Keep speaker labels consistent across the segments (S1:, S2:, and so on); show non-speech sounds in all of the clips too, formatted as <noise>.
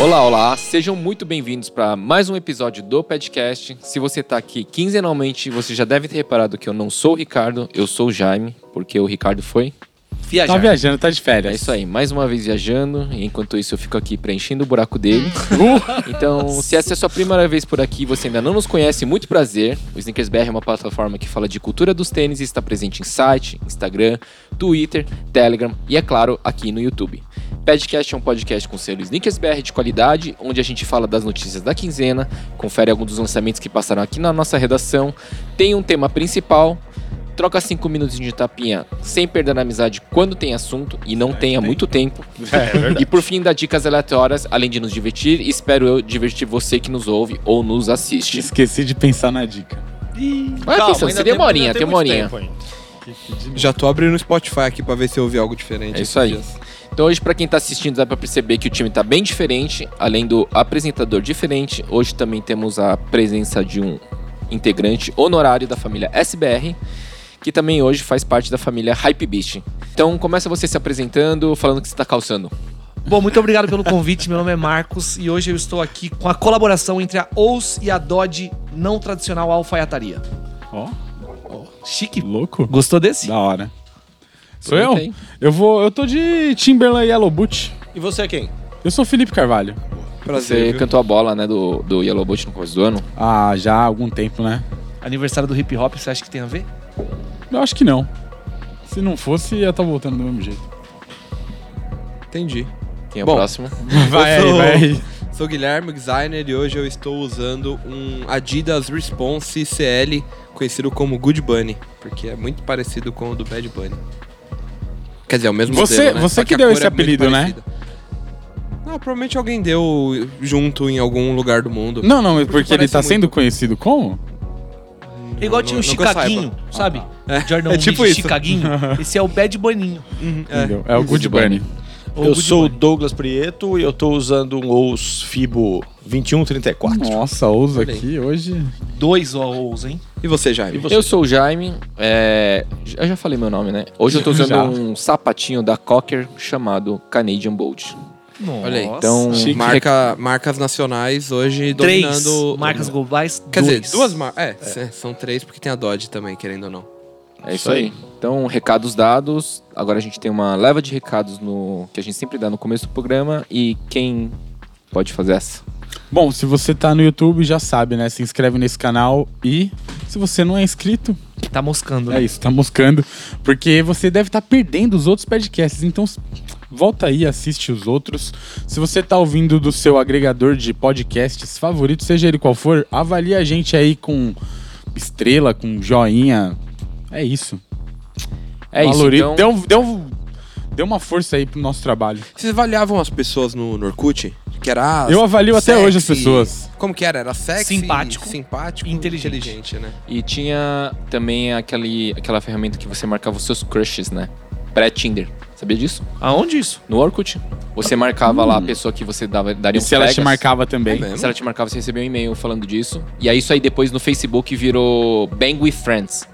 S1: Olá, olá! Sejam muito bem-vindos para mais um episódio do podcast. Se você está aqui quinzenalmente, você já deve ter reparado que eu não sou o Ricardo, eu sou o Jaime, porque o Ricardo foi viajar.
S2: Tá viajando, tá de férias.
S1: É isso aí, mais uma vez viajando, e enquanto isso eu fico aqui preenchendo o buraco dele. então, se essa é a sua primeira vez por aqui e você ainda não nos conhece, muito prazer. O Sneakers BR é uma plataforma que fala de cultura dos tênis e está presente em site, Instagram, Twitter, Telegram e, é claro, aqui no YouTube. Podcast é um podcast com selo Sneakers BR de qualidade, onde a gente fala das notícias da quinzena, confere alguns dos lançamentos que passaram aqui na nossa redação, tem um tema principal, troca cinco minutos de tapinha sem perder a amizade quando tem assunto e não tem há muito tempo. e por fim, dá dicas aleatórias, além de nos divertir, espero eu divertir você que nos ouve ou nos assiste.
S2: Esqueci de pensar na dica.
S1: Vai pensando,
S3: ainda
S1: você tem uma
S3: ainda
S1: horinha, tem uma
S3: muito
S1: horinha.
S3: tempo ainda.
S4: Já tô abrindo o Spotify aqui pra ver se eu ouvi algo diferente.
S1: É isso aí. Então hoje, pra quem tá assistindo, dá pra perceber que o time tá bem diferente, além do apresentador diferente, hoje também temos a presença de um integrante honorário da família SBR, que também hoje faz parte da família Hype Beast. Então começa você se apresentando, falando o que você tá calçando.
S5: Bom, muito obrigado pelo convite. Meu nome é Marcos e hoje eu estou aqui com a colaboração entre a Ous e a Dodge não tradicional alfaiataria.
S2: Ó,
S5: Chique.
S2: louco.
S5: Gostou desse?
S2: Da hora. Sou eu?
S1: Aproveita aí.
S2: Eu vou. Eu tô de Timberland Yellow Boot.
S3: E você é quem?
S2: Eu sou Felipe Carvalho.
S1: Você
S4: Prazer. viu?
S1: cantou a bola, né, do, do Yellow Boot no começo do ano.
S2: Ah, já há algum tempo, né?
S5: Aniversário do hip hop, você acha que tem a ver?
S2: Eu acho que não. Se não fosse, ia estar voltando do mesmo jeito.
S4: Entendi.
S1: Quem é o
S4: Bom,
S1: próximo?
S2: <laughs> Vai aí,
S4: Eu sou-
S2: vai aí.
S4: Sou Guilherme, designer, e hoje eu estou usando um Adidas Response CL, conhecido como Good Bunny, porque é muito parecido com o do Bad Bunny. Quer dizer, é o mesmo
S2: Você-
S4: modelo, né?
S2: você
S4: Só
S2: que
S4: a
S2: deu
S4: cor
S2: esse
S4: é muito
S2: apelido, né?
S4: parecida. Ah, provavelmente alguém deu junto em algum lugar do mundo.
S2: Não, não, porque, ele
S4: parece
S2: tá
S4: muito.
S2: sendo conhecido como?
S5: É Igual tinha o
S4: não- não que eu
S5: Chicaguinho, sabe? Jordan
S4: é
S5: é
S4: tipo isso. <laughs>
S5: Chicaguinho. Esse é o Bad Boninho.
S2: Entendeu? É o Good
S1: Good
S2: Bunny.
S5: Ou
S3: eu
S5: Good
S3: sou o
S5: Bunny.
S3: Douglas Prieto e eu tô usando um Ous Fibo 2134.
S2: Nossa, ouso
S4: Olha aí.
S2: aqui hoje.
S5: Dois Ous, hein?
S4: E você, Jaime?
S3: E você?
S1: Eu sou o Jaime, é, eu já falei meu nome, né? Hoje eu tô usando
S2: Já.
S1: um sapatinho da Cocker chamado Canadian Bolt.
S5: Nossa.
S4: Olha aí.
S1: Então,
S2: Chique.
S4: Marca, marcas nacionais hoje
S5: Três
S4: dominando...
S5: marcas globais,
S4: Quer
S5: dois.
S4: dizer, duas marcas. É, s- são três, porque tem a Dodge também, querendo ou não.
S1: É isso aí. Então, recados dados. Agora a gente tem uma leva de recados no que a gente sempre dá no começo do programa. E quem pode fazer essa?
S2: Bom, se você tá no YouTube, já sabe, né? Se inscreve nesse canal e se você não é inscrito,
S5: Tá moscando,
S2: É
S5: né?
S2: isso, tá moscando. Porque você deve estar perdendo os outros podcasts. Então, s- volta aí, assiste os outros. Se você tá ouvindo do seu agregador de podcasts favorito, seja ele qual for, avalie a gente aí com estrela, com joinha. É isso.
S1: É
S2: Valoriza-
S1: isso. Então,
S2: Deu, deu, deu uma força aí pro nosso trabalho.
S4: Vocês avaliavam as pessoas no, no Orkut? Que era. ah,
S2: Eu avalio até
S4: sexy.
S2: hoje as pessoas.
S4: Como que era? Era sexy,
S5: Simpático.
S4: simpático
S5: E inteligente.
S4: né?
S1: e tinha também aquele, aquela ferramenta que você marcava os seus crushes, né? Pré-Tinder. Sabia disso?
S5: né? Aonde isso?
S1: No Orkut. Você marcava lá a pessoa que você dava, daria um
S2: E
S1: uns
S2: se ela te
S1: pegas.
S2: marcava também.
S4: Também.
S1: Se ela te marcava, você recebia um e-mail falando disso. E aí isso aí depois no Facebook virou Bang with Friends.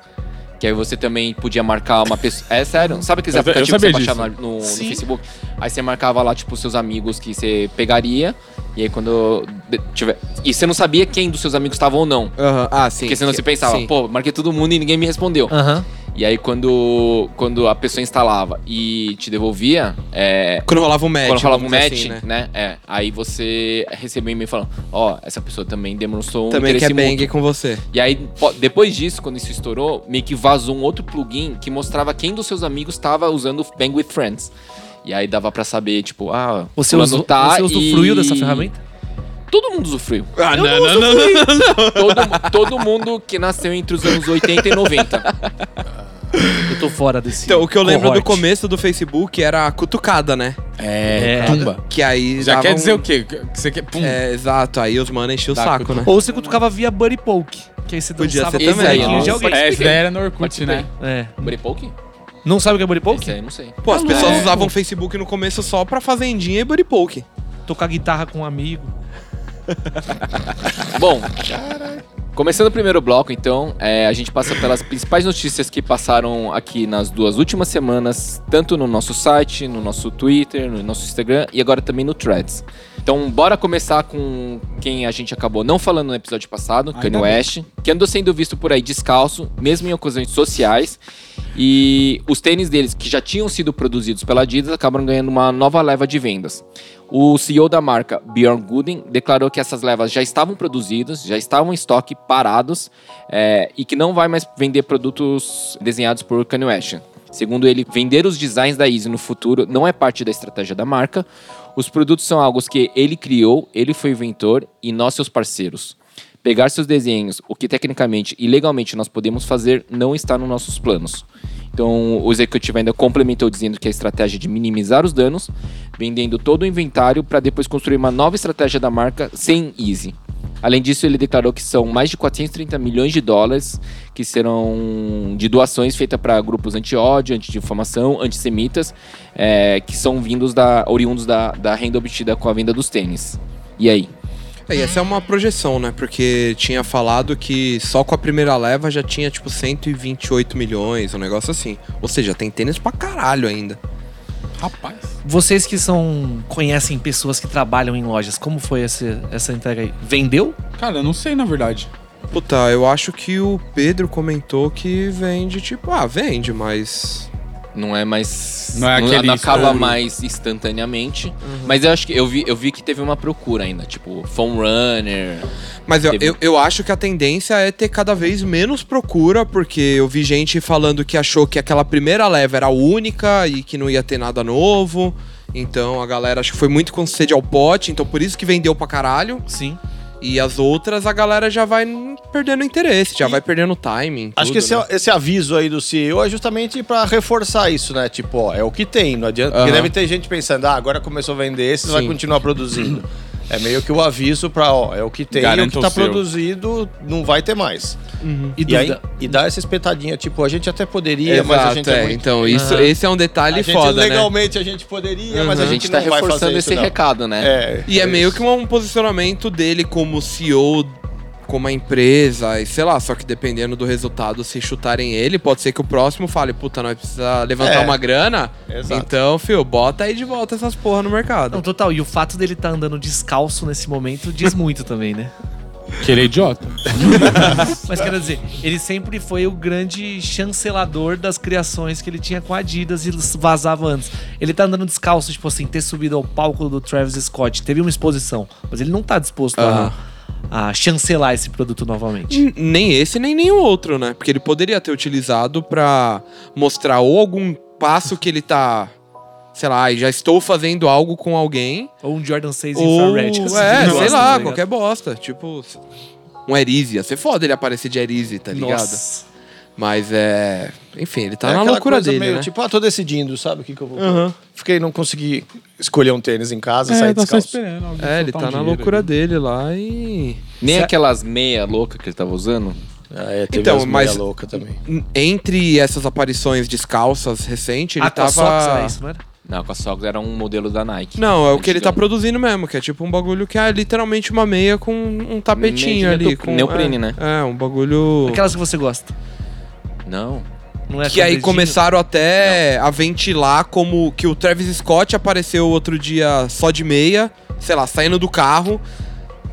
S1: Que aí você também podia marcar uma pessoa. É sério, sabe aqueles
S2: Eu- eu
S1: aplicativos que você
S2: sabia
S1: baixava no, no
S5: Sim.
S1: Facebook? Aí você marcava lá, tipo, seus amigos que você pegaria. E aí quando de- tiver. E você não sabia quem dos seus amigos estavam ou não.
S4: Aham, Ah, sim.
S1: Porque senão
S4: Que-
S1: você pensava,
S4: sim.
S1: pô, marquei todo mundo e ninguém me respondeu.
S2: Ah.
S5: Aham.
S1: E aí quando, quando a pessoa instalava e te devolvia, é,
S4: Quando rolava um match.
S1: quando falava um
S4: vamos dizer
S1: match,
S4: assim,
S1: né? É. Aí você recebeu um e-mail falando, ó, essa pessoa também demonstrou um
S4: Também
S1: interesse
S4: quer bang
S1: mútuo.
S4: com você.
S1: E aí, po- depois disso, quando isso estourou, meio que vazou um outro plugin que mostrava quem dos seus amigos estava usando o Bang with Friends. E aí dava pra saber, tipo, ah,
S5: Você,
S1: fulano
S5: usou,
S1: tá
S5: você
S1: e-
S5: usufruiu dessa ferramenta?
S1: Todo mundo usufruiu.
S4: Ah, não, não, não,
S1: Todo, todo mundo que nasceu entre os anos 80 e 90.
S5: Eu tô fora desse
S4: Então, o que eu lembro do
S5: cohorte.
S4: começo do Facebook era a cutucada, né?
S5: É.
S2: É, tumba.
S4: Que aí.
S2: Já
S4: dava
S2: quer dizer
S4: um-
S2: o quê? Que você quer. Pum.
S4: É, exato. Aí os manos enchiam o
S2: Dá
S4: saco,
S2: cutu-
S4: né?
S5: Ou você cutucava via Buddy Poke, que aí você
S4: Podia
S5: dançava
S4: ser
S5: com
S4: também. né?
S5: a mãozinha de
S2: Nossa.
S5: alguém.
S2: é, essa daí era no Orkut, né?
S5: É.
S1: Buddy Poke?
S5: Não sabe o que é Buddy
S1: Esse
S5: Poke?
S1: aí, eu não sei.
S4: Pô, as
S5: Tá
S4: pessoas
S5: louco.
S4: usavam o Facebook no começo só pra fazendinha e buddy poke.
S5: Tocar guitarra com um amigo.
S1: Bom, começando o primeiro bloco, então, é, a gente passa pelas principais notícias que passaram aqui nas duas últimas semanas, tanto no nosso site, no nosso Twitter, no nosso Instagram e agora também no Threads. Então, bora começar com quem a gente acabou não falando no episódio passado,
S2: Ainda
S1: Kanye
S2: bem.
S1: West, que andou sendo visto por aí descalço, mesmo em ocasiões sociais. E os tênis deles, que já tinham sido produzidos pela Adidas, acabaram ganhando uma nova leva de vendas. O CEO da marca, Bjorn Gooden, declarou que essas levas já estavam produzidas, já estavam em estoque, parados, é, e que não vai mais vender produtos desenhados por Kanye West. Segundo ele, vender os designs da Easy no futuro não é parte da estratégia da marca. Os produtos são algo que ele criou, ele foi o inventor e nós seus parceiros. Pegar seus desenhos, o que tecnicamente e legalmente nós podemos fazer, não está nos nossos planos. Então, o executivo ainda complementou dizendo que a estratégia é de minimizar os danos, vendendo todo o inventário para depois construir uma nova estratégia da marca sem Easy. Além disso, ele declarou que são mais de 430 milhões de dólares que serão de doações feitas para grupos anti-ódio, anti-difamação, antissemitas, é, que são vindos da oriundos da, da renda obtida com a venda dos tênis. E aí?
S4: É, e essa é uma projeção, né? Porque tinha falado que só com a primeira leva já tinha, tipo, 128 milhões, um negócio assim. Ou seja, tem tênis pra caralho ainda.
S2: Rapaz.
S5: Vocês que são conhecem pessoas que trabalham em lojas, como foi esse- essa entrega aí? Vendeu?
S2: Cara, eu não sei, na verdade.
S4: Puta, eu acho que o Pedro comentou que vende, tipo, ah, vende, mas.
S1: Não é mais.
S2: Não é aquele
S1: não acaba
S2: estouro.
S1: mais instantaneamente. Mas eu acho que eu vi, eu vi que teve uma procura ainda, tipo, Phone Runner.
S4: Mas eu,
S1: Teve-
S4: eu, eu acho que a tendência é ter cada vez menos procura, porque eu vi gente falando que achou que aquela primeira leva era a única e que não ia ter nada novo. Então a galera acho que foi muito com sede ao pote, então por isso que vendeu pra caralho.
S5: Sim.
S4: E as outras a galera já vai hum, perdendo interesse, já vai perdendo timing.
S3: Acho que
S4: tudo,
S3: esse, é
S4: né?
S3: esse aviso aí do CEO é justamente pra reforçar isso, né? Tipo, ó, é o que tem, não adianta. Porque
S4: Aham.
S3: deve ter gente pensando, ah, agora começou a vender esses, vai
S4: Sim.
S3: continuar produzindo. É meio que o aviso pra, ó, é o que tem,
S2: Garanta
S3: o que
S2: o
S3: tá
S2: seu.
S3: produzido não vai ter mais.
S5: E,
S3: E, aí,
S5: dúvida?
S3: e dá essa espetadinha, tipo, a gente até poderia, mas a gente
S4: Exato,
S3: é,
S4: é.
S3: muito...
S4: Então, isso,
S5: Aham.
S4: esse é um detalhe
S3: a gente
S4: foda, né?
S3: legalmente a gente poderia, mas
S1: A
S3: a
S1: gente,
S3: gente,
S1: tá
S3: não vai
S1: reforçando
S3: fazer isso,
S1: esse
S3: não.
S1: recado, né?
S3: É,
S4: E é, meio que
S3: isso.
S4: um, posicionamento dele como CEO, como a empresa, e sei lá, só que dependendo do resultado, se chutarem ele, pode ser que o próximo fale, puta, nós precisamos levantar
S3: É.
S4: uma grana.
S3: Exato.
S4: Então, fio, bota aí de volta essas porra no mercado.
S5: Não, total. E o fato dele estar andando descalço nesse momento diz muito também, né?
S2: Que ele é idiota.
S5: Mas quero dizer, ele sempre foi o grande chancelador das criações que ele tinha com a Adidas e vazava antes. Ele tá andando descalço, tipo assim, ter subido ao palco do Travis Scott. Teve uma exposição, mas ele não tá disposto a-
S4: Aham.
S5: a, chancelar esse produto novamente.
S4: N- Nem esse, nem nenhum outro, né? Porque ele poderia ter utilizado pra mostrar ou algum passo que ele tá. Sei lá, "Ai, já estou fazendo algo com alguém.
S5: Ou um Jordan 6
S4: Ou, é,
S5: Infrared. assim,
S4: sei
S5: gosta, tá
S4: lá,
S5: ligado?
S4: qualquer bosta. Tipo, um Erize. Ia ser foda ele aparecer de Erize, tá ligado?
S5: Nossa.
S4: Mas é. Enfim, ele tá
S3: É
S4: na
S3: aquela
S4: loucura
S3: coisa
S4: dele,
S3: meio
S4: né?
S3: Tipo, ah, tô decidindo, sabe o que que eu vou... Fiquei, não consegui escolher um tênis em casa,
S2: É,
S3: sair
S4: tá
S2: tá
S3: descalço.
S2: esperando.
S4: É, ele
S5: um
S4: tá na loucura dele lá e.
S1: Nem aquelas meia louca que ele tava usando.
S3: Ah, é,
S4: Então,
S3: teve então, mas...
S4: mas-
S3: meia louca também.
S4: N- Entre essas aparições descalças recente, ele
S5: Ah,
S4: tava.
S5: tá, Sox era isso, não era?
S1: Não, com a Sox era um modelo da Nike.
S4: Não, é o que ele tá
S1: Antigão.
S4: produzindo mesmo, que é tipo um bagulho que é literalmente uma meia com um tapetinho
S1: Meia de
S4: ali.
S1: neopre-
S4: com,
S1: neoprene,
S4: é,
S1: né?
S4: É, um bagulho.
S5: Aquelas que você gosta.
S1: Não.
S5: Não é
S4: Que aí
S5: com dedinho?
S4: começaram até a ventilar como que o Travis Scott apareceu outro dia só de meia, sei lá, saindo do carro.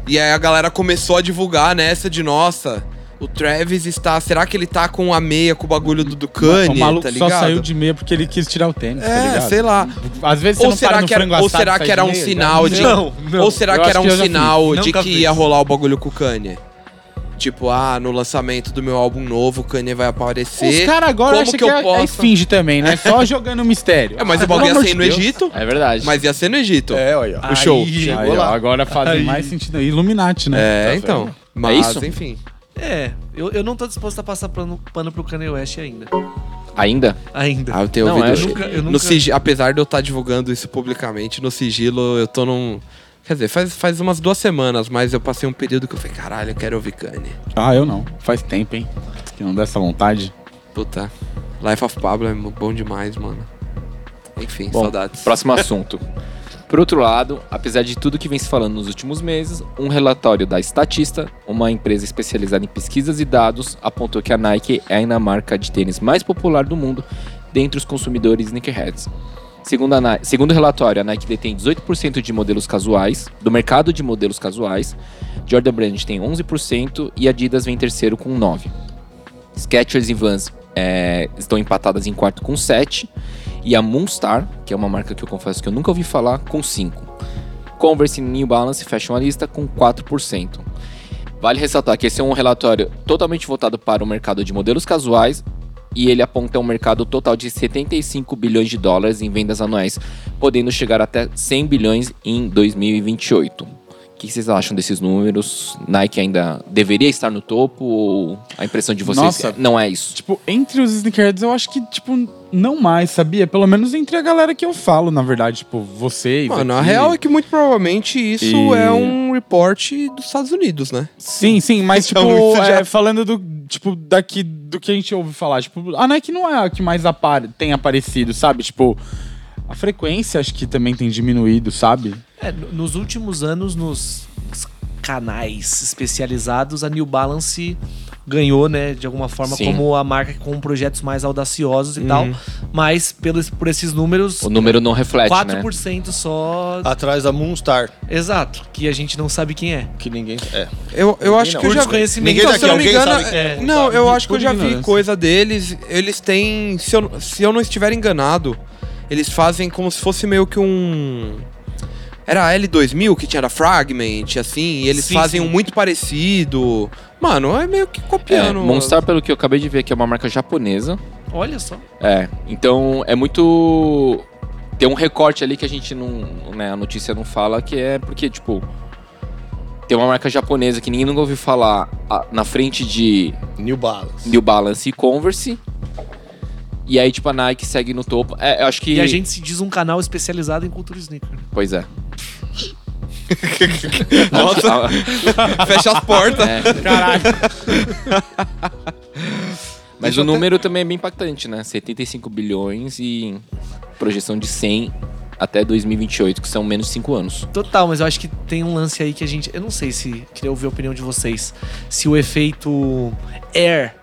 S4: E aí a galera começou a divulgar nessa de nossa. O Travis está. Será que ele tá com a meia com o bagulho do Ducane?
S2: O maluco
S4: tá
S2: só
S4: ligado?
S2: saiu de meia porque ele quis tirar o tênis, tá
S4: É,
S2: ligado?
S4: sei lá.
S2: Às vezes você
S4: Ou
S2: não para
S4: será,
S2: no
S4: que era,
S2: frango
S4: ou
S2: assado,
S4: será
S2: sai
S4: que era
S2: de né?
S4: um
S2: meia,
S4: sinal
S2: já-
S4: de.
S5: Não, não.
S4: Ou será
S2: Eu
S4: que
S2: acho
S4: era
S2: que
S4: um
S2: eu já
S4: sinal
S5: fiz.
S4: de
S5: Nunca
S4: que
S5: fiz.
S4: ia rolar o bagulho com o Kanye? Tipo, ah, no lançamento do meu álbum novo, o Kanye vai aparecer.
S2: Os caras agora
S4: Como
S2: acham
S4: que
S2: que,
S4: eu
S2: é, é
S4: posso?
S2: finge também, né? Só jogando mistério.
S4: É, mas o
S2: Ah, pelo
S4: bagulho ia
S2: amor
S4: ser
S2: de
S4: no
S2: Deus.
S4: Egito.
S1: É verdade.
S4: Mas ia ser no Egito.
S3: É, olha, ó.
S5: Aí,
S4: show.
S2: Aí, ó, agora faz
S5: Aí.
S2: mais sentido. Illuminati, né?
S4: É, então. Mas,
S1: isso?
S4: enfim.
S5: É, eu, eu não tô disposto a passar pano, pano pro Kanye West ainda.
S1: Ainda?
S5: Ainda.
S4: Ah, eu tenho
S1: Não,
S4: ouvido.
S1: eu
S4: isso.
S5: nunca- eu
S4: no
S5: nunca-
S4: sigi- Apesar de eu estar divulgando isso publicamente, no sigilo eu tô num. Quer dizer, faz, faz umas duas semanas, mas eu passei um período que eu falei, caralho, eu quero ouvir Kanye.
S2: Ah, eu não. Faz tempo, hein? Que não dá essa vontade.
S4: Puta. Life of Pablo é bom demais, mano. Enfim,
S1: Bom,
S4: saudades.
S1: Próximo assunto. Por outro lado, apesar de tudo que vem se falando nos últimos meses, um relatório da Statista, uma empresa especializada em pesquisas e dados, apontou que a Nike é ainda a marca de tênis mais popular do mundo dentre os consumidores sneakerheads. Segundo, a Ni- segundo o relatório, a Nike detém 18% de modelos casuais, do mercado de modelos casuais. Jordan Brand tem 11% e Adidas vem terceiro com 9%. Skechers e Vans é, estão empatadas em quarto com 7%. E a Moonstar, que é uma marca que eu confesso que eu nunca ouvi falar, com 5%. Converse e New Balance fecham a lista com 4%. Vale ressaltar que esse é um relatório totalmente voltado para o mercado de modelos casuais e ele aponta um mercado total de 75 bilhões de dólares em vendas anuais, podendo chegar até 100 bilhões em 2028. O que vocês acham desses números? Nike ainda deveria estar no topo ou a impressão de vocês
S2: Nossa.
S1: é- não é isso?
S2: Tipo, entre os sneakerheads, eu acho que, tipo, não mais, sabia? Pelo menos entre a galera que eu falo, na verdade. Tipo, vocês.
S4: Mano, a
S2: aqui.
S4: real é que muito provavelmente isso
S2: E-
S4: é um report dos Estados Unidos, né?
S2: Sim, sim, mas tipo,
S4: Então, isso já-
S2: é, falando do tipo daqui do que a gente ouve falar, tipo, a Nike não é a que mais apare- tem aparecido, sabe? Tipo, a frequência acho que também tem diminuído, sabe?
S5: É, no- nos últimos anos, nos canais especializados, a New Balance ganhou, né, de alguma forma,
S1: Sim. Uhum.
S5: como a marca com projetos mais audaciosos e tal. Mas pelos, por esses números,
S1: O número não reflete, né? Ah.
S5: 4% só.
S3: Atrás da Moonstar,
S5: Exato, que a gente não sabe quem é.
S3: que ninguém. É.
S4: Eu, eu acho
S3: não.
S4: que eu
S5: Por
S4: já
S5: desconhecimento.
S3: Ninguém
S4: Então,
S3: daqui,
S4: se eu não me
S3: alguém
S4: engano,
S3: sabe quem
S5: é.
S4: não, eu acho que eu
S2: Por
S4: já vi
S2: ignorância.
S4: coisa deles. Eles têm, se eu, se eu não estiver enganado, eles fazem como se fosse meio que um era a L2000 que tinha da Fragment, assim, e eles
S5: Sim,
S4: fazem
S5: sim.
S4: um muito parecido. Mano, é meio que
S1: É,
S4: copiando.
S1: Monster, pelo que eu acabei de ver aqui, é uma marca japonesa.
S5: Olha só.
S1: É, então é muito. Tem um recorte ali que a gente não. Né, a notícia não fala, que é porque, tipo. Tem uma marca japonesa que ninguém nunca ouviu falar a- na frente de
S3: New Balance.
S1: New Balance e Converse. E aí, tipo, a Nike segue no topo. É, eu acho que.
S5: E a gente se diz um canal especializado em cultura sneaker.
S1: Pois
S5: <laughs>
S1: é.
S4: Nossa. <laughs> Fecha as portas.
S1: Mas
S4: Deixa
S1: o
S4: eu até-
S1: número também é bem impactante, né? 75 bilhões e projeção de 100 até 2028, que são menos 5 anos.
S5: Total, mas eu acho que tem um lance aí que a gente. Eu não sei se. Queria ouvir a opinião de vocês. Se o efeito Air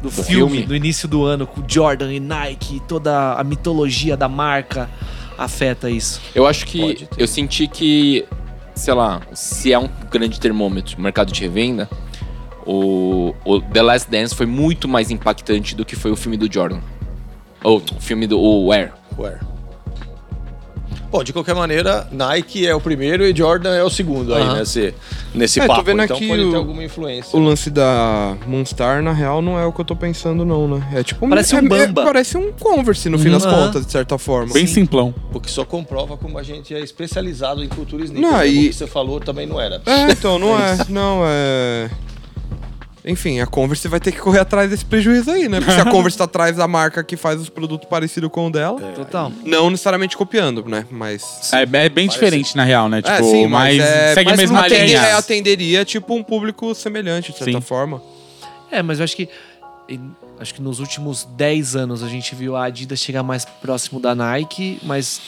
S5: do
S1: Do
S5: filme,
S1: filme.
S5: do início do ano, com Jordan e Nike, toda a mitologia da marca afeta isso.
S1: Eu acho
S3: Pode
S1: que
S3: ter.
S1: eu senti que, sei lá, se é um grande termômetro no mercado de revenda, o, o The Last Dance foi muito mais impactante do que foi o filme do Jordan. Ou o filme do o Where.
S3: Where? Bom, de qualquer maneira, Nike é o primeiro e Jordan é o segundo aí
S5: Aham.
S3: nesse, nesse
S4: É, tô
S3: papo.
S4: vendo
S3: então
S4: aqui
S3: pode ter
S4: o-
S3: alguma influência.
S4: O lance da Monster, na real, não é o que eu tô pensando, não, né? É tipo
S5: Parece um
S4: é- é-
S5: Bamba.
S4: parece um Converse, no fim das
S5: Uhum.
S4: contas, de certa forma. É,
S2: Bem simplão.
S3: O que só comprova como a gente é especializado em cultura sneaker.
S4: Não,
S3: né?
S4: e-
S3: O que você falou também não era.
S4: É, então,
S2: <laughs>
S4: não é. Não, é. Enfim, a Converse vai ter que correr atrás desse prejuízo aí, né? Porque se a Converse tá atrás da marca que faz os produtos parecidos com o dela.
S1: É,
S5: Total.
S4: Não necessariamente copiando, né? Mas.
S2: É, é bem diferente, na real, né? Tipo, mas,
S4: é-
S2: segue
S4: mas
S2: a mesma
S4: atende-
S2: linha.
S4: é, atenderia, tipo, um público semelhante, de certa
S2: Sim.
S4: forma.
S5: É, mas eu acho que. em- Acho que nos últimos 10 anos a gente viu a Adidas chegar mais próximo da Nike, mas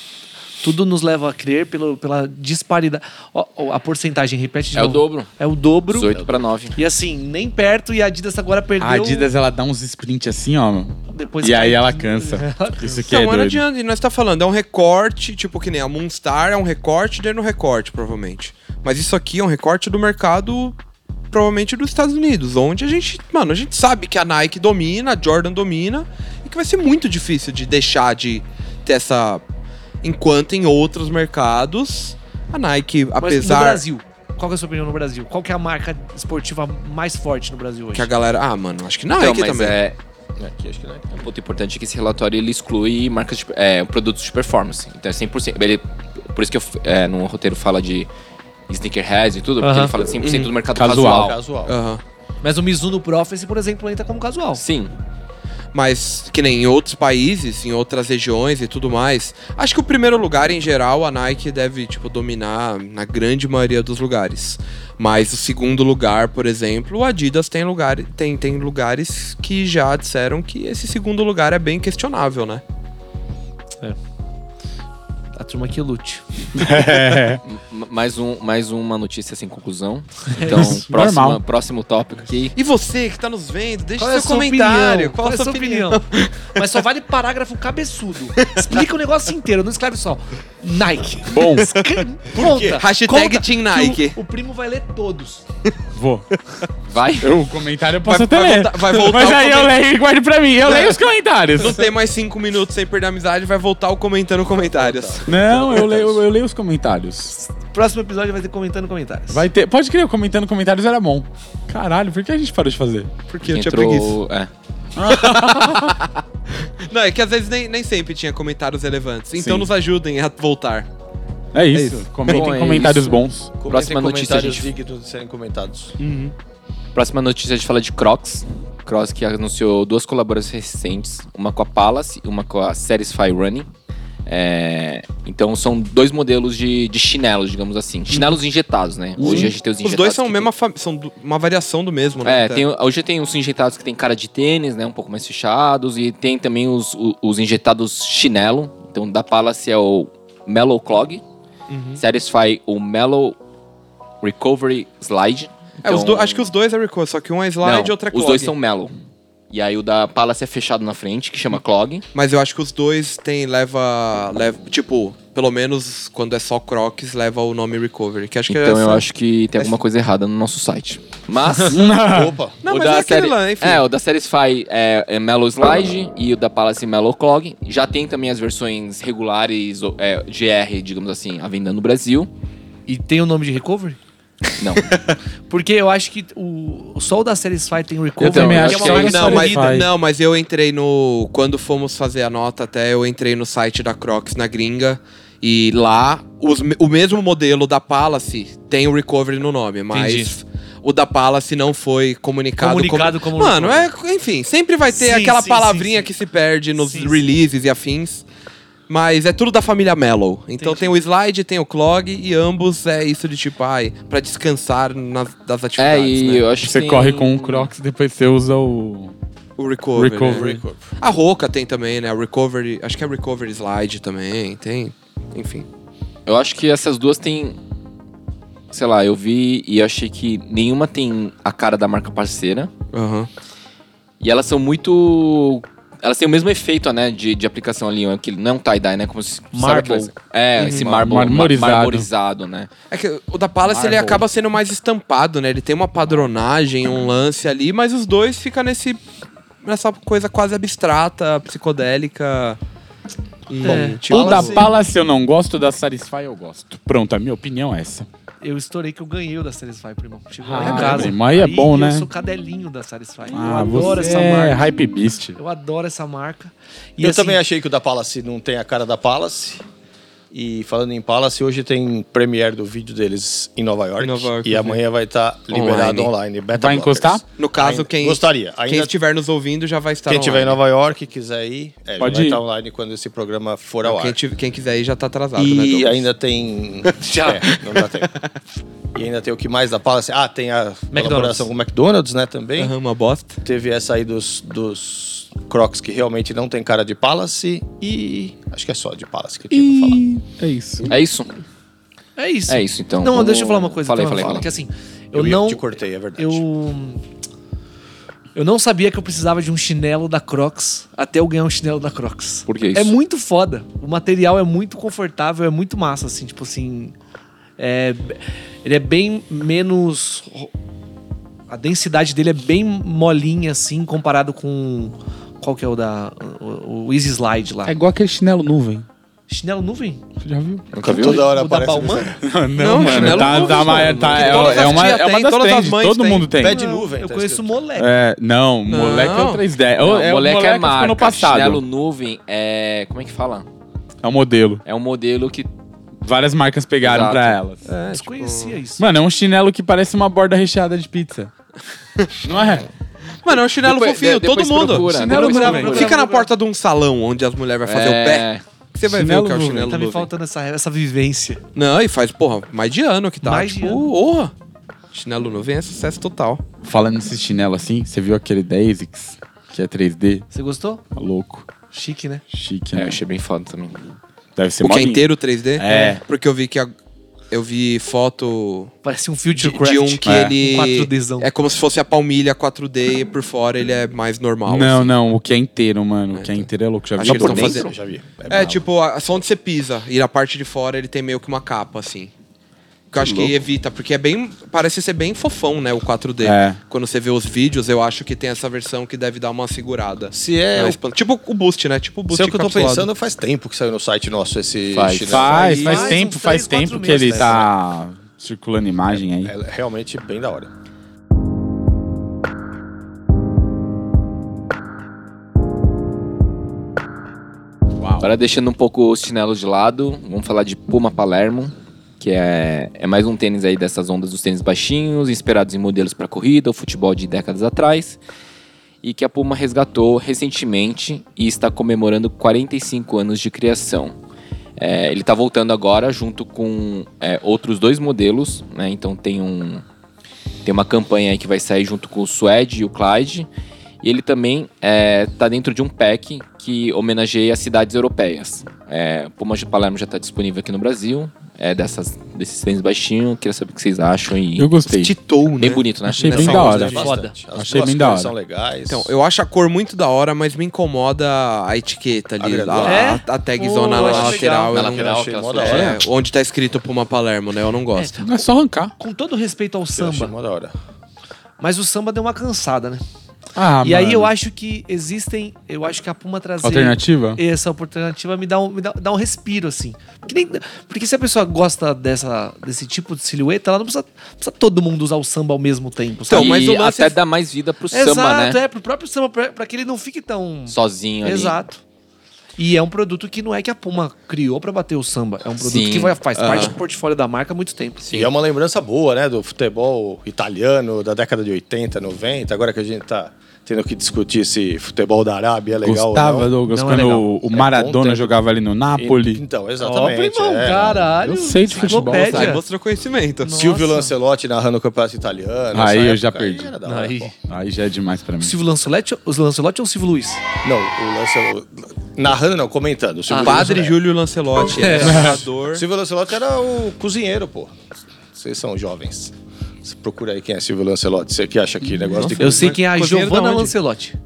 S5: tudo nos leva a crer pelo, pela disparidade. Ó, ó, a porcentagem, repete de
S1: É o
S5: novo.
S1: dobro.
S5: É o dobro.
S1: 18 para 9.
S5: E assim, nem perto, e a Adidas agora perdeu.
S2: A Adidas, ela dá uns sprint assim, ó.
S5: depois
S2: e
S4: é.
S2: aí
S5: caiu. <laughs>
S2: ela cansa. <laughs> Isso que é
S4: Então, não
S2: doido.
S4: adianta, e nós tá falando, é um recorte, tipo que nem a Moonstar é um recorte dentro do recorte, provavelmente. Mas isso aqui é um recorte do mercado, provavelmente dos Estados Unidos, onde a gente, mano, a gente sabe que a Nike domina, a Jordan domina, e que vai ser muito difícil de deixar de ter essa. Enquanto em outros mercados, a Nike,
S5: Mas
S4: apesar.
S5: No Brasil, qual que é a sua opinião no Brasil? Qual que é a marca esportiva mais forte no Brasil hoje?
S4: Que a galera. Ah, mano, acho que Nike
S1: Então, mas
S4: também.
S1: é,
S3: Aqui, acho que não é.
S1: um ponto importante é que esse relatório ele exclui marcas de, é, produtos de performance. Então é 100%. Ele, por isso que eu, f- é, no roteiro fala de sneakerheads e tudo, porque
S5: Aham.
S1: ele fala 100% do mercado
S2: Uhum. Casual.
S1: casual.
S3: Casual.
S4: Aham.
S5: Mas o Mizuno Prophecy, por exemplo, entra como casual.
S1: Sim.
S4: Mas que nem em outros países, em outras regiões e tudo mais. Acho que o primeiro lugar, em geral, a Nike deve, tipo, dominar na grande maioria dos lugares. Mas o segundo lugar, por exemplo, o Adidas tem, lugar, tem, tem lugares que já disseram que esse segundo lugar é bem questionável, né?
S5: A turma que lute.
S2: É.
S1: M- Mais, um, mais uma notícia sem
S2: <laughs>
S1: conclusão. Então,
S2: isso,
S1: próxima,
S2: normal.
S1: próximo tópico aqui.
S4: E você que tá nos vendo, deixa
S5: Qual é
S4: seu
S5: a sua
S4: comentário.
S5: opinião? Qual é a sua opinião? Mas só vale parágrafo cabeçudo. Explica o negócio inteiro, não escreve só. Nike.
S2: Bom,
S5: Escre-
S4: quê?
S5: Conta,
S4: Hashtag
S5: conta,
S4: Team
S5: que
S4: Nike.
S5: O, o primo vai ler todos.
S2: vou.
S1: Vai.
S2: Eu, o comentário eu posso até
S4: Vai- vai
S2: ler.
S4: voltar- <laughs> vai voltar
S2: Mas
S4: o
S2: aí eu leio e guardo pra mim. Eu leio os
S4: <laughs>
S2: comentários.
S4: Não tem mais cinco minutos sem perder a amizade, vai voltar o comentando comentários.
S2: Não, eu leio, eu leio os comentários.
S5: Próximo episódio vai ter comentando comentários.
S2: Vai ter. Pode crer, o comentando comentários era bom. Caralho, por que a gente parou de fazer?
S4: Porque
S1: Então
S4: eu tinha preguiça.
S1: Entrou. É.
S4: Não, é que às vezes nem, nem sempre tinha comentários relevantes. Então
S2: Sim.
S4: nos ajudem a voltar.
S2: É isso. Comentem
S1: Bom, é
S2: comentários
S1: isso.
S2: bons.
S1: Próxima notícia,
S3: comentários
S1: gente.
S3: dignos de serem comentados.
S1: Próxima notícia a gente fala de Crocs. Crocs que anunciou duas colaborações recentes, uma com a Palace e uma com a Satisfy Running. É, então são dois modelos de, de chinelos, digamos assim. Chinelos injetados, né? Hoje a gente tem os
S4: Uhum. Os
S1: injetados.
S4: dois são,
S1: que
S4: mesma fam- são du- uma variação do mesmo, né?
S1: É, tem, hoje tem os injetados que tem cara de tênis, né? Um pouco mais fechados. E tem também os, o- os, injetados chinelo. Então, da Palace é o Mellow Clog.
S4: Uhum.
S1: Satisfy o Mellow Recovery Slide.
S4: É, os
S1: Então-
S4: do- acho que os dois é record, só que um é slide e
S1: Não,
S4: outra é
S1: Os
S4: clog.
S1: dois são Mellow. E aí o da Palace é fechado na frente, que chama Clog.
S4: Mas eu acho que os dois tem, leva, leva. Tipo, pelo menos quando é só Crocs, leva o nome Recovery. Que acho que é
S1: então eu
S4: essa-
S1: acho que tem alguma coisa errada no nosso
S4: <laughs>
S1: site. Mas...
S3: Opa,
S4: Não,
S1: o
S4: mas
S1: da
S4: é aquele
S1: série-
S4: lá, enfim.
S1: É, o da Satisfy é, é Mellow Slide e o da Palace é Mellow Clog. Já tem também as versões regulares, ou, é, GR, digamos assim, à venda no Brasil.
S5: E tem o nome de Recovery?
S1: Não.
S5: <laughs> Porque eu acho que o, só o da Satisfy tem Recovery.
S2: também
S5: porque
S2: acho
S5: é uma
S2: que
S5: marca
S2: é isso.
S4: Não mas,
S2: Spotify.
S4: não, mas eu entrei no. Quando fomos fazer a nota, até eu entrei no site da Crocs na gringa. E lá, os me- o mesmo modelo da Palace tem o Recovery no nome, mas.
S5: Entendi.
S4: O da Palace não foi comunicado,
S5: Comunicado como
S4: Mano, é, enfim, sempre vai ter
S5: Sim,
S4: aquela
S5: sim,
S4: palavrinha
S5: sim, sim.
S4: que se perde nos
S5: Sim, sim.
S4: releases e afins. Mas é tudo da família Mellow. Então
S5: Entendi.
S4: tem o slide, tem o clog e ambos é isso de tipo, ai, pra descansar nas, das
S1: é,
S4: atividades.
S1: e
S4: né?
S1: eu acho que.
S2: Você
S1: tem-
S2: corre com o Crocs, depois você usa o.
S4: O recovery. né?
S2: Recovery.
S4: A Roca tem também, né? A Recovery. Acho que é Recovery Slide também. Tem. Enfim.
S1: Eu acho que essas duas têm. Sei lá, eu vi e eu achei que nenhuma tem a cara da marca parceira.
S4: Aham.
S1: E elas são muito. Elas têm o mesmo efeito, né, de, de aplicação ali. é que Não é um tie-dye, né? Como se. sabe
S5: Marble.
S1: aquelas- É, esse marble,
S2: Marmorizado.
S1: marmorizado, né?
S4: É que o da Palace ele
S2: Marble.
S4: acaba sendo mais estampado, né? Ele tem uma padronagem, um lance ali, mas os dois ficam nesse. nessa coisa quase abstrata, psicodélica. E,
S5: É.
S4: tipo,
S2: o da
S4: assim,
S2: Palace eu não gosto, o da Satisfy eu gosto. Pronto, a minha opinião é essa.
S5: Eu estourei que eu ganhei o da Satisfy, primo. Chegou
S2: Ah,
S5: lá em casa.
S2: primo, aí é bom, né?
S5: Eu sou cadelinho da Satisfy. eu
S2: Ah,
S5: adoro
S2: você
S5: essa
S2: é
S5: marca.
S2: Hype Beast.
S5: Eu adoro essa marca. E
S3: eu
S5: assim,
S3: também achei que o da Palace não tem a cara da Palace. E falando em Palace, hoje tem premiere do vídeo deles em Nova York.
S4: Em Nova York,
S3: e
S4: eu
S3: amanhã vai estar liberado online. Beta
S2: Vai
S3: blockers.
S2: encostar?
S4: No caso,
S3: Ainda-
S4: quem.
S3: Gostaria.
S4: Quem
S3: Ainda
S4: estiver nos ouvindo já vai estar
S3: Quem estiver em
S4: Tá online.
S3: Nova York, quiser ir, é,
S2: Pode
S3: vai
S2: ir.
S3: estar online quando esse programa for ao
S4: Quem,
S3: ar.
S4: tive- quem quiser ir já tá atrasado, né?
S3: E
S4: Douglas?
S3: ainda tem.
S4: <laughs>
S3: Já. não dá tempo. E ainda tem o que mais da Palace. Ah, tem a colaboração com o McDonald's, né? Também.
S4: Aham, uma bosta.
S3: Teve essa aí dos, dos Crocs que realmente não tem cara de Palace. E. Acho que é só de Palace que eu tinha pra falar.
S2: E é isso.
S1: É isso.
S5: É isso.
S1: É isso, então.
S5: Não,
S1: Vamos-
S5: deixa eu falar uma coisa.
S1: Falei,
S5: então,
S1: falei,
S5: fala,
S1: falei.
S5: Que assim, eu,
S3: Eu, ia-
S5: não...
S3: te cortei, é verdade.
S5: Eu... Eu não sabia que eu precisava de um chinelo da Crocs até eu ganhar um chinelo da Crocs.
S1: Por que isso?
S5: É muito foda. O material é muito confortável, é muito massa, assim, tipo assim. É, ele é bem menos. A densidade dele é bem molinha, assim, comparado com. Qual que é o da. O, o Easy Slide lá.
S2: É igual aquele chinelo nuvem.
S5: Chinelo nuvem?
S2: Você já
S1: <laughs>
S2: viu?
S1: Nunca viu?
S3: Toda hora
S5: o da
S3: aparece.
S5: Balmain?
S2: Não,
S4: chinelo
S2: tá,
S4: nuvem,
S2: tá uma-
S4: mano.
S2: tá-
S4: Que
S2: é,
S4: todas
S2: é
S4: as
S2: uma,
S4: tias
S2: é uma
S4: têm,
S2: das
S4: todas as
S2: trends,
S4: mães
S2: todo
S4: têm.
S2: mundo tem.
S3: Pé de nuvem.
S5: Eu
S3: tá
S5: conheço
S3: escrito.
S5: moleque.
S2: É, não, moleque é o 3D.
S1: Não,
S2: é, o
S1: moleque é
S2: que ficou
S1: marca.
S2: no passado.
S1: Chinelo nuvem é... Como é que fala?
S2: É um modelo.
S1: É um modelo que...
S2: Várias marcas pegaram
S1: Exato.
S2: pra elas.
S4: tipo,
S5: Desconhecia isso.
S2: Mano, é um chinelo que parece uma borda recheada de pizza. Não é?
S4: Mano, é um chinelo
S1: Depois-
S4: fofinho,
S1: de-
S4: todo
S1: depois
S4: mundo.
S1: procura, né?
S4: chinelo
S1: depois
S4: bravo.
S5: procura.
S4: Fica na porta de um salão onde as mulheres vão fazer o pé.
S1: é...
S4: que Você vai
S2: Chinelo
S4: ver o que é o
S2: nuvem.
S4: chinelo
S5: Tá me
S4: nuvem.
S5: faltando essa, essa vivência.
S4: Não, e faz, porra, mais de ano que tá.
S5: Mais de
S4: tipo,
S5: ano.
S4: porra. Chinelo nuvem é sucesso total.
S2: Falando nesse chinelo assim, você viu aquele da ASICS, que é 3D?
S5: Você gostou?
S2: Louco,
S5: Chique, né?
S2: chique,
S1: É,
S2: né?
S1: eu achei bem foda também.
S2: Deve ser
S4: O
S2: mó
S4: que é
S2: lindo.
S4: inteiro 3D?
S2: É.
S4: Porque eu vi que a- eu vi foto
S5: Parece um
S4: de,
S5: Futurecraft.
S4: de um que
S2: É.
S4: ele
S5: Um 4Dzão.
S4: é como se fosse a palmilha 4D e por fora ele é mais normal.
S2: Não,
S4: assim.
S2: não, o que é inteiro, mano. O que é inteiro é louco. Já
S4: Acho
S2: vi
S4: que eles
S2: isso?
S4: tão fazendo-
S3: Já vi.
S4: É, tipo, a- só onde você pisa. E na parte de fora ele tem meio que uma capa, assim. Que eu acho que evita, porque é bem. Parece ser bem fofão, né? O 4D.
S2: É.
S4: Quando você vê os vídeos, eu acho que tem essa versão que deve dar uma segurada.
S3: Se é,
S4: Na
S3: o-
S4: expansão. Tipo o boost, né? Tipo o boost.
S3: se é o que eu tô
S4: encapsulado.
S3: pensando, faz tempo que saiu no site nosso esse
S1: Faz.
S3: chinelo.
S2: Faz, faz,
S5: Faz
S2: tempo,
S5: uns
S2: faz
S5: três, quatro
S2: tempo que ele
S5: meses,
S2: tá circulando imagem aí.
S3: É realmente bem da hora.
S2: Uau.
S1: Agora deixando um pouco os chinelos de lado, vamos falar de Puma Palermo, que é, é mais um tênis aí dessas ondas dos tênis baixinhos, inspirados em modelos para corrida, ou futebol de décadas atrás, e que a Puma resgatou recentemente e está comemorando 45 anos de criação. É, ele está voltando agora junto com é, outros dois modelos, né? Então tem um tem uma campanha aí que vai sair junto com o Suede e o Clyde. E ele também é, tá dentro de um pack que homenageia as cidades europeias. É, o Puma de Palermo já está disponível aqui no Brasil. É dessas, desses tênis baixinhos. Queria saber o que vocês acham. E
S2: Eu gostei.
S4: Titou, né?
S1: bem bonito, né?
S2: Achei bem
S4: Nessa
S2: da
S3: é
S4: onda
S2: hora.
S5: de- Foda.
S3: Bastante.
S2: Achei
S3: duas
S2: bem da
S3: cores
S2: hora.
S3: São legais.
S4: Então, eu acho a cor muito da hora, mas me incomoda a etiqueta ali, a,
S3: Agregou.
S4: a,
S5: É?
S4: a tagzona
S5: Oh,
S4: na
S5: eu acho
S4: lateral.
S5: legal.
S4: eu
S1: Na
S4: não-
S1: lateral,
S3: achei
S1: aquelas
S3: mó da
S1: fotos.
S3: hora.
S4: É, onde tá escrito Puma Palermo, né? Eu não gosto.
S2: É só arrancar.
S5: Com todo respeito ao
S3: Eu achei
S5: samba,
S3: mó da hora.
S5: mas o samba deu uma cansada, né?
S2: Ah,
S5: e aí
S2: mano.
S5: eu acho que existem. Eu acho que a Puma trazer.
S2: Alternativa?
S5: Essa alternativa me dá um, me dá, dá um respiro, assim. Porque, nem- porque se a pessoa gosta dessa, desse tipo de silhueta, ela não precisa, precisa todo mundo usar o samba ao mesmo tempo.
S4: Então,
S5: sabe?
S1: e
S4: mas o lance
S1: até
S4: é-
S1: dá mais vida pro
S5: Exato,
S1: samba, né?
S5: é, pro próprio samba, pra, pra que ele não fique tão.
S1: Sozinho ali.
S5: Exato. E é um produto que não é que a Puma criou pra bater o samba. É um produto
S1: Sim.
S5: que vai- faz
S4: Ah.
S5: parte do portfólio da marca há muito tempo.
S3: E é uma lembrança boa, né? Do futebol italiano da década de 80, 90. Agora que a gente tá tendo que discutir se futebol da Arábia é legal
S2: Gostava,
S3: ou não.
S2: Douglas,
S5: Não é
S2: quando
S5: legal.
S2: o
S3: bom
S2: Maradona
S3: tempo.
S2: jogava ali no
S3: E-
S2: Napoli.
S3: Então, exatamente.
S5: Ó, primão,
S3: é.
S5: caralho.
S2: Eu sei de futebol,
S5: enciclopédia.
S4: Aí mostrou conhecimento.
S5: É. Nossa.
S3: Silvio Lancelotti narrando o campeonato italiano.
S2: Aí
S3: essa
S2: eu já
S3: época aí
S2: perdi.
S3: era da hora,
S5: Aí.
S3: pô.
S2: Aí já é demais pra mim.
S5: Silvio Lancelotti, os Lancelotti ou o Silvio Luiz?
S3: Não, o Lancelotti... Narrando não, comentando. O Silvio
S4: O Padre
S3: Lancelotti-
S4: Júlio Lancelotti, é. narrador.
S3: Silvio Lancelotti era o cozinheiro, pô. Vocês são jovens. Você procura aí quem é Silvio Lancelotti. Você que acha que negócio de...
S5: Eu sei quem é a
S4: cozinheiro da
S5: Giovanna
S4: onde?
S5: Lancelotti.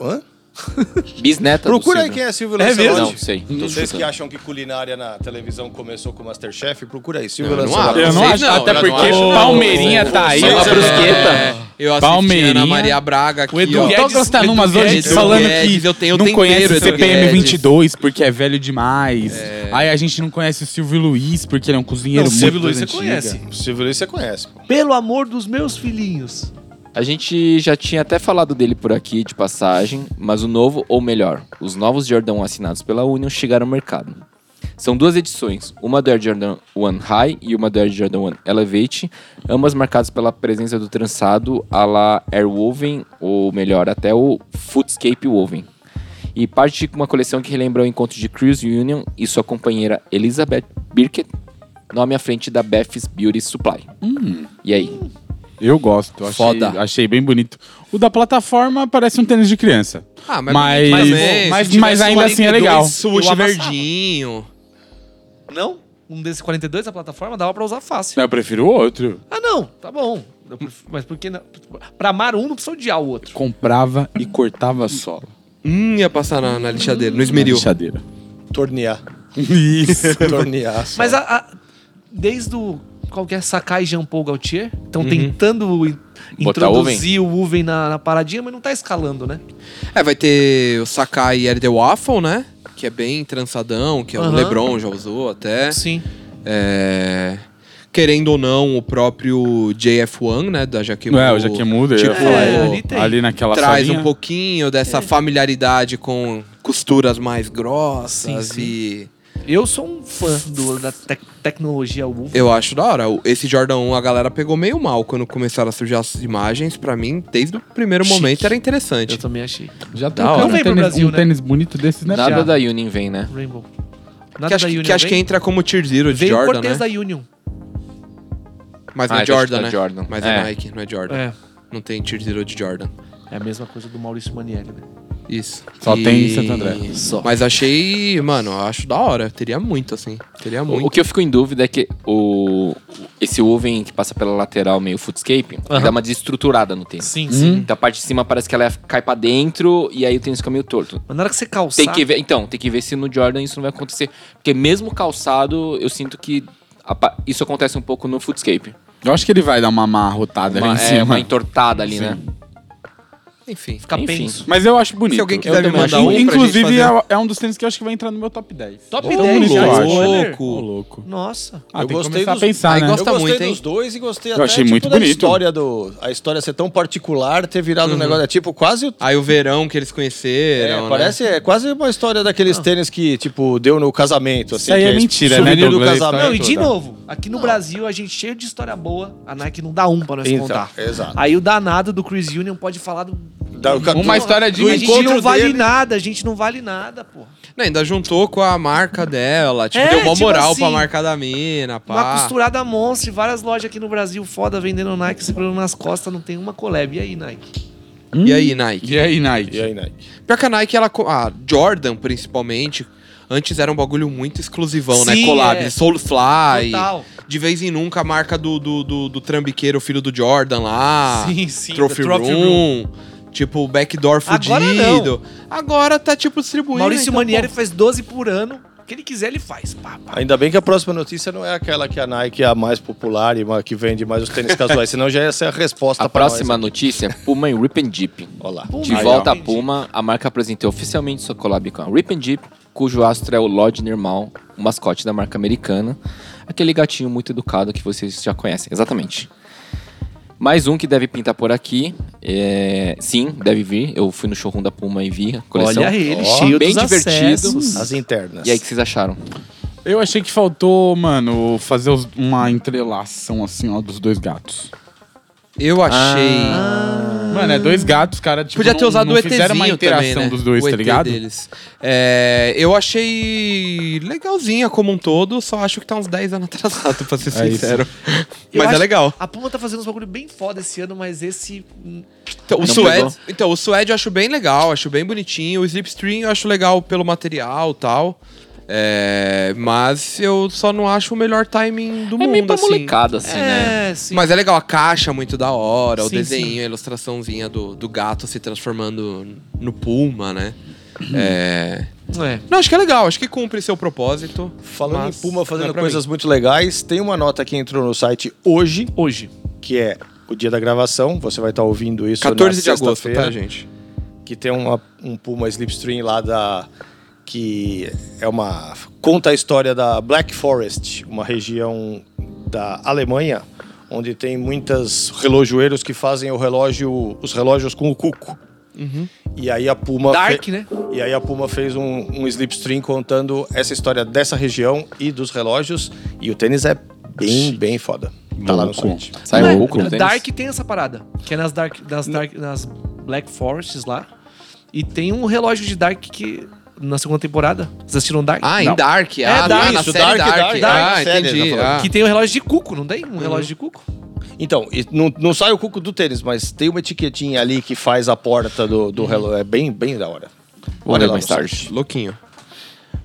S3: Hã?
S2: Tá
S1: Bisneta
S3: Procura
S1: do
S3: aí quem
S2: né?
S3: é Silvio
S5: É
S3: Lancelotti.
S5: mesmo?
S1: Não, sei. Tô
S3: Vocês
S1: chutando.
S3: que acham que culinária na televisão começou com o Masterchef, procura aí. Silvio
S4: Não, eu não
S3: Lancelotti.
S4: acho.
S2: Eu não
S4: Vocês
S2: acho,
S4: não,
S2: até
S4: eu não
S2: porque
S4: acho.
S2: Palmeirinha tá aí,
S3: Vocês
S2: uma
S3: não.
S2: brusqueta.
S4: É, Eu assisti a
S2: Palmeirinha.
S4: Ana Maria Braga aqui,
S5: O Edu
S4: ó.
S5: Guedes.
S2: Douglas tá numas
S5: Edu
S2: hoje
S5: Guedes,
S2: falando
S4: Edu Guedes,
S2: que
S4: eu tenho o
S2: não
S4: tempero,
S2: conhece o
S4: Edu
S2: CPM
S4: Guedes.
S2: 22 porque é velho demais. Aí a gente não conhece o Silvio Luiz porque ele é um cozinheiro
S5: Não,
S2: muito
S5: Silvio Luiz
S2: das
S5: você
S2: antigas.
S5: conhece.
S3: Silvio Luiz você conhece, pô.
S5: Pelo amor dos meus filhinhos.
S1: A gente já tinha até falado dele por aqui de passagem, mas o novo, ou melhor, os novos Jordan um assinados pela Union chegaram ao mercado. São duas edições, uma do Air Jordan One High e uma do Air Jordan One Elevate, ambas marcadas pela presença do trançado à la Airwoven, ou melhor, até o Footscape Woven. E parte com uma coleção que relembra o encontro de Chris Union e sua companheira Elizabeth Birkett, nome à frente da Beth's Beauty Supply. E aí?
S2: Eu gosto, achei,
S1: Foda.
S2: achei bem bonito. O da plataforma parece um tênis de criança.
S4: Ah,
S2: Mas-
S4: também,
S2: mas-
S4: se tivesse
S2: mas ainda assim é
S4: 42
S2: legal.
S4: tipo, Sushi
S5: Eu amassava.
S4: verdinho.
S5: Não? Um desses 42 da plataforma dava pra usar fácil.
S2: Eu prefiro o outro.
S5: Ah, não. Tá bom. Eu pref- Mas por que não? Pra amar um, não precisa odiar o outro.
S2: Comprava e cortava só.
S4: Hum, ia passar na, na lixadeira, no
S2: Na
S4: esmeril.
S2: lixadeira.
S3: Tornear.
S2: Isso.
S3: <laughs> Tornear. só.
S5: Mas a, a- desde o qualquer Sakai Jean Paul Gaultier, estão tentando in-
S1: Botar
S5: introduzir o Uven na, na paradinha, mas não tá escalando, né?
S4: É, vai ter o Sakai Air The Waffle, né? Que é bem trançadão, que é o
S5: Aham.
S4: Lebron já usou até.
S5: Sim.
S4: É, Querendo ou não, o próprio JF1, né? Da Jaquemu.
S2: Não é, o Jaquemuda. eu ia
S4: tipo,
S2: falar,
S5: é,
S2: eu-
S5: ali tem.
S2: ali naquela
S4: traz
S2: salinha.
S4: um pouquinho
S5: É.
S4: dessa familiaridade com costuras mais grossas
S5: Sim, sim.
S4: e...
S5: Eu sou um fã do- da tec- tecnologia Uven.
S4: Eu acho da hora. O- Esse Jordan 1 a galera pegou meio mal quando começaram a surgir as imagens. Pra mim, desde o primeiro
S5: Chique.
S4: momento era
S5: Eu,
S4: interessante.
S5: também achei.
S2: Já
S4: Da hora.
S2: trocaram um,
S5: Vem pro
S2: tênis,
S5: Brasil,
S2: um
S5: né?
S2: tênis bonito desses, né?
S1: Nada
S5: Já.
S1: da Union vem, né?
S5: Rainbow.
S4: Que acho, que, que acho que
S5: vem.
S4: entra como tier zero de
S5: Veio o
S4: Jordan, né?
S5: Cortez da Union.
S4: Mas
S1: Ah,
S4: não é
S1: acho que
S4: Jordan,
S1: tá
S4: né?
S1: Jordan.
S4: Mas
S1: É.
S4: é Nike, não é Jordan.
S5: É.
S4: Não tem tier zero de Jordan.
S5: É a mesma coisa do Maurício Manieri, né?
S4: Isso.
S2: Só tem em Santo André.
S1: Só.
S4: Mas achei, mano, eu acho da hora. Teria muito, assim. Teria
S1: O-
S4: muito.
S1: O que eu fico em dúvida é que o, esse oven que passa pela lateral meio footscape
S5: Aham.
S1: dá uma desestruturada no tênis.
S5: Sim, sim.
S1: Da parte de cima parece que ela cai pra dentro e aí o tênis fica meio torto.
S5: Mas na hora que você calçar...
S1: Tem que ver, então, tem que ver se no Jordan isso não vai acontecer. Porque mesmo calçado, eu sinto que a pa- isso acontece um pouco no footscape.
S2: Eu acho que ele vai dar uma amarrotada ali
S1: Uma,
S2: em
S1: é,
S2: cima.
S1: uma entortada ali,
S2: Sim.
S1: né?
S4: Enfim.
S5: Ficar
S1: Enfim.
S5: penso.
S2: Mas eu acho bonito.
S4: Se alguém
S2: eu
S4: quiser me
S2: também acho
S4: mandar um pra
S2: bonito.
S4: gente
S2: Inclusive,
S4: fazer.
S2: é é um dos tênis que eu acho que vai entrar no meu top 10.
S1: Tá
S5: Top
S2: Ô,
S5: 10,
S2: eu
S5: já,
S2: acho.
S5: spoiler.
S2: Ô, louco.
S5: Nossa.
S2: Ah, tem
S3: Eu
S2: que
S3: gostei
S2: começar
S3: dos-
S2: a pensar,
S4: Aí
S2: né?
S4: gosta
S3: eu gostei
S4: muito, hein?
S3: dos dois e gostei
S2: Eu
S3: até
S2: achei
S3: tipo,
S2: muito
S3: da
S2: bonito.
S3: história do a história ser tão particular, ter virado um negócio é tipo quase o
S4: Aí o verão que eles conheceram.
S3: é,
S4: Ah, né?
S3: parece é quase uma história daqueles tênis que tipo deu no casamento assim,
S2: Isso aí
S3: que
S2: é mentira,
S3: souvenir
S2: né,
S3: do
S2: Douglas?
S3: casamento.
S2: Vai
S5: Não, e de
S2: toda.
S5: novo, aqui no Brasil a gente cheio de história boa, a Nike não dá um pra nós
S3: Então,
S5: contar.
S3: exato.
S5: Aí o danado do Chris Union pode falar do.
S3: Da-
S2: Uma história de
S3: do
S5: a gente
S3: encontro
S5: não vale
S3: dele.
S5: nada, a gente não vale nada, pô. Tipo,
S4: Não, ainda juntou com a marca dela. Tipo,
S5: É,
S4: deu uma
S5: tipo
S4: moral pra
S5: assim,
S4: marca da mina, pá.
S5: Uma costurada monstro, e várias lojas aqui no Brasil foda vendendo Nike, segurando nas costas, não tem uma collab. E aí, Nike?
S4: E aí, Nike?
S2: Hum. E aí, Nike?
S3: E aí, Nike?
S4: Pior que a Nike, ela. co- A Jordan, principalmente. Antes era um bagulho muito exclusivão, né?
S5: Sim,
S4: Collab,
S5: é.
S4: Soulfly.
S5: Total.
S4: De vez em nunca a marca do, do, do, do trambiqueiro, filho do Jordan lá.
S5: sim, sim.
S4: Trophy,
S5: The Ah, Trophy
S4: Room. Tipo, backdoor
S5: Agora
S4: fudido. Agora tá, tipo, distribuindo.
S5: Maurício
S4: então,
S5: Manieri
S4: pô.
S5: faz 12 por ano. O que ele quiser, ele faz. Pá, pá.
S3: Ainda bem que a próxima notícia não é aquela que a Nike é a mais popular e uma que vende mais os tênis casuais, senão já ia ser a resposta
S1: A
S3: pra
S1: próxima notícia é Puma e Rip and Jeep.
S3: nós. Ó lá.
S5: Puma.
S1: De
S5: Aí,
S1: volta
S5: ó.
S1: à Puma, a marca apresentou oficialmente sua collab com a Rip and Jeep, cujo astro é o Lodge Normal, o mascote da marca americana. Aquele gatinho muito educado que vocês já conhecem, exatamente. Mais um que deve pintar por aqui. é, Sim, deve vir. Eu fui no showroom da Puma e vi a coleção.
S5: Olha ele,
S3: Ó,
S5: cheio
S1: bem
S5: dos
S1: divertido.
S5: acessos.
S3: As internas.
S1: E aí, o que vocês acharam?
S2: Eu achei que faltou, mano, fazer os- uma entrelação assim, ó, dos dois gatos.
S4: Eu achei.
S5: Ah.
S2: Mano, é dois gatos, cara, tipo,
S4: Podia ter
S2: não-
S4: usado
S2: não
S4: o ETzinho
S2: fizeram uma interação
S4: também, né?
S2: dos dois,
S4: o
S2: tá
S4: ET
S2: ligado?
S4: Deles. É, eu achei legalzinha como um todo, só acho que tá uns 10 anos <laughs> atrasado, pra ser
S2: É isso.
S4: sincero.
S5: Eu
S4: Mas é
S5: acho-
S4: legal.
S5: A Puma tá fazendo uns bagulho bem foda esse ano, mas esse. hum,
S4: Então, o
S1: Não pegou?
S4: Suede, então, o Suede eu acho bem legal, acho bem bonitinho. O Slipstream eu acho legal pelo material e tal. É, mas eu só não acho o melhor timing do
S1: é
S4: mundo,
S1: meio pra
S4: assim.
S1: molecada, assim, né?
S5: É, sim.
S4: Mas é legal, a caixa é muito da hora, o
S5: Sim,
S4: desenho,
S5: sim.
S4: a ilustraçãozinha do, do gato se transformando no Puma, né? É...
S5: É.
S4: Não, acho que é legal, acho que cumpre seu propósito.
S3: Falando
S4: mas
S3: em Puma
S4: não é
S3: fazendo
S4: pra
S3: coisas muito legais, tem uma nota que entrou no site hoje,
S5: Hoje.
S3: que é o dia da gravação. Você vai estar ouvindo isso
S4: mim. 14
S3: na
S4: de agosto,
S3: sexta-feira,
S4: tá, gente?
S3: Que tem uma, um Puma Slipstream lá da... Que é uma... Conta a história da Black Forest, uma região da Alemanha, onde tem muitas relojoeiros que fazem o relógio, os relógios com o cuco.
S4: Uhum.
S3: E aí a Puma... fe-
S5: Dark, né?
S3: E aí a Puma fez um, um slipstream contando essa história dessa região e dos relógios. E o tênis é bem, bem foda. Tá lá no
S2: Louco.
S3: site.
S1: Sai
S5: Não é-
S1: louco, não tem
S5: Dark tem essa parada. Que é nas Dark. Nas, dark, nas Black Forests lá. E tem um relógio de Dark que. Na segunda temporada. Vocês assistiram Dark?
S4: Ah, em
S5: Não.
S4: Dark.
S5: É
S4: ah, tá,
S5: Dark,
S4: na
S3: isso,
S4: série Dark.
S3: Dark, Dark,
S4: ah,
S3: Dark, série,
S4: entendi.
S3: ele tá falando.
S4: ah.
S5: Que tem o relógio de cuco, não tem? Um relógio de cuco?
S3: Então, e não, não sai o cuco do tênis, mas tem uma etiquetinha ali que faz a porta do, do relógio. É bem, bem da hora.
S1: Vou
S3: Olha
S1: ler
S3: lá
S1: mais
S3: no
S1: tarde.
S3: site.
S4: Louquinho.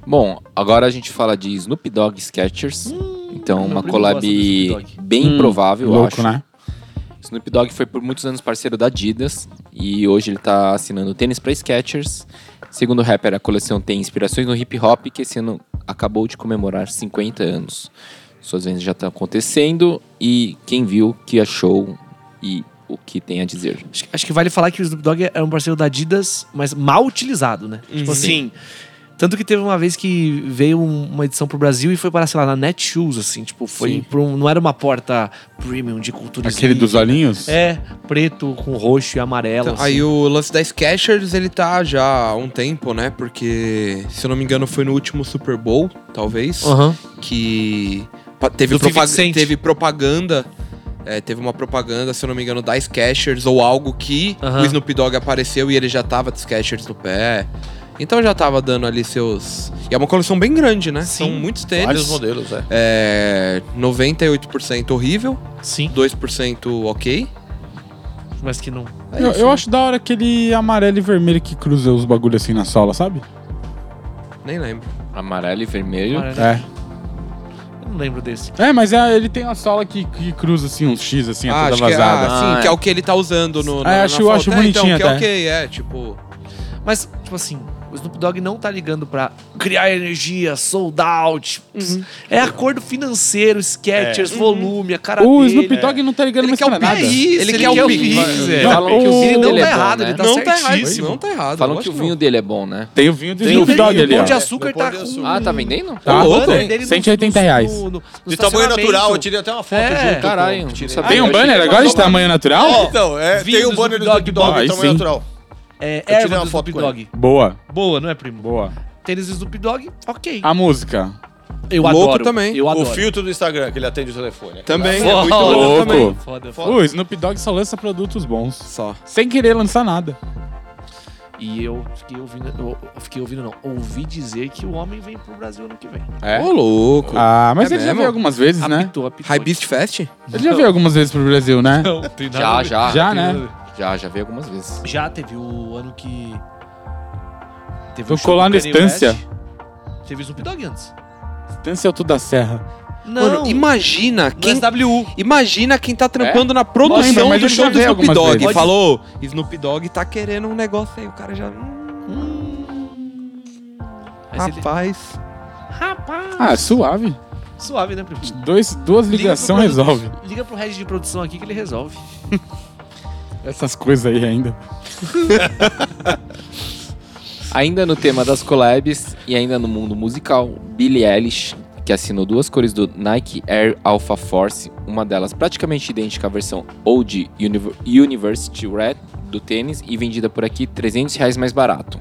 S1: Bom, agora a gente fala de Snoop Dogg Skechers. então,
S5: Hum, meu
S1: uma
S5: primo
S1: collab
S5: gosta do Snoop Dogg.
S1: bem improvável, eu
S2: Hum, Louco,
S1: acho.
S2: né?
S1: Snoop Dogg foi por muitos anos parceiro da Adidas e hoje ele tá assinando tênis pra Skechers. Segundo o rapper, a coleção tem inspirações no hip hop que esse ano acabou de comemorar 50 anos. Suas vendas já estão acontecendo e quem viu, o que achou e o que tem a dizer.
S5: Acho, acho que vale falar que o Snoop Dogg é um parceiro da Adidas, mas mal utilizado, né?
S3: Uhum.
S5: Tipo assim. Tanto que teve uma vez que veio um- uma edição pro Brasil e foi para, sei lá, na Netshoes, assim. Tipo, foi
S4: Sim.
S5: pra um, não era uma porta premium de cultura
S2: Aquele
S5: sneaker.
S2: dos olhinhos?
S5: É, preto com roxo e amarelo.
S4: Então,
S5: assim.
S4: aí o lance da Skechers, ele tá já há um tempo, né? Porque, se eu não me engano, foi no último Super Bowl, talvez.
S5: Aham.
S4: que pa- teve,
S5: Do
S4: propa-
S5: 50 Cent.
S4: teve propaganda. é, teve uma propaganda, se eu não me engano, da Skechers ou algo que
S5: Aham.
S4: o Snoop Dogg apareceu e ele já tava de Skechers no pé. Então já tava dando ali seus. E é uma coleção bem grande, né?
S5: Sim.
S4: São muitos tênis.
S3: Vários modelos, é.
S4: É, 98% horrível,
S5: Sim,
S4: 2% ok.
S5: mas que não.
S4: É
S2: Eu,
S4: isso,
S2: eu
S4: né?
S2: acho da hora aquele amarelo e vermelho que cruza os bagulhos assim na sala, sabe?
S4: Nem lembro.
S1: Amarelo e vermelho.
S5: Amarelo.
S2: É.
S5: Eu não lembro desse.
S2: É, mas é- ele tem a sala que, que cruza assim, uns X assim,
S4: Ah,
S2: é toda
S4: acho que é,
S2: vazada.
S4: ah, sim,
S1: Ah,
S4: que é
S1: é.
S4: o que ele tá usando no. na-
S2: Ah,
S4: na
S2: acho- eu
S4: foto.
S2: acho
S4: É,
S2: bonitinho
S4: então, que é
S2: até.
S4: o que é, tipo.
S5: Mas, tipo assim, o Snoop Dogg não tá ligando pra criar energia, sold out.
S3: Uhum.
S5: É acordo financeiro,
S3: É.
S5: Skechers, volume, a cara
S2: O
S5: dele.
S2: Snoop Dogg não tá ligando
S4: é. Ele
S2: mais
S4: quer
S2: pra
S4: o
S2: nada.
S4: Pix, ele, quer o Pix.
S5: é.
S1: Falam que o
S2: Ele
S1: vinho
S5: não
S1: dele
S5: tá
S1: é bom,
S5: errado,
S1: né?
S5: ele tá
S4: Não tá errado.
S5: certíssimo.
S4: Não tá errado.
S1: Falam
S4: eu
S1: que o
S4: acho
S1: vinho dele é bom, né?
S2: Tem o vinho do
S3: Tem
S2: Snoop
S3: o
S2: Dog
S3: vinho,
S2: ali,
S5: O
S2: ó.
S5: pão de açúcar
S3: No Pão
S5: tá
S3: de
S5: com...
S3: Açúcar.
S1: Ah, tá vendendo?
S2: Tá
S5: o
S2: louco,
S5: banner
S2: hein?
S5: dele no-
S2: 180
S5: no-
S2: reais.
S5: no- no
S3: De tamanho
S5: estacionamento.
S3: natural, eu tirei até uma foto
S5: É.
S3: junto.
S1: Caralho,
S3: com-
S1: não
S3: tirei.
S4: Ah,
S1: sabia.
S2: Tem um banner agora de tamanho natural?
S3: Ó, então, é,
S5: Vinho
S3: tem o
S5: do
S3: banner do
S5: Snoop
S3: Dog
S5: Dogg,
S3: Dog,
S2: aí
S3: tamanho
S2: sim.
S3: natural.
S5: É,
S3: tirei
S5: erva
S3: uma
S5: do
S3: foto
S5: Snoop
S3: com ele.
S5: Dog.
S2: Boa,
S5: Boa, não é, primo?
S2: boa.
S5: Tênis do Snoop Dogg, ok.
S2: A música.
S5: Eu
S4: Louco
S5: adoro.
S4: também.
S5: Eu
S3: O
S5: adoro.
S3: filtro do Instagram, que ele atende o telefone.
S4: Também,
S5: Foda.
S4: é muito louco também.
S5: Foda, foda.
S2: O Snoop Dogg só lança produtos bons.
S4: Só.
S2: Sem querer lançar nada.
S5: E eu fiquei ouvindo, eu eu fiquei ouvindo não, ouvi dizer que o homem vem pro Brasil ano que vem.
S4: Ô,
S2: É?
S4: louco.
S2: Ah, mas
S4: É
S2: ele já
S4: mesmo?
S2: veio algumas vezes, né?
S5: Apitou, apitou.
S4: High Beast Fest?
S2: Ele já veio algumas vezes pro Brasil,
S4: <laughs>
S2: né?
S5: Não, tem nada
S1: Já,
S5: a ver.
S1: já.
S2: Já, né?
S1: Já, já vi algumas vezes.
S5: Já teve o ano que. Teve um
S2: Tocou
S5: show
S2: lá
S5: do
S2: na
S5: Kanye West.
S2: Estância.
S5: Teve o Snoop Dogg antes.
S2: Distância ao da Serra.
S5: Não,
S4: Mano, imagina quem.
S5: SWU.
S4: Imagina quem tá trampando na produção
S2: Lembra, É? mas
S4: do
S2: ele
S4: show
S2: já
S4: do
S2: veio
S4: Snoop
S2: algumas
S4: Dogg.
S2: vezes.
S4: E falou, Snoop Dogg tá querendo um negócio aí. O cara já. hum,
S5: Mas ele-
S4: Rapaz.
S5: Rapaz.
S2: Ah, suave.
S5: Suave, né, primo?
S2: Dois, duas ligação
S5: Liga pro produ-
S2: resolve.
S5: Liga pro head de produção aqui que ele resolve.
S2: Essas coisas aí ainda.
S1: Ainda no tema das collabs e ainda no mundo musical, Billie Eilish, que assinou duas cores do Nike Air Alpha Force, uma delas praticamente idêntica à versão Old Univer- University Red do tênis e vendida por aqui 300 reais mais barato.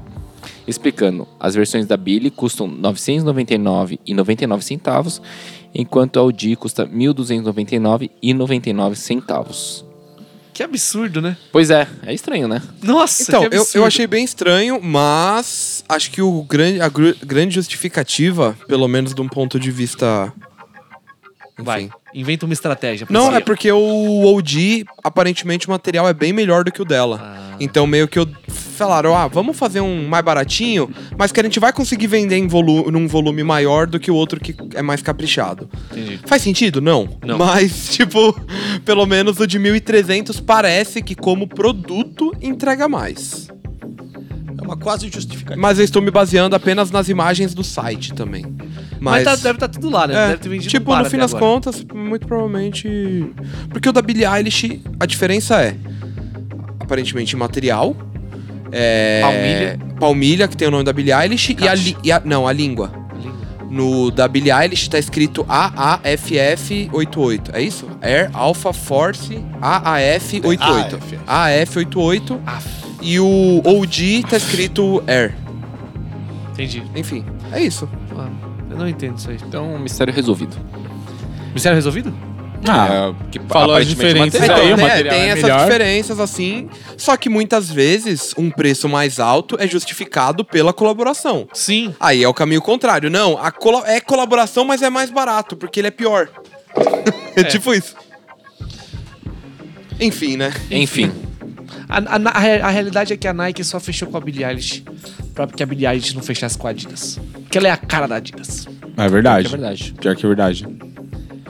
S1: Explicando, as versões da Billie custam 999,99 centavos, enquanto a OG custa 1.299,99 centavos.
S5: Que absurdo, né?
S1: Pois é, é estranho, né?
S5: Nossa,
S4: Então,
S5: que
S4: eu,
S5: absurdo.
S4: eu achei bem estranho, mas acho que o grande, a gru- grande justificativa, pelo menos de um ponto de vista. enfim.
S5: Vai, inventa uma estratégia. pra
S4: Não,
S5: você.
S4: é porque o OG, aparentemente, o material é bem melhor do que o dela.
S5: Ah.
S4: Então, meio que eu. Falaram, ah, vamos fazer um mais baratinho, mas que a gente vai conseguir vender em volu num volume maior do que o outro que é mais caprichado.
S5: Entendi.
S4: Faz sentido? Não.
S5: Não.
S4: Mas, <laughs> tipo, pelo menos o de 1300 parece que, como produto, entrega mais.
S3: É uma quase justificativa.
S4: Mas eu estou me baseando apenas nas imagens do site também.
S5: Mas,
S4: Mas,
S5: tá- deve estar tudo lá, né?
S4: é,
S5: deve ter vendido
S4: tipo,
S5: para
S4: no fim
S5: até
S4: das
S5: agora.
S4: contas, muito provavelmente. Porque o da Billie Eilish, a diferença é aparentemente material. É,
S5: Palmilha.
S4: Palmilha, que tem o nome da Billie Eilish. E a,
S5: Caixa.
S4: li- e a- Não, a língua.
S5: Língua.
S4: No da Billie Eilish tá escrito AAFF88. É isso? Air Alpha Force AAF88. AAF88.
S5: Ah,
S4: E o OG tá escrito Air.
S5: Entendi.
S4: Enfim, é isso.
S5: Ah, Eu não entendo isso aí.
S1: Então, mistério resolvido.
S5: Mistério resolvido?
S2: Ah,
S1: É, que
S2: falou as
S1: aparentemente o
S2: diferenças
S1: material-
S2: aí, o
S4: né,
S2: material
S4: tem
S2: é
S4: essas
S2: melhor.
S4: diferenças assim, só que muitas vezes um preço mais alto é justificado pela colaboração.
S5: Sim.
S4: Aí é o caminho contrário. Não, a colo- é colaboração, mas é mais barato, porque ele é pior. <laughs> É, tipo isso. Enfim, né?
S1: Enfim.
S5: A, a, na- a re- a realidade é que a Nike só fechou com a Billie Eilish pra que a Billie Eilish não fechasse com a Adidas. Porque ela é a cara da Adidas.
S2: É verdade.
S1: É verdade.
S2: Pior que é verdade.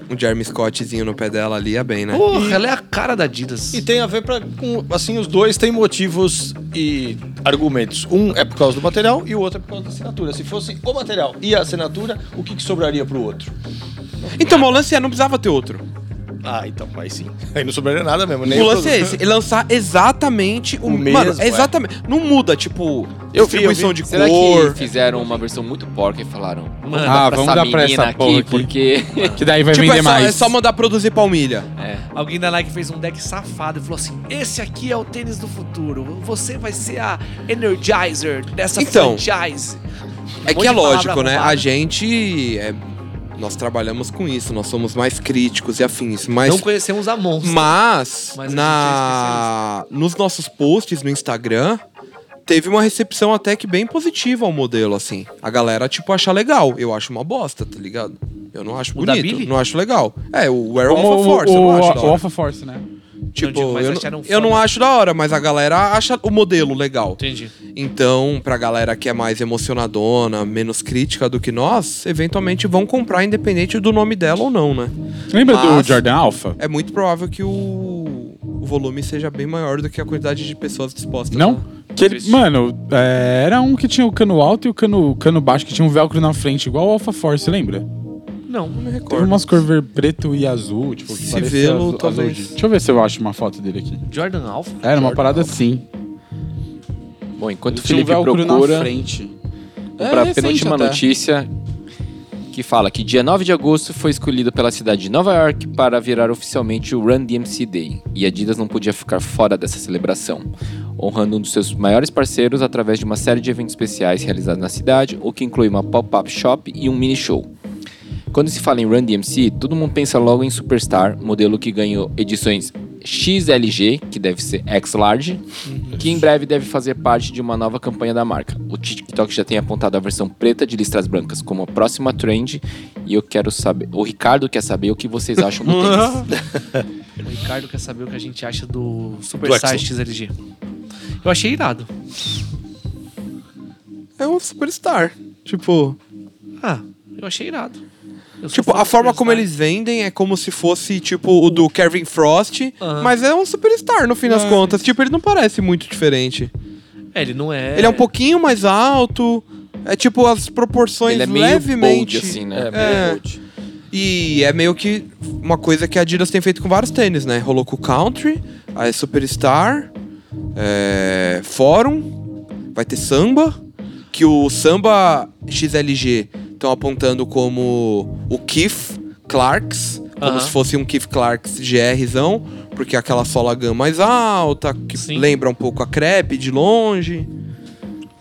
S4: Um Jeremy Scottzinho no pé dela ali é bem, né?
S5: Porra, ela é a cara da Adidas.
S3: E tem a ver pra, com. Assim, os dois têm motivos e argumentos. Um é por causa do material e o outro é por causa da assinatura. Se fosse o material e a assinatura, o que, que sobraria pro outro?
S4: Então, mas o lance é, não precisava ter outro.
S3: Ah, então, aí sim. <laughs> Aí não sobraria nada mesmo, nem
S4: o lance é esse, é lançar exatamente o,
S3: O
S4: mesmo.
S3: mesmo,
S4: Mano, é
S3: é.
S4: exatamente. Não muda, tipo,
S3: Eu vi, eu
S4: distribuição
S3: vi.
S4: de
S1: Será
S4: cor.
S1: que fizeram uma versão muito porca e falaram?
S5: Mano,
S2: Ah, vamos dar pra
S1: menina
S2: essa porra aqui.
S1: Porque. <laughs>
S2: Que daí vai
S4: Tipo,
S2: vender
S4: é só,
S2: mais.
S4: é só mandar produzir palmilha.
S5: alguém da Nike fez um deck safado e falou assim: esse aqui é o tênis do futuro. Você vai ser a Energizer dessa
S4: Então,
S5: franchise.
S4: É
S5: Um monte
S4: que é
S5: de palavra
S4: lógico, né?
S5: arrombada.
S4: A gente. é, nós trabalhamos com isso, nós somos mais críticos e afins. Mas,
S5: Não conhecemos a Monstro.
S4: mas,
S5: Mas a
S4: na, nos nossos posts no Instagram, teve uma recepção até que bem positiva ao modelo, assim. A galera, tipo, acha legal. Eu acho uma bosta, tá ligado? Eu não acho
S5: O da
S4: bonito,
S5: Billy?
S4: não acho legal. É, o Wear
S2: Como
S4: Alpha Force,
S2: o,
S4: eu não
S2: o,
S4: acho da
S2: o
S4: hora.
S2: Alpha Force, né?
S4: Tipo,
S5: digo, mas
S4: eu,
S5: acharam
S4: não, eu não
S5: foda.
S4: acho da hora, mas a galera acha o modelo legal.
S5: Entendi.
S4: Então, pra galera que é mais emocionadona, menos crítica do que nós, eventualmente vão comprar independente do nome dela ou não, né?
S2: Lembra
S4: Mas-
S2: do Jordan Alpha?
S4: É muito provável que o, o volume seja bem maior do que a quantidade de pessoas dispostas. né?
S2: Não? Que ele-
S1: Triste.
S2: mano, é, era um que tinha o cano alto e o cano, cano baixo, que tinha um velcro na frente, igual o Alpha Force, lembra?
S5: Não.
S4: Não me
S2: Teve
S4: recordo.
S2: umas cor ver preto e azul, tipo, que
S4: Se
S2: parecia
S4: vê-lo,
S2: azul- azul
S4: talvez.
S2: de- Deixa eu ver se eu acho uma foto dele aqui.
S5: Jordan
S4: É,
S5: Alpha?
S2: Era uma parada assim.
S1: Bom, enquanto o
S2: Ele tinha um
S1: Felipe
S2: velcro na
S1: procura,
S2: frente.
S1: vamos para a
S2: É, recente
S1: penúltima
S2: até.
S1: notícia que fala que dia 9 de agosto foi escolhido pela cidade de Nova York para virar oficialmente o Run DMC Day, e a Adidas não podia ficar fora dessa celebração, honrando um dos seus maiores parceiros através de uma série de eventos especiais realizados na cidade, o que inclui uma pop-up shop e um mini show. Quando se fala em Run DMC, todo mundo pensa logo em Superstar, modelo que ganhou edições XLG, que deve ser X-Large, que em breve deve fazer parte de uma nova campanha da marca. O TikTok já tem apontado a versão preta de listras brancas como a próxima trend, e eu quero saber, o Ricardo quer saber o que vocês acham
S4: <laughs>
S1: do tênis.
S5: O Ricardo quer saber o que a gente acha do
S3: Do
S5: Super
S3: Axel.
S5: Size XLG. Eu achei irado.
S4: É um superstar. Tipo,
S5: Ah, eu achei irado. Eu sou
S4: tipo
S5: fã
S4: a
S5: do
S4: forma como
S5: Superstar.
S4: eles vendem é como se fosse, tipo, o do Kevin Frost,
S5: Aham.
S4: mas é um superstar no fim das
S2: É.
S4: contas. Tipo, ele não parece muito diferente.
S5: É, ele não é.
S4: Ele é um pouquinho mais alto. É tipo as proporções
S1: Ele é meio
S4: levemente.
S1: bold, assim, né?
S4: É. E é meio que uma coisa que a Adidas tem feito com vários tênis, né? Rolou com o Country, a Superstar, é, Fórum, vai ter Samba, que o Samba XLG estão apontando como o Keith Clarks, como
S5: Aham.
S4: se fosse um Keith Clarks GRzão, porque é aquela sola gama mais alta, que
S5: Sim.
S4: lembra um pouco a crepe de longe.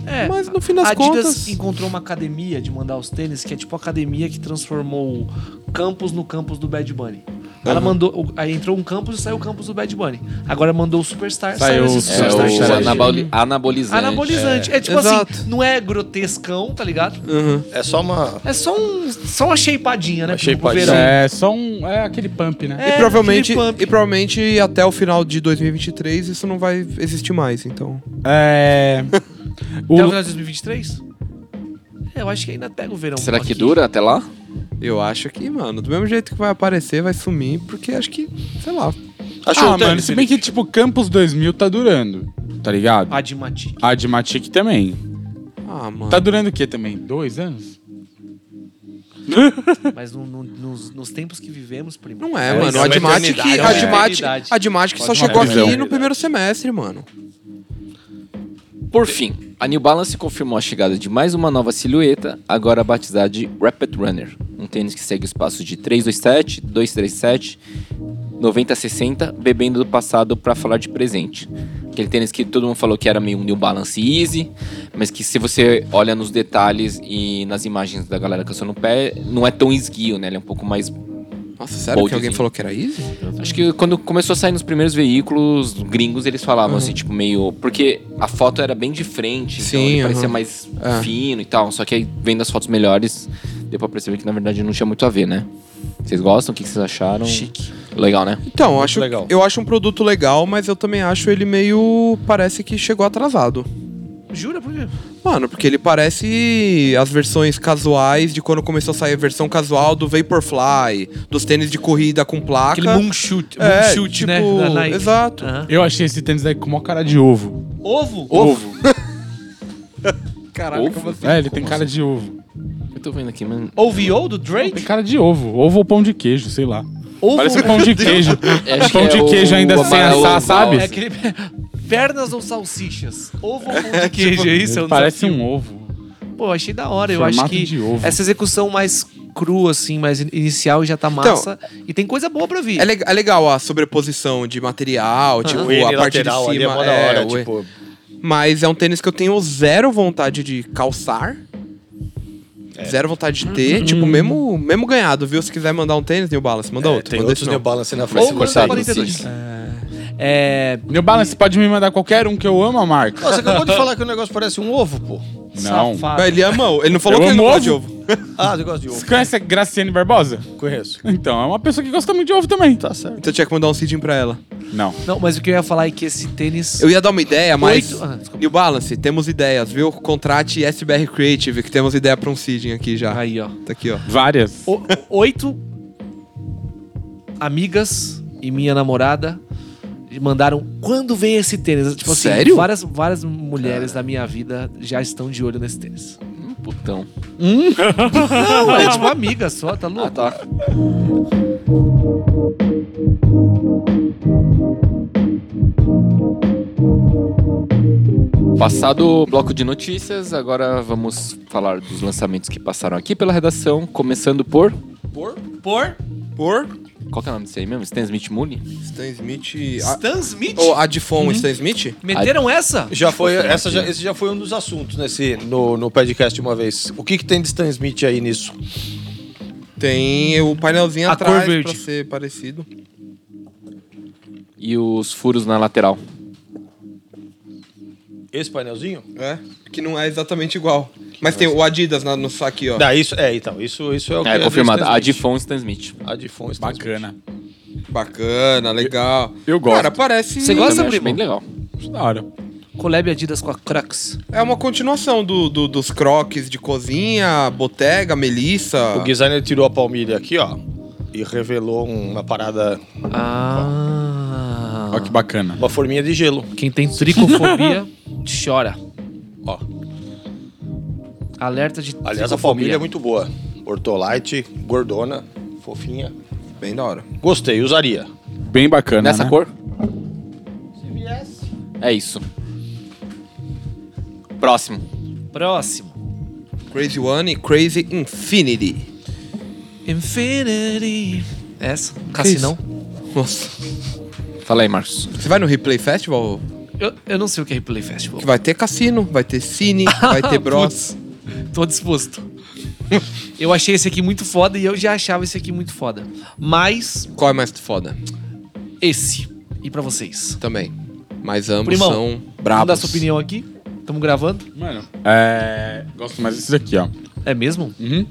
S5: É,
S4: Mas no fim das
S5: a Adidas
S4: contas-
S5: encontrou uma academia de mandar os tênis, que é tipo a academia que transformou o campus no campus do Bad Bunny. Ela
S4: Aham.
S5: mandou. o- Aí entrou um campus e saiu o campus do Bad Bunny. Agora mandou o Superstar,
S2: Saiu
S5: saiu, esse
S2: o
S1: É
S5: Superstar.
S2: Superstar
S1: o
S5: XLG.
S1: anaboli- anabolizante.
S5: Anabolizante. É, tipo
S4: Exato.
S5: assim, não é grotescão, tá ligado?
S4: Uhum.
S3: É só uma.
S5: É só, um, só uma shapeadinha, né?
S3: Uma
S5: pro-
S3: shapeadinha.
S5: pro verão.
S2: É, só um. É aquele pump, né?
S5: É,
S4: e, provavelmente,
S5: aquele pump.
S4: e provavelmente até o final de 2023 isso não vai existir mais, então.
S2: É. o-
S5: Até o final de 2023? É, eu acho que ainda pega o verão.
S1: Será que
S5: aqui.
S1: dura até lá?
S4: Eu acho que, mano, do mesmo jeito que vai aparecer, vai sumir, porque acho que, sei lá.
S3: Achou
S2: ah,
S3: o tênis,
S2: mano, se bem que, tipo, Campus 2000 tá durando, tá ligado?
S5: A de Mati.
S2: A de Matic também.
S4: Ah, mano.
S2: Tá durando o quê também? Dois anos?
S5: Mas no- no- nos, nos tempos que vivemos, primo.
S4: Não é,
S3: É, isso
S4: mano.
S3: é
S4: A
S3: uma
S4: Dimatic,
S3: eternidade,
S4: a
S3: né?
S4: Dimatic,
S5: Eternidade.
S4: a Dimatic só
S2: Pode uma
S4: chegou aqui
S2: previsão.
S4: no primeiro semestre, mano.
S1: Por fim, a New Balance confirmou a chegada de mais uma nova silhueta, agora batizada de Rapid Runner, um tênis que segue os passos de 327, 237, 9060, bebendo do passado para falar de presente. Aquele tênis que todo mundo falou que era meio um New Balance Easy, mas que se você olha nos detalhes e nas imagens da galera que no pé, não é tão esguio, né? Ele é um pouco mais
S4: Nossa, sério que
S1: Boldzinho.
S4: alguém falou que era easy?
S1: Acho que quando começou a sair nos primeiros veículos gringos, eles falavam assim, tipo, meio. Porque a foto era bem de frente, então
S4: Uhum. Sim,
S1: ele
S4: aham.
S1: parecia mais
S4: É.
S1: fino e tal. Só que aí, vendo as fotos melhores, deu pra perceber que na verdade não tinha muito a ver, né? Vocês gostam? O que que vocês acharam? Chique. Legal, né?
S4: Então, eu acho,
S3: legal.
S4: eu acho um produto legal, mas eu também acho ele meio. Parece que chegou atrasado.
S5: Jura? Por quê?
S4: Mano, porque ele parece as versões casuais de quando começou a sair a versão casual do Vaporfly, dos tênis de corrida com placa.
S5: Aquele moonshot,
S4: É,
S5: moonshot
S4: tipo,
S5: né? Da Nike.
S4: exato.
S5: Aham.
S2: Eu achei esse tênis aí com maior cara de ovo.
S5: Ovo?
S2: Ovo?
S4: Caralho, como assim?
S2: É, ele tem cara de ovo.
S1: Eu tô vendo aqui, mano.
S5: OVO do
S2: Tem
S5: Drake?
S2: cara de ovo. Ovo ou pão de queijo, sei lá.
S5: Ovo?
S2: Parece um pão
S5: <laughs>
S2: de queijo.
S1: Acho
S2: pão
S1: que é
S2: de
S1: o-
S2: queijo ainda
S1: o
S2: sem
S1: amarelo
S2: assar, sabe?
S5: É
S1: rosa.
S5: aquele... <laughs> Pernas ou salsichas? Ovo ou pão de queijo, é isso? Eu não
S2: tipo, Parece
S5: sabia.
S2: um ovo.
S5: Pô, achei da hora. Eu
S2: Formato
S5: acho que é
S2: de ovo.
S5: essa execução mais crua, assim, mais in- inicial já tá massa. e tem coisa boa pra vir.
S4: É, le- é legal a sobreposição de material, tipo,
S3: O N
S4: a parte de
S3: lateral
S4: cima.
S3: ali é mó da
S4: é,
S3: hora.
S4: o-
S3: Tipo,
S4: Mas é um tênis que eu tenho zero vontade de calçar.
S3: É.
S4: Zero vontade de
S2: Uhum.
S4: ter. Tipo, mesmo, mesmo ganhado, viu? Se quiser mandar um tênis, New Balance, manda
S3: é,
S4: outro.
S3: tem
S4: manda esse
S3: outros
S4: não.
S3: New Balance na
S5: Ou
S3: frente.
S5: manda
S1: cortado,
S5: 42.
S1: sim.
S5: É...
S2: New Balance, pode me mandar qualquer um que eu amo a marca.
S4: <laughs>
S3: Você acabou de falar que o negócio parece um ovo, pô.
S2: Não.
S5: é, Safado.
S4: Ah, Ele ama, o- ele não falou
S2: Eu
S4: que ele não
S2: amo
S4: gosta de
S2: ovo.
S4: ovo.
S3: Ah, você gosta de ovo.
S2: Você conhece a Graciane Barbosa?
S3: Conheço.
S2: Então, é uma pessoa que gosta muito de ovo também.
S3: Tá certo.
S4: Então eu tinha que mandar um seeding pra ela.
S2: Não.
S5: Não, mas o que eu ia falar é que esse tênis.
S4: Eu ia dar uma ideia, mas.
S5: Oito- Ah, desculpa.
S4: New Balance, temos ideias, viu? Contrate SBR Creative, que temos ideia pra um seeding aqui já.
S5: Aí, ó.
S4: Tá aqui, ó.
S2: Várias.
S5: O- oito amigas e minha namorada mandaram quando vem esse tênis. Tipo assim,
S1: Sério?
S5: várias, várias mulheres da minha vida já estão de olho nesse tênis.
S1: um Putão.
S5: Não, é tipo amiga só, tá louco?
S1: Ah, tá. Passado o bloco de notícias, agora vamos falar dos lançamentos que passaram aqui pela redação, começando por.
S4: Por?
S5: Por
S4: Por?
S1: Qual que é o nome disso aí mesmo? Stan Smith Mooney?
S4: Stan Smith. A...
S5: Stan Smith?
S4: Oh, a de
S5: Uhum.
S4: fome, Stan Smith?
S5: Meteram essa?
S3: Já foi, essa já- esse já foi um dos assuntos nesse, no, no podcast uma vez. O que, que tem de Stan Smith aí nisso?
S4: Tem o painelzinho
S5: A cor
S4: atrás
S5: verde.
S4: pra ser parecido.
S1: E os furos na lateral.
S3: Esse painelzinho?
S4: É. Que não é exatamente igual. Mas tem o Adidas na- no aqui, ó.
S3: Dá, isso, é, então, isso, isso é o que
S1: É,
S3: do
S1: confirmado.
S3: Stan
S1: A de
S3: Smith.
S1: Fon Stan Smith.
S3: A de Fon Stan Smith.
S2: Bacana.
S4: Bacana, legal.
S2: Eu- eu gosto.
S4: Cara, parece.
S5: Você gosta?
S1: Também acho
S5: primo?
S1: bem legal.
S2: Acho da hora.
S5: Collab Adidas com a Crocs.
S4: É uma continuação do, do- dos croques de cozinha, botega, melissa.
S3: O designer tirou a palmilha aqui, ó, e revelou uma parada,
S5: Ah.
S2: Olha que bacana.
S3: uma forminha de gelo.
S5: Quem tem tricofobia <laughs> chora.
S3: Ó.
S5: Alerta de
S3: Aliás, a palmilha é muito boa. Ortolite, gordona, fofinha.
S4: Bem da hora.
S3: Gostei, usaria.
S2: Bem bacana.
S1: Nessa
S2: né?
S1: cor? É isso. Próximo.
S5: Próximo.
S4: Crazy One e Crazy Infinity.
S5: Infinity.
S4: É
S5: Essa? Cassinão?
S4: Nossa.
S1: Fala aí, Marcos.
S4: Você vai no Replay Festival?
S5: Eu, eu não sei o que é Replay Festival.
S4: Que vai ter cassino, vai ter cine,
S5: <laughs>
S4: vai ter bros.
S5: Tô disposto. eu achei esse aqui muito foda e eu já achava esse aqui muito foda. Mas
S4: Qual é mais foda?
S5: esse. E pra vocês?
S4: Também. Mas ambos
S5: Primão,
S4: são
S5: Vamos dar
S4: bravos.
S5: sua opinião aqui? Tamo gravando?
S2: Mano, é... Gosto mais desse aqui, ó.
S5: É mesmo?
S4: Hum,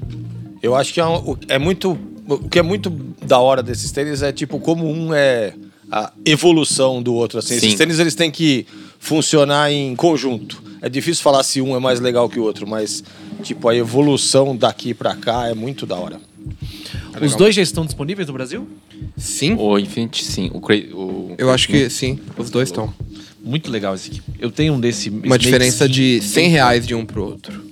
S3: Eu acho que é, um- o- é muito. O que é muito da hora desses tênis é tipo como um é a evolução do outro. Assim. Esses
S1: Sim.
S3: tênis eles têm que funcionar em conjunto. É difícil falar se um é mais legal que o outro, mas tipo a evolução daqui pra cá é muito da hora.
S4: tá
S5: Os dois já estão disponíveis no Brasil?
S4: Sim?
S1: O Infinity, sim. O, cra... o...
S4: Eu acho que sim, os dois estão.
S5: Muito legal esse aqui. Eu tenho um desse.
S4: Uma diferença de 100 reais de um pro outro.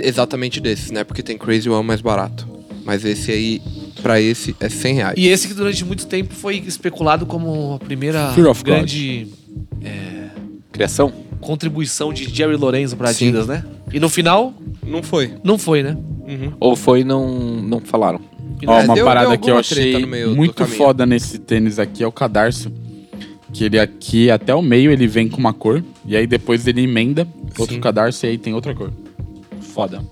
S4: Exatamente desses, né? Porque tem Crazy One mais barato. Mas esse aí, pra esse, é 100 reais.
S5: E esse que durante muito tempo foi especulado como a primeira
S2: Fear of God.
S5: grande
S1: Criação?
S5: contribuição de Jerry Lorenzo pra
S4: Sim.
S5: Adidas, né? E no final,
S4: Não foi.
S5: não foi, né?
S4: Uhum.
S1: Ou foi e não, não falaram?
S5: E
S2: Ó,
S4: É,
S2: uma
S4: deu-
S2: parada
S4: deu
S2: que eu
S4: alguma treta
S2: achei
S4: no meio do
S2: muito
S4: caminho.
S2: foda nesse tênis aqui é o cadarço. Que ele aqui, até o meio, ele vem com uma cor. E aí depois ele emenda outro
S4: Sim.
S2: cadarço e aí tem outra cor. Foda.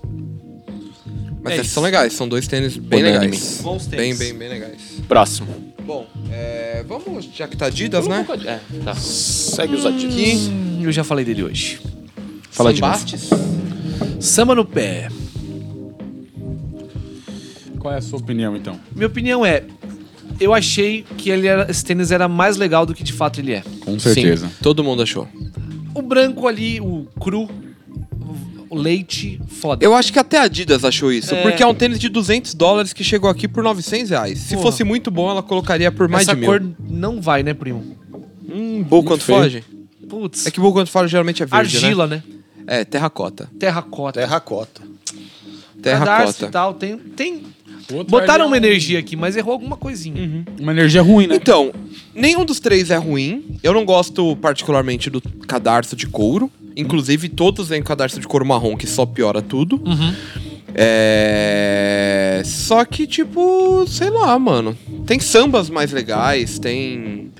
S4: Mas
S5: É
S4: esses
S5: isso.
S4: são legais, são dois tênis bem
S1: Unânime.
S4: legais.
S5: Bons
S4: Bem,
S5: tênis.
S4: bem, bem legais.
S1: Próximo.
S4: Bom, é, vamos, já que tá Adidas, né?
S1: É, tá.
S3: Segue os adidos.
S5: Hum, eu já falei dele hoje.
S1: Fala de novo.
S4: Bastes.
S5: Samba no pé.
S2: Qual é a sua opinião, então?
S5: Minha opinião é. Eu achei que ele era- esse tênis era mais legal do que de fato ele é.
S2: Com certeza.
S4: Sim, todo mundo achou.
S5: O branco ali, o cru, o leite, foda.
S4: Eu acho que até a Adidas achou isso,
S5: É.
S4: porque é um tênis de 200 dólares que chegou aqui por 900 reais. Se
S5: Porra.
S4: fosse muito bom, ela colocaria por mais
S5: Essa
S4: de
S5: cor
S4: mil.
S5: não vai, né, primo?
S4: Hum, boa quanto
S2: feio.
S4: foge?
S5: Putz.
S4: É que boa quanto foge geralmente é verde,
S5: argila, né?
S4: né? É, terracota.
S5: Terracota.
S3: Terracota.
S5: Cadarço e
S4: Terracota.
S5: tal. Tem, tem...
S2: O outro
S5: Botaram
S2: ali
S5: uma
S2: é
S5: energia aqui, mas errou alguma coisinha.
S4: Uhum.
S2: Uma energia ruim, né?
S4: Então, nenhum dos três é ruim. Eu não gosto particularmente do cadarço de couro. Inclusive, todos vêm com cadarço de couro marrom, que só piora tudo.
S2: Uhum.
S4: É. Só que, tipo, sei lá, mano. Tem sambas mais legais, tem.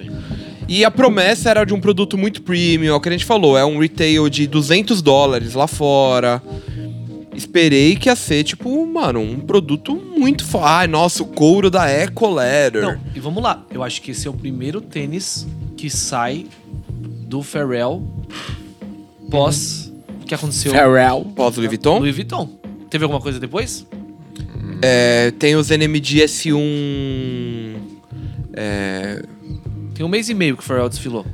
S4: E a promessa era de um produto muito premium, é o que a gente falou, é um retail de 200 dólares lá fora. Esperei que ia ser, tipo, mano, um produto muito. fo- Ai, nossa, o couro da Eco Leather.
S5: Não, e vamos lá. Eu acho que esse é o primeiro tênis que sai do Pharrell pós o que aconteceu
S2: Farewell.
S5: Então,
S2: É
S4: Pós Louis Vuitton? Hum?
S5: Louis Vuitton. Teve alguma coisa depois?
S4: É, tem os NMD S1. É,
S5: Tem um mês e meio que o Pharrell desfilou.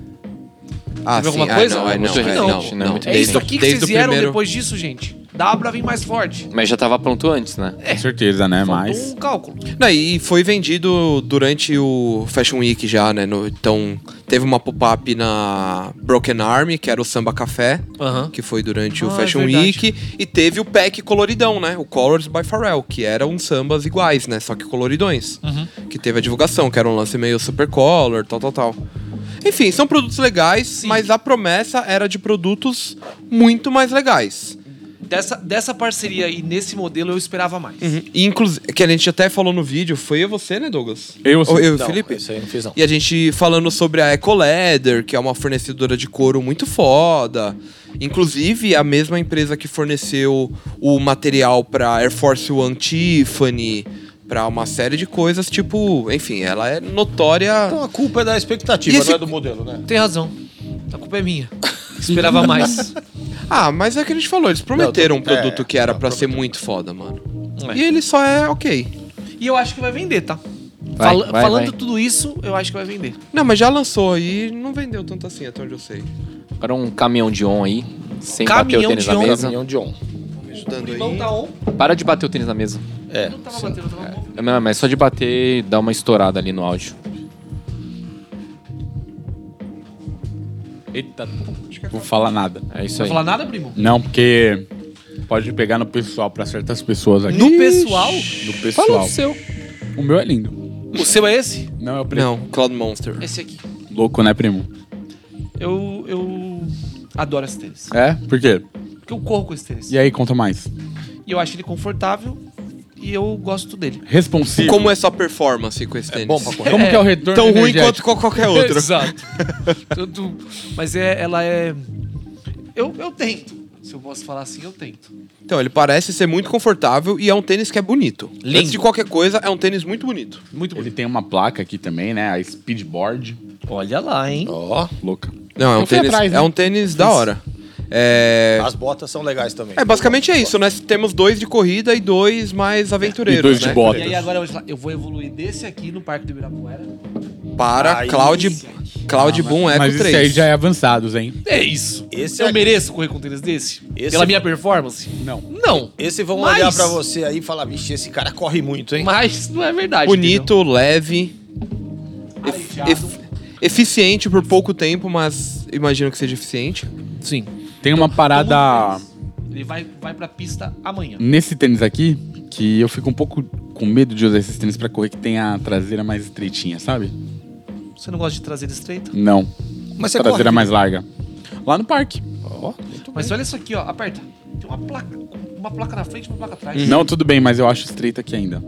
S4: ah,
S5: Teve
S4: sim.
S5: alguma
S4: ah,
S5: coisa?
S4: não,
S1: É
S4: é, não,
S1: muito
S4: é, não,
S1: recente, né?
S4: não.
S1: Muito
S5: É
S1: Desde-
S5: isso aqui que
S4: desde
S5: vocês
S4: o
S5: vieram
S4: primeiro-
S5: depois disso, gente. Dá pra vir mais forte.
S1: Mas já tava pronto antes, né?
S5: É.
S2: Com certeza, né? Mas.
S5: Um cálculo.
S4: Não, e foi vendido durante o Fashion Week já, né? no- então, teve uma pop-up na Broken Arm, que era o Samba Café,
S5: Aham.
S4: que foi durante o
S5: Ah, é
S4: Fashion
S5: verdade.
S4: Week. E teve o pack coloridão, né? O Colors by Pharrell, que eram sambas iguais, né? Só que coloridões.
S5: Uhum.
S4: Que teve a divulgação, que era um lance meio super color, tal, tal, tal. Enfim, são produtos legais, mas a promessa era de produtos muito mais legais.
S5: Dessa, dessa parceria aí, nesse modelo, eu esperava mais.
S4: E, inclusive, que a gente até falou no vídeo, foi eu você, né, Douglas?
S2: Eu,
S4: Ou eu,
S3: Não,
S4: Felipe?
S3: Isso aí eu não fiz, não.
S4: E a gente falando sobre a Ecoleather, que é uma fornecedora de couro muito foda. Inclusive, a mesma empresa que forneceu o material pra Air Force One Tiffany, pra uma série de coisas, tipo, enfim, ela é notória.
S3: Então a culpa é da expectativa,
S4: E esse-
S3: não é do modelo, né?
S5: Tem razão. A culpa é minha. Esperava mais.
S4: Ah, mas é o que a gente falou, eles prometeram
S3: Não,
S4: um
S3: tô- é,
S4: produto que era
S3: não,
S4: pra ser muito foda, mano.
S5: É.
S4: E ele só é ok.
S5: E eu acho que vai vender, tá?
S1: Vai,
S5: Fala-
S1: vai,
S5: falando
S1: vai.
S5: tudo isso, eu acho que vai vender.
S4: Não, mas já lançou e não vendeu tanto assim, até onde eu sei.
S1: Agora um caminhão de on aí, sem bater o
S5: Caminhão
S1: tênis
S5: de
S1: na
S5: on.
S1: mesa.
S3: Caminhão de on.
S4: Me ajudando aí.
S5: tá on.
S1: Para de bater o tênis na mesa.
S3: É.
S5: Não tava batendo, tava movendo.
S1: Não, mas só de bater dá uma estourada ali no áudio.
S2: Eita, vou falar nada.
S1: É isso
S5: Não
S1: aí.
S5: vai falar nada, primo?
S2: Não, porque pode pegar no pessoal pra certas pessoas aqui.
S5: No pessoal?
S2: Do
S1: Fala
S2: pessoal.
S1: do seu.
S2: O meu é lindo.
S5: O seu é esse?
S2: Não, é o primo.
S4: Não, Cloud Monster.
S5: Esse aqui.
S2: Louco, né, primo?
S5: Eu, eu adoro esse tênis.
S2: É? Por quê?
S5: Porque eu corro com esse tênis.
S2: E aí, conta mais.
S5: E eu acho ele confortável e eu gosto dele.
S2: Responsivo.
S4: Como é sua performance com esse tênis?
S3: É bom pra correr.
S2: Como que é o retorno
S4: Tão ruim
S2: energético?
S4: quanto com
S5: É
S4: qualquer
S5: <laughs>
S4: outro.
S5: Exato. Tanto- mas é, ela é... Eu, eu tento. Se eu posso falar assim, eu tento.
S4: Então, ele parece ser muito confortável e é um tênis que é bonito.
S5: Lindo.
S4: Antes de qualquer coisa, é um tênis muito bonito.
S5: Muito
S2: Ele tem uma placa aqui também, né? A Speedboard.
S5: Olha lá, hein?
S3: Ó,
S2: Louca.
S4: Não, é um
S2: Eu fui
S4: tênis,
S2: atrás, né?
S4: é um tênis da hora. É...
S3: as botas são legais também.
S4: é, basicamente é isso, né? Temos dois de corrida e dois mais aventureiros,
S2: E dois de
S4: né?
S2: bota.
S5: E aí agora eu vou, te falar, eu vou evoluir desse aqui no Parque do Ibirapuera.
S4: Para
S3: Aí
S4: Cloud,
S5: sim.
S4: Cloud Boom Eco
S2: Mas isso
S4: 3.
S2: aí já é avançados, hein?
S5: É isso.
S3: Esse
S5: eu
S3: aqui-
S5: mereço correr com um tênis desse?
S3: Esse
S5: Pela
S3: é-
S5: minha performance?
S2: Não.
S5: Não.
S3: Esse vão
S5: Mas-
S3: olhar pra você aí e falar, vixe, esse cara corre muito, hein?
S5: Mas não é verdade.
S2: então.
S4: Bonito, leve,
S5: entendeu?
S4: ef-
S5: Arejado.
S4: ef- eficiente por pouco tempo, mas imagino que seja eficiente.
S5: Sim.
S2: Tem uma parada
S5: Ele vai, vai pra pista amanhã.
S2: nesse tênis aqui que eu fico um pouco com medo de usar esses tênis pra correr que tem a traseira mais estreitinha, sabe?
S5: Você não gosta de traseira estreita?
S2: Não.
S3: Mas você
S2: traseira
S3: corre.
S2: mais larga. Lá no parque.
S3: Ó, muito
S5: Mas
S3: bem.
S5: olha isso aqui, ó. Aperta. Tem uma placa. Uma placa na frente e uma placa atrás.
S2: Não, tudo bem, mas eu acho estreita aqui ainda.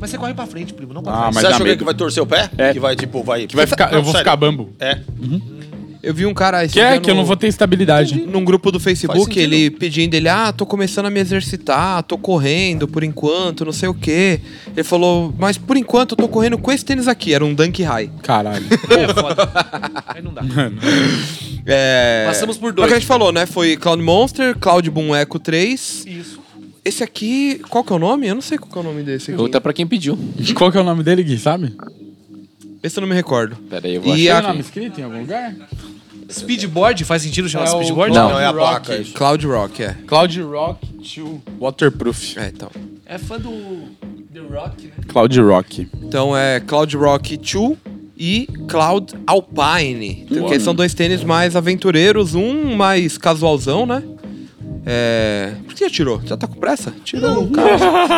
S5: Mas você corre pra frente, primo, não pra
S2: Ah,
S5: trás.
S2: mas
S3: você
S2: dá
S3: acha alguém
S2: medo.
S3: que vai torcer o pé?
S2: É.
S3: Que vai, tipo, vai...
S2: Que vai ficar, eu vou
S3: Sério.
S2: ficar bambo.
S3: É.
S4: Eu vi um cara... esse
S2: Que é
S4: dia
S2: que eu
S4: no-
S2: não vou ter estabilidade.
S4: num grupo do
S3: Faz
S4: Facebook,
S3: sentido.
S4: ele pedindo, ele, ah, tô começando a me exercitar, tô correndo por enquanto, não sei o quê. Ele falou, mas por enquanto eu tô correndo com esse tênis aqui, era um Dunk High.
S2: Caralho.
S5: É foda. Aí <laughs> não dá.
S4: É...
S5: Passamos por
S4: É o
S5: dois.
S4: que a gente falou, né? Foi Cloud Monster, Cloud Boom Echo 3.
S5: Isso.
S4: Esse aqui, qual que é o nome? Eu não sei qual que é o nome desse aqui.
S1: Outra pra quem pediu.
S2: Qual que é o nome dele, Gui, sabe?
S4: Esse eu não me recordo.
S1: Pera aí, eu vou
S4: E
S1: achar
S4: a-
S1: aqui.
S2: Tem é o nome escrito em algum lugar?
S5: Speedboard? Faz sentido chamar
S2: É o-
S5: speedboard?
S1: Não.
S3: Não, é a
S2: Rock.
S3: placa. isso.
S4: Cloud Rock, é.
S2: Cloud Rock 2 Waterproof.
S4: É, então.
S5: É fã do The Rock, <laughs> né?
S2: Cloud Rock.
S4: Então é Cloud Rock 2 e Cloud Alpine. Então,
S2: Uau.
S4: Que são dois tênis mais aventureiros, um mais casualzão, né? É. Por que você tirou? Já tá com pressa? Tirou, cara.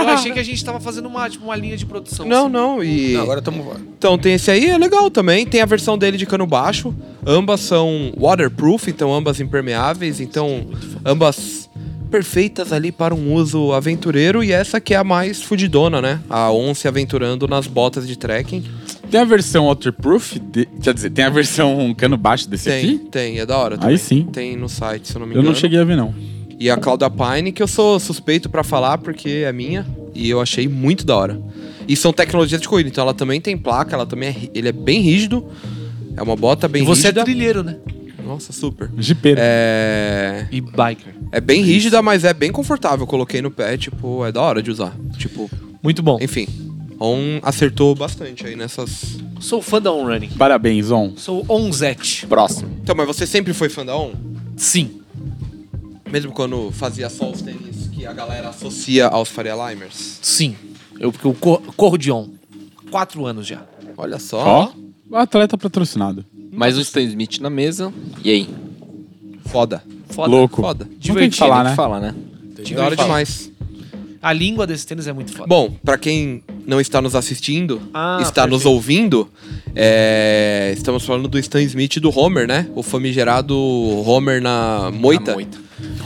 S5: Eu achei que a gente tava fazendo uma, tipo, uma linha de produção.
S4: Não,
S5: assim.
S4: não. E.
S3: Não, agora estamos...
S4: Então tem esse aí, é legal também. Tem a versão dele de cano baixo. Ambas são waterproof, então ambas impermeáveis, então ambas perfeitas ali para um uso aventureiro. E essa que é a mais fudidona, né? A On se aventurando nas botas de trekking.
S2: Tem a versão waterproof, de- quer dizer, tem a versão um cano baixo desse
S4: Tem,
S2: aqui?
S4: tem, é da hora.
S2: Aí
S4: também.
S2: sim.
S4: Tem no site, se eu não me
S2: Eu
S4: engano.
S2: não cheguei a ver, não.
S4: E a Cláudia Pine, que eu sou suspeito pra falar porque é minha e eu achei muito da hora. E são tecnologias de corrida, então ela também tem placa, ela também é, ri- ele é bem rígido. É uma bota bem
S5: E você é
S4: rígida.
S5: trilheiro, né?
S4: Nossa, super.
S2: Jipeiro.
S4: É...
S5: E biker.
S4: É bem rígida, mas é bem confortável. Coloquei no pé, tipo, é da hora de usar. Tipo,
S5: Muito bom.
S4: enfim. On acertou bastante aí nessas.
S5: Sou fã da On Running.
S2: Parabéns, On.
S5: Sou Onzete.
S1: Próximo.
S4: Então, mas você sempre foi fã da On?
S5: Sim.
S4: Mesmo quando fazia só os tênis que a galera associa aos Faria Limers?
S5: Sim. Eu, porque eu cor- corro de On. Quatro anos já.
S4: Olha
S2: Ó.
S4: só.
S2: Atleta patrocinado.
S1: Mais um Stan Smith na mesa. E aí?
S4: Foda.
S5: Foda.
S2: Louco.
S4: Foda.
S2: Não tem o que
S5: Divertido.
S2: falar,
S1: Tem
S2: né?
S1: que falar, né?
S4: Da hora demais.
S5: A língua desse tênis é muito foda.
S4: Bom, pra quem não está nos assistindo,
S5: Ah,
S4: está nos
S5: perfeito.
S4: ouvindo, é, estamos falando do Stan Smith e do Homer, né? O famigerado Homer na moita.
S1: Na moita.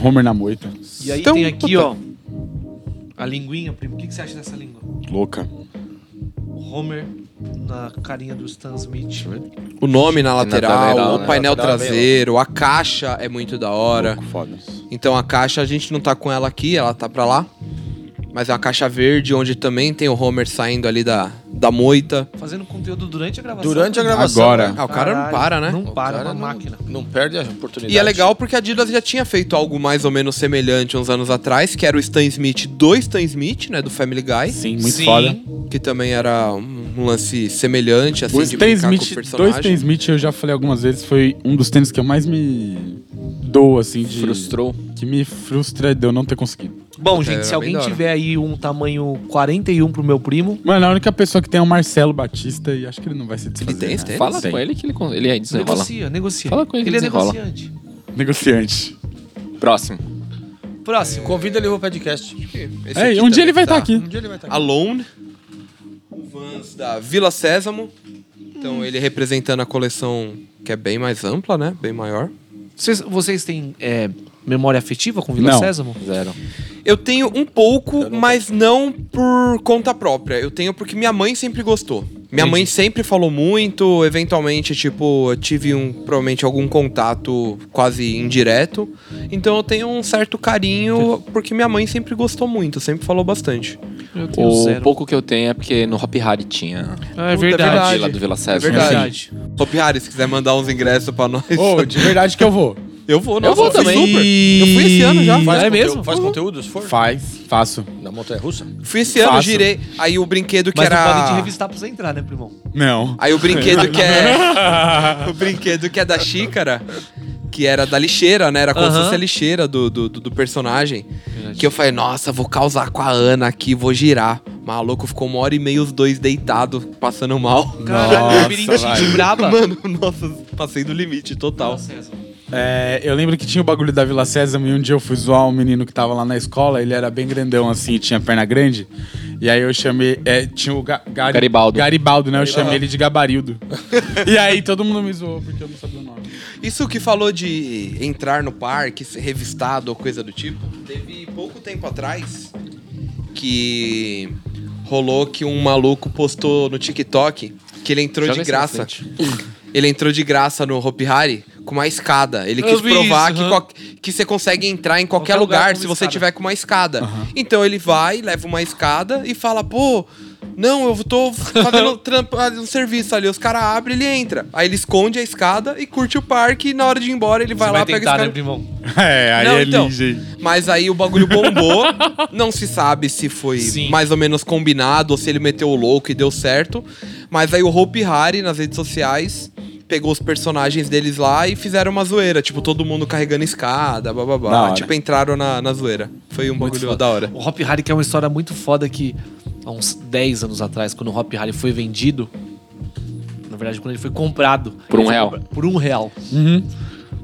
S2: Homer na moita.
S5: e aí
S4: então,
S5: tem aqui,
S4: puta.
S5: ó. A linguinha, primo. O que, que você acha dessa língua?
S2: Louca.
S5: O Homer na carinha do Stan Smith.
S4: O nome na lateral,
S1: lateral,
S4: o
S1: né?
S4: painel
S3: Lateral é bem
S4: traseiro, a caixa é muito da hora.
S2: Louco, foda.
S4: Então a caixa, a gente não tá com ela aqui, ela tá pra lá. Mas é uma caixa verde, onde também tem o Homer saindo ali da, da moita.
S5: Fazendo conteúdo durante a gravação.
S3: Durante a gravação.
S2: Agora.
S4: Ah, o cara não
S5: Caralho,
S4: para, né?
S5: Não para,
S3: cara
S5: uma
S3: não-
S5: máquina.
S3: Não perde a oportunidade.
S4: E é legal porque a Adidas já tinha feito algo mais ou menos semelhante uns anos atrás, que era o Stan Smith do Stan Smith, né? Do Family Guy.
S2: Sim, muito foda.
S4: Que também era um, um lance semelhante, assim,
S2: O
S4: de
S2: Stan
S4: brincar com o
S2: Smith, dois Stan Smith, eu já falei algumas vezes, foi um dos tênis que eu mais me dou, assim, de...
S1: Frustrou.
S2: Que me frustra de eu não ter conseguido.
S5: Bom,
S4: era
S5: gente, se
S4: bem
S5: alguém
S4: da hora.
S5: tiver aí um tamanho 41 pro meu primo,
S2: Mano, a única pessoa que tem é o Marcelo Batista e acho que ele não vai se desfazer.
S4: tem esse
S2: né?
S4: tênis?
S1: Fala
S2: Tem.
S1: com ele que ele, con- ele é desenrola.
S5: negocia, negocia.
S1: Fala com ele,
S5: ele é
S1: desenrola.
S5: negociante.
S2: Negociante.
S1: Próximo.
S5: Próximo.
S3: Convida ele pro podcast.
S4: Esse
S2: É,
S4: aqui
S2: e um dia
S4: também
S2: ele vai estar
S4: tá.
S2: aqui.
S3: Um dia ele vai estar.
S4: Alone, o Vans da Vila Sésamo. Então ele representando a coleção que é bem mais ampla, né? Bem maior.
S5: Vocês, vocês têm é, memória afetiva com Vila
S2: Não.
S5: Sésamo?
S1: Zero.
S4: Eu tenho um pouco, mas não por conta própria. Eu tenho porque minha mãe sempre gostou. Minha mãe sempre falou muito, eventualmente, tipo, eu tive um, provavelmente algum contato quase indireto. Então eu tenho um certo carinho, porque minha mãe sempre gostou muito, sempre falou bastante.
S5: Eu tenho
S1: O
S5: zero.
S1: pouco que eu tenho é porque no Hop Hard tinha
S5: Ah, é
S4: Puta, é
S1: a
S5: verdade.
S1: vila do Vila
S4: É
S1: César.
S4: verdade. Top Harry, se quiser mandar uns ingressos pra nós.
S2: Ô, de verdade que eu vou.
S4: <laughs> eu vou, não.
S1: eu vou também.
S4: Super. Eu fui esse ano já.
S5: Faz-
S3: Faz
S5: É
S3: conteúdo,
S5: mesmo?
S3: Faz
S5: Uhum.
S3: conteúdo, se for.
S2: Faz, faço.
S3: Na montanha russa?
S4: Fui esse ano,
S2: Faço.
S4: girei. Aí o brinquedo que
S5: Mas
S4: era.
S5: não podem te revistar pra você entrar, né, primão?
S2: Não.
S4: Aí o brinquedo que é. <laughs> o brinquedo que é da xícara, que era da lixeira, né? Era como se
S5: Aham.
S4: fosse a lixeira do, do, do- do personagem. Que eu falei, nossa, vou causar com a Ana aqui, vou girar. Maluco, ficou uma hora e meia os dois deitados, passando mal.
S5: Caralho,
S2: vai.
S4: <laughs>
S5: labirintite braba.
S4: Mano, nossa, passei do limite total.
S5: Vila Sésamo.
S2: É, eu lembro que tinha o bagulho da Vila Sésamo e um dia eu fui zoar um menino que tava lá na escola, ele era bem grandão assim, e tinha perna grande. E aí eu chamei. é, tinha o ga, Gari-
S1: Garibaldo.
S2: Garibaldo, né? Eu chamei ele de Gabarildo. e aí todo mundo me zoou porque eu não sabia o nome.
S4: Isso que falou de entrar no parque, ser revistado ou coisa do tipo, teve pouco tempo atrás que rolou que um maluco postou no TikTok que ele entrou
S1: Joga
S4: de
S1: esse
S4: graça.
S1: na frente.
S4: Ele entrou de graça no Hopi Hari com uma escada. Ele
S5: Eu
S4: quis
S5: vi
S4: provar
S5: isso,
S4: que,
S5: aham.
S4: qual- que você consegue entrar em qualquer,
S5: Qualquer lugar
S4: lugar,
S5: com
S4: se
S5: uma
S4: você
S5: escada.
S4: tiver com uma escada. Então ele vai, leva uma escada e fala, pô. Não, eu tô fazendo
S5: <laughs>
S4: trampo- um serviço ali. Os caras abrem, ele entra. Aí ele esconde a escada e curte o parque. E na hora de ir embora, ele vai
S5: Você
S4: lá,
S5: vai
S4: pega a
S5: tentar,
S4: escada.
S5: né, primão?
S2: <laughs> É, aí
S4: Não,
S2: é
S4: então.
S2: ligeiro.
S4: Mas aí o
S5: <laughs>
S4: bagulho bombou. não se sabe se foi
S5: Sim.
S4: mais ou menos combinado ou se ele meteu o louco e deu certo. Mas aí o Hope Hari nas redes sociais pegou os personagens deles lá e fizeram uma zoeira. Tipo, todo mundo carregando
S2: Da
S4: escada, bababá.
S2: hora.
S4: Tipo, entraram na, na zoeira. Foi um bagulho
S5: foda.
S4: da hora.
S5: O Hop Harry que é uma história muito foda que há uns 10 anos atrás, quando o Hop Harry foi vendido, na verdade, quando ele foi comprado.
S1: Por um
S5: ele foi
S1: real.
S5: compra- Por um real.
S2: Uhum.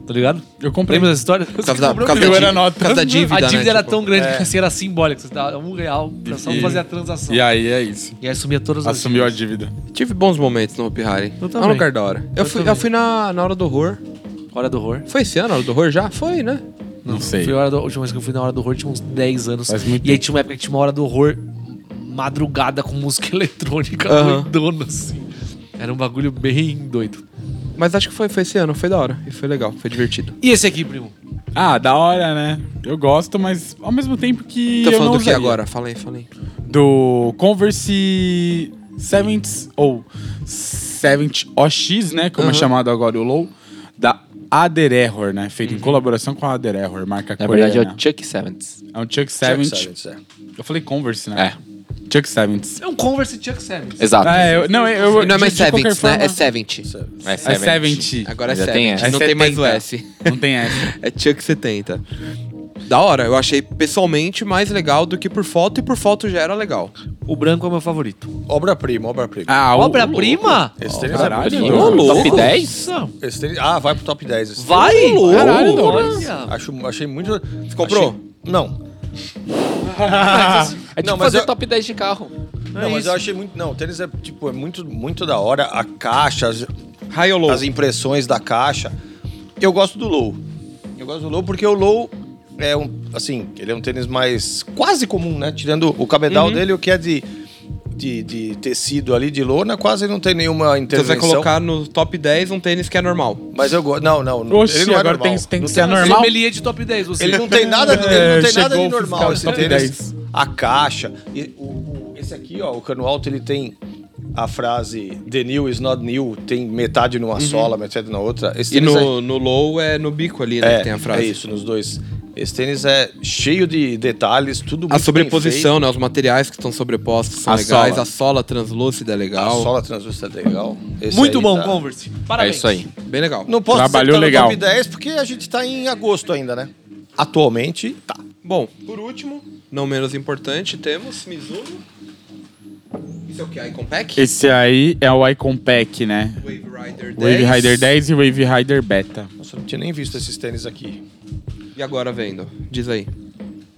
S5: Tá ligado?
S2: Eu comprei.
S5: Lembra dessa história? Por
S4: causa da- por causa
S2: Eu era nota.
S4: Por causa da dívida,
S5: A dívida
S4: né?
S5: era
S4: Tipo,
S5: tão grande que assim, era simbólica. Você dava um real pra só
S2: E-
S5: fazer a transação.
S2: E aí é isso.
S5: E aí sumia todas as
S2: Assumiu a dívida.
S4: Tive bons momentos no Hope Hari.
S5: Eu
S4: É
S5: também.
S4: um lugar da hora. Eu,
S5: Eu
S4: fui, eu
S5: também.
S4: fui na, na Hora do Horror.
S5: Hora do horror.
S4: Foi esse ano, a Hora do Horror já? Foi, né?
S2: Não, sei.
S5: Foi a hora do- a última vez que eu fui na hora do horror, tinha uns 10 anos.
S2: Faz muito
S5: E aí tinha uma época que tinha uma hora do horror madrugada com música <laughs> eletrônica
S4: Aham.
S5: doidona, assim. Era um bagulho bem doido.
S4: Mas acho que foi, foi esse ano. Foi da hora. E foi legal. Foi divertido.
S5: E esse aqui, primo?
S2: Ah, da hora, né? Eu gosto, mas ao mesmo tempo que.
S4: Tá
S2: eu
S4: falando
S2: não
S4: do que
S2: usaria.
S4: agora? Fala aí, fala aí.
S2: do Converse 70 ou 70 OX, né, como é né,
S4: Aham.
S2: chamado agora o low, da Ader Error, né? Feito em colaboração com a Ader Error, marca
S1: Na
S2: coreana.
S1: verdade é o Chuck Sevens.
S2: é um Chuck
S3: Chuck
S2: Sevens.
S3: Sevens, é.
S2: Eu falei Converse, né?
S1: É.
S2: Chuck Sevens.
S5: É um Converse Chuck Sevens.
S1: Exato.
S2: Ah, eu, não, eu, eu-
S4: E não é mais
S2: de- de qualquer
S4: 70, né? É
S2: forma-
S4: 70.
S1: É
S2: É 70.
S4: Agora é
S1: Já tem
S4: 70.
S1: essa. É
S4: Não tem mais o
S2: 70.
S4: S.
S2: né?
S4: <laughs>
S2: Não tem essa.
S4: É Chuck 70. Da hora, eu achei pessoalmente mais legal do que por foto, e por foto já era legal.
S5: O branco é o meu favorito.
S3: Obra-prima, obra-prima.
S2: Ah, o-
S5: Obra-prima?
S3: Esse tênis é
S2: Caralho,
S3: bonito.
S1: Ô,
S4: Ô, louco.
S1: Top 10?
S5: Nossa.
S3: Esse tênis- Ah, vai pro top 10. esse é
S5: Vai!
S2: Caralho, Douglas.
S5: Olha.
S3: Acho, achei muito. Você
S4: comprou?
S2: <laughs>
S3: Não.
S1: É tipo
S3: Não, mas
S1: fazer
S3: eu-
S1: top 10 de carro.
S3: Não, mas
S5: isso.
S3: eu achei muito. Não, o tênis é tipo, é muito, muito da hora. A caixa, as,
S4: High ou low?
S3: as impressões da caixa. Eu gosto do low. Eu gosto do low porque o low é um. Assim, ele é um tênis mais quase comum, né? Tirando o cabedal
S2: Uhum.
S3: dele, o que é de, de, de tecido ali, de lona, quase não tem nenhuma
S4: Então você
S3: intervenção.
S4: vai colocar no top 10 um tênis que é normal.
S3: Mas eu gosto. Não, não.
S2: Oxi,
S3: ele não é
S2: agora
S3: normal.
S2: tem, tem que
S3: Não
S2: ser anormal.
S5: Sommelier de top 10. Você.
S3: Ele não tem nada de,
S2: É,
S3: ele não tem
S2: chegou
S3: nada de
S2: o fiscal
S3: normal esse
S2: top
S3: tênis.
S2: 10.
S3: A caixa. E o- o- esse aqui, ó, o cano alto, ele tem a frase The new is not new, tem metade
S2: Uhum.
S3: numa sola, metade na outra. Esse
S4: E
S3: tênis
S4: no, no low é no bico ali,
S3: é,
S4: né?
S3: é,
S4: que tem a frase.
S3: é isso, nos dois. Esse tênis é cheio de detalhes, tudo
S4: A
S3: muito
S4: sobreposição, né? Os materiais que estão sobrepostos são
S2: A
S4: legais.
S2: sola.
S4: A sola translúcida é
S3: bem feito. A
S4: legal.
S3: sola translúcida é legal. Esse
S5: Muito
S3: aí
S5: bom,
S3: tá-
S5: Converse.
S1: É
S5: Parabéns.
S1: isso aí.
S4: Bem legal.
S3: Não posso
S2: Trabalhou
S3: dizer que tá
S2: legal.
S3: no top 10 porque a gente tá em agosto ainda, né? Atualmente, tá.
S4: Bom, por último, não menos importante, temos Mizuno. Isso é o que? Icon Pack?
S2: Esse aí é o Icon Pack, né?
S4: Wave Rider 10.
S2: Wave Rider 10 e Wave Rider Beta.
S3: Nossa, eu não tinha nem visto esses tênis aqui.
S4: E agora vendo? Diz aí.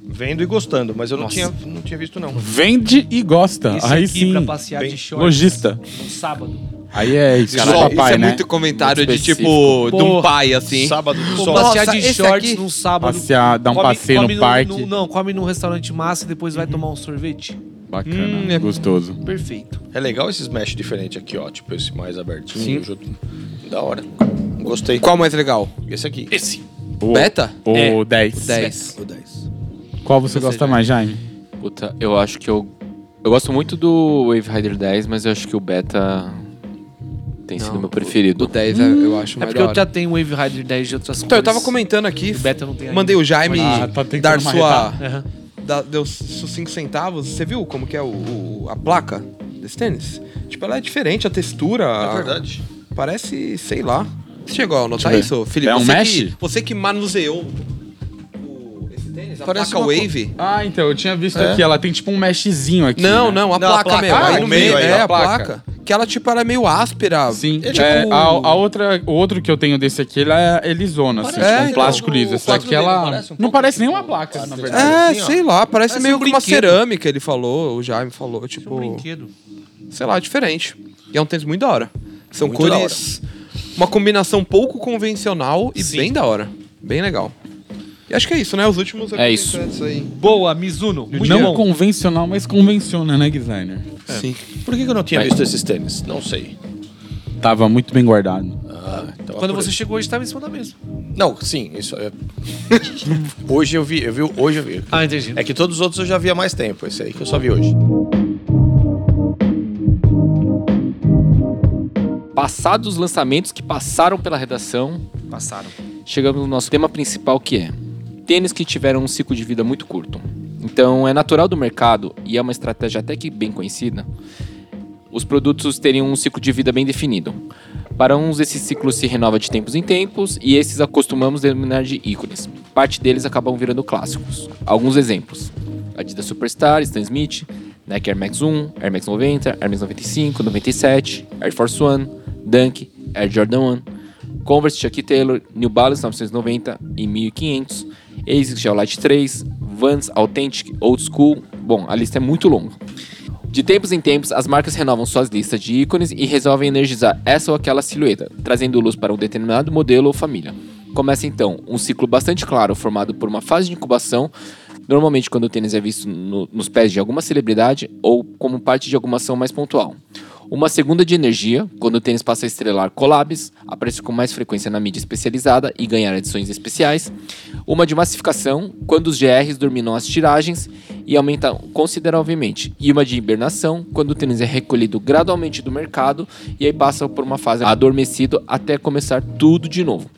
S3: Vendo e gostando, mas eu não,
S5: Nossa.
S3: tinha, não tinha visto, não.
S2: Vende e gosta.
S5: Esse
S2: aí
S5: aqui
S2: sim.
S5: pra passear
S3: Bem-
S5: de shorts.
S2: Lojista.
S5: No sábado.
S2: Aí é isso,
S4: Sol,
S2: papai,
S4: isso é
S2: né?
S4: muito comentário
S1: Muito
S4: de tipo, de um
S5: Porra.
S4: pai, assim.
S3: Sábado do
S5: Pô,
S3: sol.
S4: Nossa,
S5: passear de
S4: esse
S5: shorts
S4: aqui-
S5: num sábado.
S2: Passear, dar um passeio no
S5: num-
S2: parque. Uhum.
S5: num- não, come num restaurante massa e depois vai tomar um sorvete.
S2: Bacana,
S4: Hum, é-
S2: gostoso.
S5: Perfeito.
S3: É legal esses mesh diferentes aqui, ó. Tipo esse mais abertinho. junto. Da hora. Gostei.
S4: Qual mais legal?
S3: Esse aqui.
S5: Esse.
S2: O,
S4: Beta?
S2: O
S5: É.
S2: 10.
S4: 10.
S3: O 10.
S2: Qual você,
S4: Você,
S2: gosta
S4: Jaime?
S2: mais, Jaime?
S1: Puta, eu acho que eu. Eu gosto muito do Wave Rider 10, mas eu acho que o Beta tem sido
S4: Não,
S1: meu preferido.
S4: O 10 é- eu acho
S5: É
S4: mais
S5: porque
S4: da hora.
S5: eu já tenho Wave Rider 10 de outras
S4: Então, eu tava
S5: cores.
S4: comentando aqui.
S5: O Beta não tem
S4: mandei
S5: ainda.
S4: o Jaime
S2: Ah, tá tentando
S4: dar
S2: uma
S4: sua.
S5: Aham.
S4: dar- deu seus 5 centavos. Você viu como que é o, o- a placa desse tênis? Tipo, ela é diferente, a textura.
S3: É
S4: a-
S3: verdade.
S4: Parece, sei lá. Você chegou a notar
S2: Deixa eu ver.
S4: isso, Felipe?
S2: É um
S4: você,
S2: mesh?
S4: que, você que manuseou o- esse tênis, a
S3: Parece
S4: placa
S3: uma co-
S4: Wave.
S2: Ah, então, eu tinha visto
S3: É?
S2: aqui. Ela tem tipo um meshzinho aqui.
S4: Não,
S2: né?
S4: não, a
S3: Não, a
S4: placa,
S3: placa,
S4: mesmo.
S3: ah,
S4: Aí
S3: o
S4: no
S3: meio
S4: meio,
S3: aí,
S4: é,
S3: a
S4: a placa. Que ela, tipo, ela é meio áspera.
S2: Sim,
S4: É,
S2: é,
S4: tipo-
S2: a, a outra, o outro que eu tenho desse aqui, ele é lisona, assim,
S4: Parece
S2: tipo um
S4: um
S2: plástico
S3: pouco-
S2: liso. Essa
S3: quase
S2: aqui,
S3: meio,
S2: ela
S3: não
S2: não parece,
S3: parece um pouco?
S2: nem uma placa, na verdade.
S4: É,
S3: assim, ó.
S4: sei lá, parece,
S5: Parece
S4: meio
S5: um
S4: que uma
S5: brinquedo.
S4: cerâmica, ele falou, o Jaime falou,
S5: Isso é um
S4: tipo,
S5: brinquedo.
S4: sei lá, diferente. E é um tênis muito da hora. São
S3: Muito da
S4: cores, uma combinação pouco convencional e
S5: Sim.
S4: bem da hora, bem legal. E acho que é isso, né? Os últimos
S1: É isso.
S4: aí.
S5: Boa, Mizuno. Muito
S2: Não
S5: bom.
S2: convencional, mas convenciona, né, designer?
S4: Sim.
S3: Por que, que eu não tinha
S1: Mas-
S3: visto esses tênis? Não sei.
S2: Tava muito bem guardado.
S3: Ah, então é
S5: Quando
S3: por
S5: você
S3: isso.
S5: chegou, estava em cima da mesa.
S3: Não, sim, isso é. <laughs> hoje eu vi, eu vi, hoje eu vi.
S5: Ah, entendi.
S3: É que todos os outros eu já vi há mais tempo. Esse aí que eu só vi hoje.
S1: Passados os lançamentos que passaram pela redação,
S5: Passaram.
S1: chegamos no nosso tema principal que é tênis que tiveram um ciclo de vida muito curto. Então é natural do mercado e é uma estratégia até que bem conhecida. Os produtos terem um ciclo de vida bem definido. Para uns, esse ciclo se renova de tempos em tempos e esses acostumamos denominar de ícones. Parte deles acabam virando clássicos. Alguns exemplos: Adidas Superstar, Stan Smith, Nike Air Max 1, Air Max 90, Air Max 95, 97, Air Force One, Dunk, Air Jordan 1, Converse Chuck Taylor, New Balance 990 e 1500, ASICS Geolite 3, Vans Authentic, Old School. Bom, a lista é muito longa. De tempos em tempos, as marcas renovam suas listas de ícones e resolvem energizar essa ou aquela silhueta, trazendo luz para um determinado modelo ou família. Começa então um ciclo bastante claro, formado por uma fase de incubação, normalmente quando o tênis é visto no- nos pés de alguma celebridade ou como parte de alguma ação mais pontual. Uma segunda de energia, quando o tênis passa a estrelar collabs, aparece com mais frequência na mídia especializada e ganhar edições especiais. Uma de massificação, quando os GRs dominam as tiragens e aumentam consideravelmente. E uma de hibernação, quando o tênis é recolhido gradualmente do mercado e aí passa por uma fase adormecido até começar tudo de novo.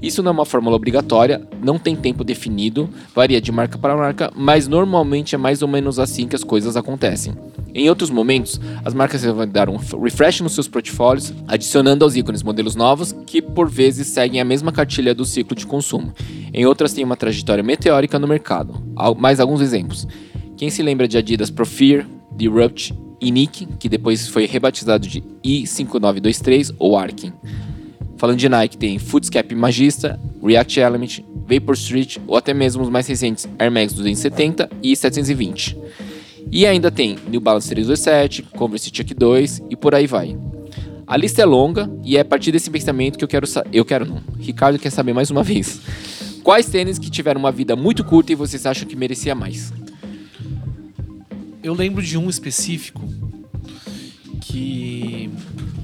S1: Isso não é uma fórmula obrigatória, não tem tempo definido, varia de marca para marca, mas normalmente é mais ou menos assim que as coisas acontecem. Em outros momentos, as marcas vão dar um refresh nos seus portfólios, adicionando aos ícones modelos novos que por vezes seguem a mesma cartilha do ciclo de consumo. Em outras tem uma trajetória meteórica no mercado. Al- Mais alguns exemplos. Quem se lembra de Adidas Profir, Disrupt e Nike, que depois foi rebatizado de I5923 ou Arkin. Falando de Nike, tem Footscap Magista, React Element, Vapor Street ou até mesmo os mais recentes Air Max 270 e 720. E ainda tem New Balance 327, Converse Chuck 2 e por aí vai. A lista é longa e é a partir desse pensamento que eu quero sa- eu quero não. Ricardo quer saber mais uma vez. Quais tênis que tiveram uma vida muito curta e vocês acham que merecia mais?
S5: Eu lembro de um específico que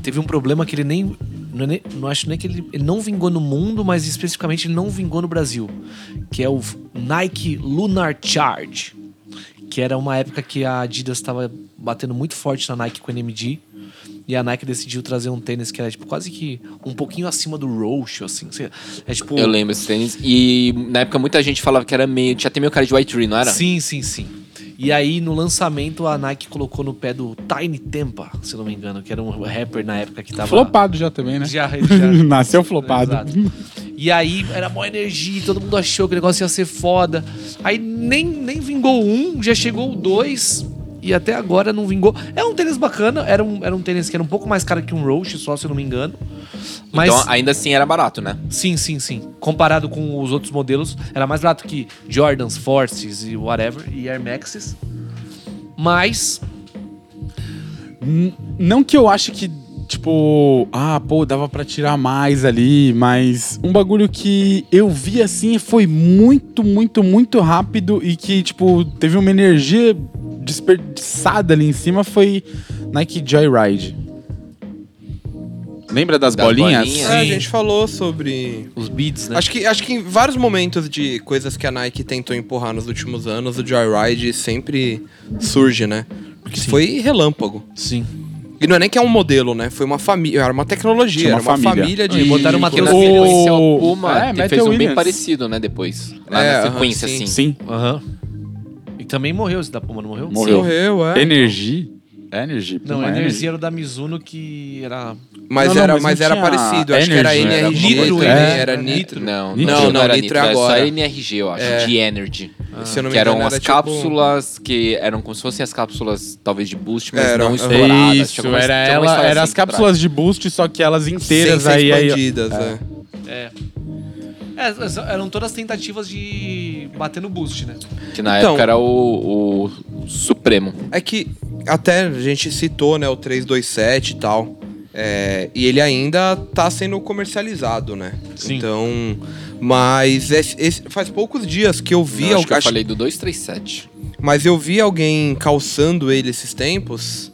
S5: teve um problema que ele nem. Não, é nem- não acho nem que ele, ele não vingou no mundo, mas especificamente ele não vingou no Brasil. Que é o Nike Lunar Charge. Que era uma época que a Adidas estava batendo muito forte na Nike com o NMD. E a Nike decidiu trazer um tênis que era tipo, quase que um pouquinho acima do Roche, assim. É tipo.
S1: Eu lembro esse tênis. E na época muita gente falava que era meio. Tinha até meio cara de White Tree, não era?
S5: Sim, sim, sim. E aí, no lançamento, a Nike colocou no pé do Tiny Tempa, se eu não me engano, que era um rapper na época que tava.
S2: Flopado já também,
S5: Tá
S2: né?
S5: Já, ele já-
S2: <laughs> Nasceu flopado.
S5: Exato. E aí, era boa energia, todo mundo achou que o negócio ia ser foda. Aí nem, nem vingou um, já chegou o dois. E até agora não vingou. É um tênis bacana, era um, era um tênis que era um pouco mais caro que um Roche, só se eu não me engano. Mas
S1: Então ainda assim era barato, né?
S5: Sim, sim, sim. Comparado com os outros modelos, era mais barato que Jordans, Forces e whatever, e Air Maxes. Mas,
S2: N- Não que eu ache que, tipo, ah, pô, dava pra tirar mais ali, mas um bagulho que eu vi assim foi muito, muito, muito rápido e que, tipo, teve uma energia desperdiçada ali em cima foi Nike Joyride. Lembra das,
S1: Das
S2: bolinhas?
S1: bolinhas.
S4: É, a
S5: Sim.
S4: gente falou sobre.
S5: os beats, né?
S4: Acho que, acho que em vários momentos de coisas que a Nike tentou empurrar nos últimos anos, o Joyride sempre surge, né? Porque foi relâmpago.
S5: Sim.
S4: E não é nem que é um modelo, né? Foi uma família. Era uma tecnologia,
S2: Tinha uma
S4: era uma família,
S2: família.
S4: de.
S5: E botaram uma
S1: Porque na
S5: O-
S1: sequência o Puma
S2: É,
S1: te-
S2: Matthew
S1: fez um bem
S2: Williams.
S1: parecido, né? Depois. Lá
S4: É,
S1: na
S4: aham,
S1: sequência,
S4: sim.
S1: assim.
S2: Sim.
S5: Aham. E também morreu esse da Puma, não morreu? é
S2: Morreu.
S4: Morreu, é.
S2: Energy. Energy.
S5: Não,
S2: Puma
S5: a
S2: Energy.
S5: energia era o da Mizuno que era.
S4: Mas
S2: Não, não,
S4: era,
S2: mas
S4: mas
S2: não
S4: era
S2: tinha
S4: parecido. Acho que era
S2: Energy,
S1: era
S4: NRG
S1: alguma
S4: também,
S1: coisa.
S5: É,
S4: era
S5: é
S4: Nitro.
S1: Não,
S2: Nitro.
S1: não, não era Nitro, era só
S4: agora.
S1: NRG, eu acho.
S4: É.
S1: De Energy.
S4: Se eu não me
S1: que eram
S4: engano,
S1: as
S4: era tipo-
S1: cápsulas que eram como se fossem as cápsulas, talvez, de boost, mas
S4: Era,
S1: não
S4: aham.
S1: exploradas. Tinha
S2: Isso,
S1: alguma-
S2: era
S1: tinha alguma
S2: ela,
S1: história assim
S2: era as
S1: por trás.
S2: cápsulas de boost, só que elas
S4: Sem
S2: inteiras
S4: ser
S2: aí, aí
S4: expandidas, é.
S5: É. É, s- eram todas tentativas de bater no boost, né?
S1: Que na
S4: Então-
S1: época era o, o Supremo.
S4: É que até a gente citou, né, o 327 e tal. é, e ele ainda tá sendo comercializado, né?
S5: Sim.
S4: Então. Mas esse- esse- faz poucos dias que eu vi.
S1: Não,
S4: al-
S1: acho que eu
S4: acho-
S1: falei do 237.
S4: Mas eu vi alguém calçando ele esses tempos.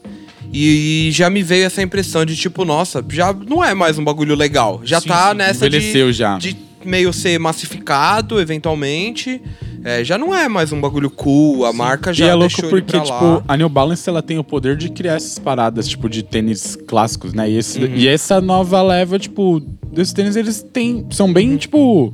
S4: E, já me veio essa impressão de tipo, nossa, já não é mais um bagulho legal. Já
S5: Sim,
S4: tá
S5: sim,
S4: nessa de-
S2: envelheceu já.
S4: de meio ser massificado, eventualmente. É, já não é mais um bagulho cool, a marca já
S2: e é louco
S4: deixou ele
S2: porque,
S4: pra
S2: tipo,
S4: lá.
S2: a New Balance ela tem o poder de criar essas paradas, tipo, de tênis clássicos, né? E, esse-
S4: Uhum.
S2: e essa nova leva, tipo, desses tênis, eles têm. São
S4: Uhum.
S2: bem, tipo.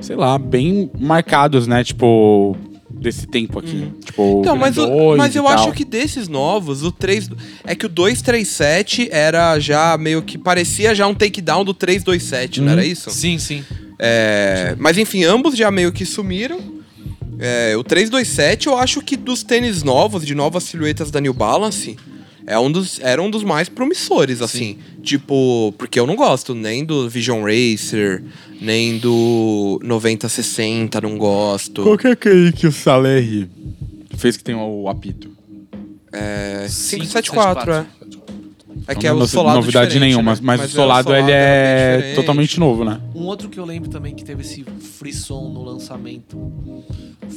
S2: Sei lá, bem marcados, né? Tipo. Desse tempo aqui. Tipo.
S4: Então, mas, o,
S2: grandões
S4: mas
S2: e
S4: eu
S2: tal.
S4: acho que desses novos, o 3. É que o 237 era já meio que. Parecia já um takedown do 327,
S2: Uhum.
S4: não era isso?
S5: Sim, sim.
S4: É, mas enfim, ambos já meio que sumiram. É, o 327, eu acho que dos tênis novos, de novas silhuetas da New Balance, é um dos, era um dos mais promissores, assim. Tipo, porque eu não gosto nem do Vision Racer, nem do 9060, não gosto.
S2: Qual que é que aí que o Saler fez que tem o apito?
S4: É, 574,
S5: 574,
S4: é. É que é
S2: Não
S4: o
S2: no-
S4: solado
S2: novidade
S4: diferente,
S2: nenhuma,
S4: né?
S2: mas,
S4: é
S2: o solado, ele
S4: bem
S2: é
S4: diferente.
S2: totalmente novo, né?
S5: Um outro que eu lembro também que teve esse frisson no lançamento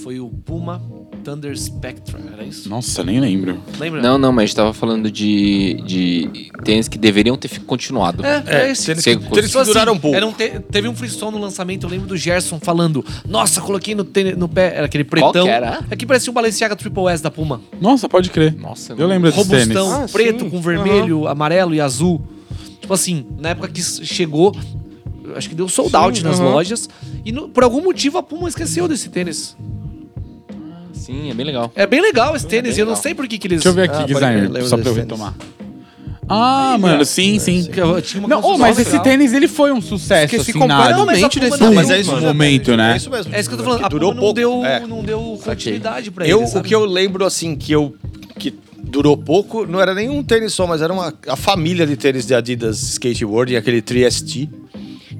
S5: foi o Puma Thunder Spectra, era isso?
S2: Nossa, nem lembro.
S5: Lembra?
S1: Não, não, mas a gente tava falando de, de tênis que deveriam ter fi- continuado.
S5: É, é, esse.
S1: tênis que-
S5: Então,
S1: tênis
S3: que duraram um pouco.
S5: era te- teve um frisson no lançamento, eu lembro do Gerson falando: Nossa, coloquei no, tênis- no pé, era aquele
S1: Qual
S5: pretão.
S1: que era?
S5: É que parecia um Balenciaga Triple S da Puma.
S2: Nossa, pode crer.
S1: Nossa,
S2: eu lembro desses tênis.
S5: Robustão,
S4: Ah,
S5: preto
S4: sim.
S5: com vermelho, amarelo e azul. Tipo assim, na época que s- chegou, acho que deu sold out nas lojas. E no- por algum motivo a Puma esqueceu desse tênis.
S1: Sim, é bem legal.
S5: É bem legal esse tênis,
S1: bem
S5: eu não
S1: legal.
S5: sei por que, que eles.
S2: Deixa eu ver aqui,
S3: Ah, pode crer,
S2: designer,
S3: lembro
S2: só pra eu
S3: desse
S2: retomar. Ah, mano, sim, sim.
S5: Eu tinha uma
S2: Não, oh,
S5: construção
S2: mas esse
S5: legal.
S2: tênis ele foi um sucesso,
S4: Esqueci
S2: assim, na...
S5: Não, mas a Puma
S4: completamente desse
S5: não-
S4: tênis.
S5: Mas é
S2: isso mesmo. momento, né?
S3: É isso mesmo.
S5: É isso que eu tô falando. A Puma não deu,
S3: É.
S5: não deu continuidade pra né?
S3: eu,
S5: ele.
S3: o
S5: sabe?
S3: que eu lembro, assim, que eu. que durou pouco, não era nem um tênis só, mas era uma, a família de tênis de Adidas Skateboard, aquele 3ST,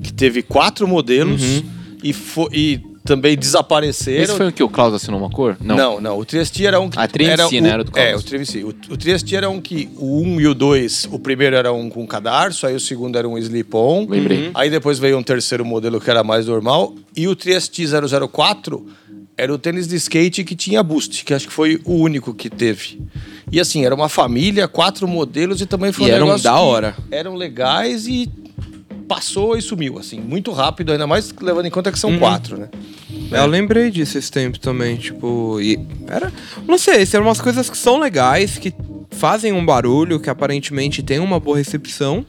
S3: que teve quatro modelos
S5: Uhum.
S3: e, fo- e também desapareceram.
S1: Esse foi o que o Klaus assinou uma cor?
S3: Não. não, o 3T era um que.
S1: Ah, 3ST,
S3: era
S1: né? Era do
S3: o, É, o
S1: Carlos.
S3: 3ST. O, o 3ST era um que. O 1 e o 2, o primeiro era um com cadarço, aí o segundo era um slip-on.
S1: Lembrei.
S3: Aí depois veio um terceiro modelo que era mais normal. E o 3ST 004 era o tênis de skate que tinha boost, que acho que foi o único que teve. E assim, era uma família, quatro modelos e também foi
S4: E
S3: um
S4: eram
S3: negócio
S4: da
S3: que
S4: hora.
S3: Eram legais e passou e sumiu, assim, muito rápido, ainda mais levando em conta que são quatro, né?
S4: É, Eu lembrei disso esse tempo também, tipo, e era, não sei, isso eram umas coisas que são legais, que fazem um barulho, que aparentemente tem uma boa recepção,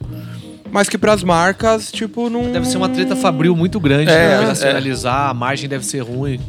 S4: mas que pras marcas, tipo, não
S5: Deve ser uma treta fabril muito grande né?
S3: É,
S5: pra
S3: é.
S5: nacionalizar, a margem deve ser ruim.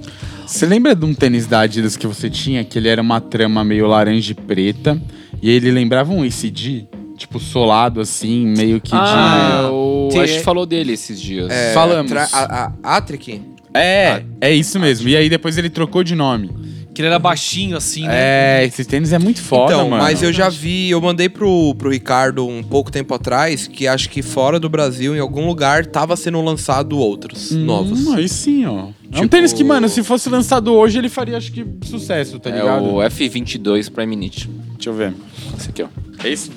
S2: Você lembra de um tênis da Adidas que você tinha, que ele era uma trama meio laranja e preta, e ele lembrava um ACD, tipo, solado assim, meio que
S5: Ah,
S1: Ah, o...
S5: Sim,
S1: acho
S5: é-
S1: que falou dele esses dias.
S2: de...
S4: É,
S2: Falamos.
S4: tra- a, a Atric?
S2: É, é isso mesmo. E aí depois ele trocou de nome.
S5: Que ele era baixinho assim, né?
S2: É, esse tênis é muito foda,
S4: então,
S2: mano.
S4: mas eu já vi, eu mandei pro, pro Ricardo um pouco tempo atrás, que acho que fora do Brasil, em algum lugar, tava sendo lançado outros,
S2: Hum,
S4: novos.
S2: Aí sim, ó. É um
S4: Tipo-
S2: tênis que, mano, se fosse lançado hoje, ele faria, acho que, sucesso, tá
S1: É
S2: ligado?
S1: o F22 Prime Niche.
S2: Deixa eu ver.
S1: Esse aqui, ó.
S2: Esse...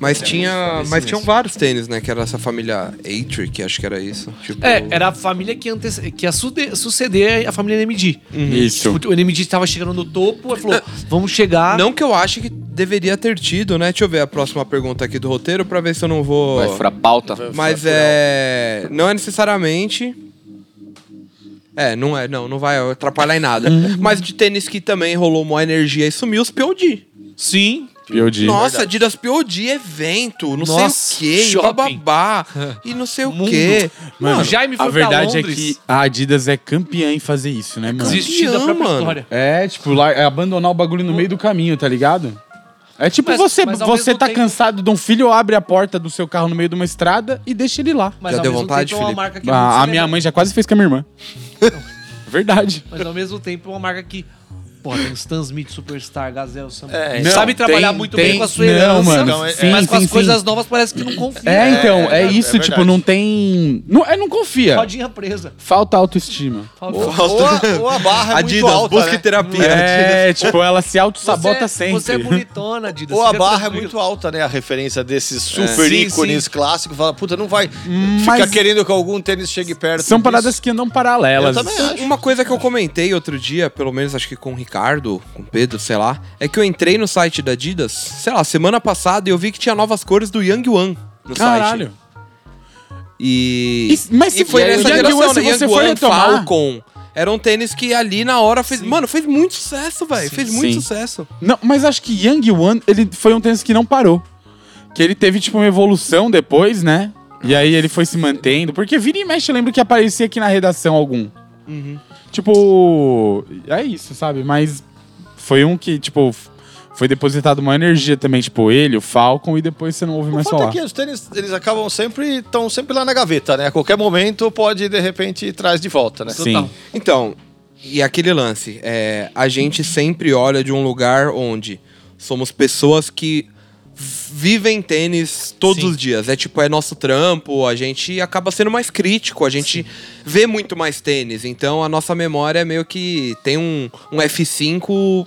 S4: Mas tinha,
S5: esse
S4: mas
S5: É, mesmo.
S4: tinham vários tênis, né, que era essa família Atric, acho que era isso. Tipo,
S5: É, era a família que, ante... que ia sude- suceder a família NMD.
S2: Uhum. Isso.
S5: Tipo, o NMD tava chegando no topo, ele
S2: <laughs>
S5: falou: vamos chegar.
S4: Não que eu ache que deveria ter tido, né? Deixa eu ver a próxima pergunta aqui do roteiro pra ver se eu não vou.
S1: Vai furar pauta.
S4: Mas é. Não é necessariamente. É, não é, não, não vai atrapalhar em nada. Mas de tênis que também rolou uma energia e sumiu os POD.
S5: Sim.
S2: POD.
S4: Nossa, Adidas POD, evento, não
S5: Nossa,
S4: sei o quê, e
S5: shopping.
S4: bababá, e não sei o
S5: Mundo.
S4: quê.
S5: Mano,
S2: Mano,
S5: Jaime foi
S2: a verdade
S5: pra
S2: é
S5: Londres.
S2: que a Adidas é campeã em fazer isso, né, mano?
S5: desistir da
S4: Campeão,
S5: própria
S4: mano.
S5: história.
S2: É, tipo, lá, é abandonar o bagulho no meio do caminho, tá ligado? É tipo
S5: Mas-
S2: você,
S5: mas ao
S2: você
S5: mesmo
S2: tá
S5: tempo-
S2: cansado de um filho, abre a porta do seu carro no meio de uma estrada e deixa ele lá. Ah,
S5: Mas
S4: Já
S5: ao
S4: deu
S5: mesmo
S4: vontade,
S5: tempo, é uma
S4: Felipe?
S5: marca que não
S2: A, a
S5: celebra.
S2: minha mãe já quase fez com a minha irmã. Verdade.
S5: Mas ao mesmo tempo é uma marca que. Porra, tem Stan Smith, Superstar, Gazelle, Samba.
S3: É,
S2: Não,
S5: sabe trabalhar
S2: tem-
S5: muito
S2: tem-
S5: bem com a sua
S2: não,
S5: herança,
S2: mano,
S5: mas
S2: sim,
S5: com as
S2: sim,
S5: coisas novas parece que não confia.
S2: É, então, é,
S3: é
S2: isso,
S3: verdade.
S2: tipo, não tem. Não, é, não confia.
S5: Rodinha presa.
S2: Falta autoestima.
S5: Falta-
S3: Ou a, ou a barra
S4: <laughs>
S3: é
S4: Adidas,
S3: muito alta,
S4: busque
S3: né?
S4: terapia.
S2: É, tipo, ela se auto-sabota
S5: Você-
S2: sempre.
S5: Você é bonitona, Dida.
S3: Ou a barra é muito alta, né? A referência desses super
S5: Sim,
S3: ícones clássicos. Fala, puta, não vai ficar
S2: Mas-
S3: querendo que algum tênis chegue perto.
S2: São
S3: disso.
S2: paradas que andam paralelas.
S3: Eu também acho.
S4: Uma coisa que eu comentei outro dia, pelo menos acho que com o Ricardo, com o Pedro, sei lá, é que eu entrei no site da Adidas, sei lá, semana passada e eu vi que tinha novas cores do Yang Yuan no site.
S2: Caralho.
S4: E,
S2: E- mas se
S4: e foi
S2: for
S4: nessa
S2: Yang
S4: geração,
S2: Yuan, se
S4: né? Yang
S2: você for
S4: Yuan,
S2: retomar-
S4: Falcon. Eram tênis que ali na hora fez. Mano, fez muito sucesso, velho. Fez muito
S2: Sim.
S4: sucesso.
S2: Não, mas acho que Yang Wan, ele foi um tênis que não parou. Que ele teve, tipo, uma evolução depois, né? E aí ele foi se mantendo. Porque vira e mexe, eu lembro que aparecia aqui na redação algum.
S3: Uhum.
S2: Tipo, é isso, sabe? Mas foi um que, tipo, f- foi depositado uma energia também. Tipo, ele, o Falcon, e depois você não ouve
S3: O
S2: mais
S3: fato
S2: falar.
S3: é que os tênis, eles acabam sempre, estão sempre lá na gaveta, né? A qualquer momento pode, de repente, traz de volta, né?
S2: Sim.
S4: Então, e aquele lance, é, a gente sempre olha de um lugar onde somos pessoas que vivem tênis todos
S5: Sim.
S4: os dias. É tipo, é nosso trampo, a gente acaba sendo mais crítico, a gente vê muito mais tênis. Então a nossa memória é meio que tem um, um F5.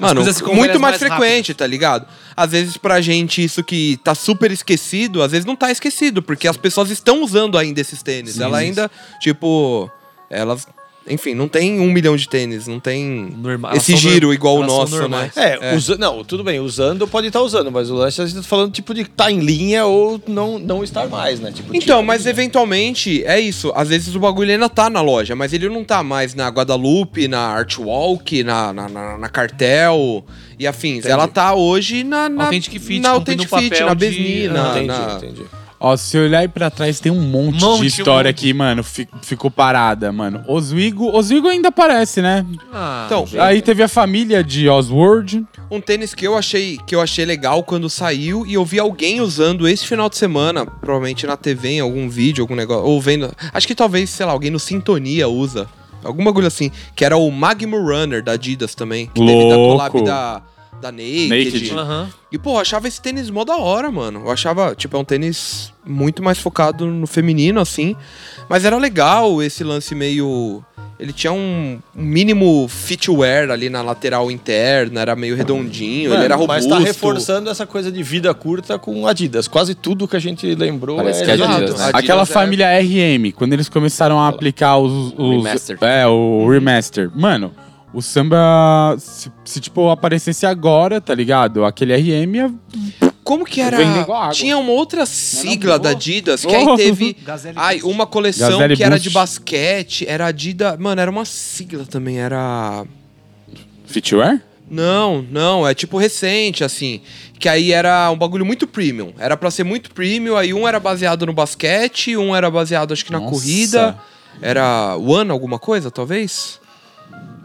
S4: Mano,
S5: coisas ficam
S4: muito
S5: velhas
S4: mais,
S5: mais
S4: frequente, tá ligado? Às vezes pra gente isso que tá super esquecido, às vezes não tá esquecido, porque as pessoas estão usando ainda esses tênis. Ela ainda, tipo, elas, enfim, não tem um milhão de tênis, não tem
S5: Normal, elas
S4: esse
S5: são nor-
S4: giro igual o
S5: elas são
S4: nosso, né?
S5: normais.
S3: É, usa- não, tudo bem, usando pode estar usando, mas o lance a gente tá falando tipo de estar em linha ou não, não estar mais, né? Tipo,
S4: Então,
S3: tipo,
S4: mas eventualmente é isso. Às vezes o bagulho ainda tá na loja, mas ele não tá mais na Guadalupe, na Artwalk, na, na, na- na Cartel e afins. Ela tá hoje na, na
S5: Authentic Fit,
S4: na
S5: cumprindo
S4: Authentic
S5: um
S4: Fit,
S5: papel
S4: na
S5: de-
S4: Besni,
S5: Ah,
S4: na,
S3: entendi,
S4: na-
S3: entendi.
S2: Ó, se olhar aí pra trás, tem um monte,
S5: Monte,
S2: de história
S5: um monte.
S2: aqui, mano. fi- ficou parada, mano. Oswego, Oswego ainda aparece, né?
S5: Ah,
S4: Então,
S2: Aí teve a família de Oswald.
S4: um tênis que eu achei que eu achei legal quando saiu e eu vi alguém usando esse final de semana, provavelmente na TV, em algum vídeo, algum negócio, ou vendo. Acho que talvez, sei lá, alguém no Sintonia usa. Alguma agulha assim, que era o Magnum Runner da Adidas também, que teve da collab
S2: Louco.
S4: da, da Naked.
S2: Naked.
S5: aham.
S4: E, pô, eu achava esse tênis mó da hora, mano. Eu achava, tipo, é um tênis muito mais focado no feminino, assim. Mas era legal esse lance meio. Ele tinha um um mínimo fitwear ali na lateral interna, era meio redondinho, ele era
S3: Mas
S4: robusto.
S3: tá reforçando essa coisa de vida curta com Adidas. Quase tudo que a gente lembrou
S1: Parece
S3: é
S1: que é
S3: Adidas.
S1: Adidas, né?
S4: Adidas
S2: Aquela
S4: é-
S2: família RM, quando eles começaram a aplicar os. os
S1: Remaster.
S2: É, o remaster. Mano, o samba. Se, se, tipo, aparecesse agora, tá ligado? Aquele RM é.
S4: Como que era?
S2: Vende igual água.
S4: Tinha uma outra sigla
S2: pegou?
S4: da Adidas, que aí
S2: Oh.
S4: teve.
S5: Gazelle
S4: Ai,
S5: Boost.
S4: uma coleção
S2: Gazelle
S4: que era
S2: Boost.
S4: de basquete, era Adidas. Mano, era uma sigla também, era.
S2: Fitwear?
S4: Não, não, é tipo recente, assim. Que aí era um bagulho muito premium. Era pra ser muito premium, aí um era baseado no basquete, um era baseado, acho que na
S2: Nossa.
S4: corrida. Era One alguma coisa, talvez?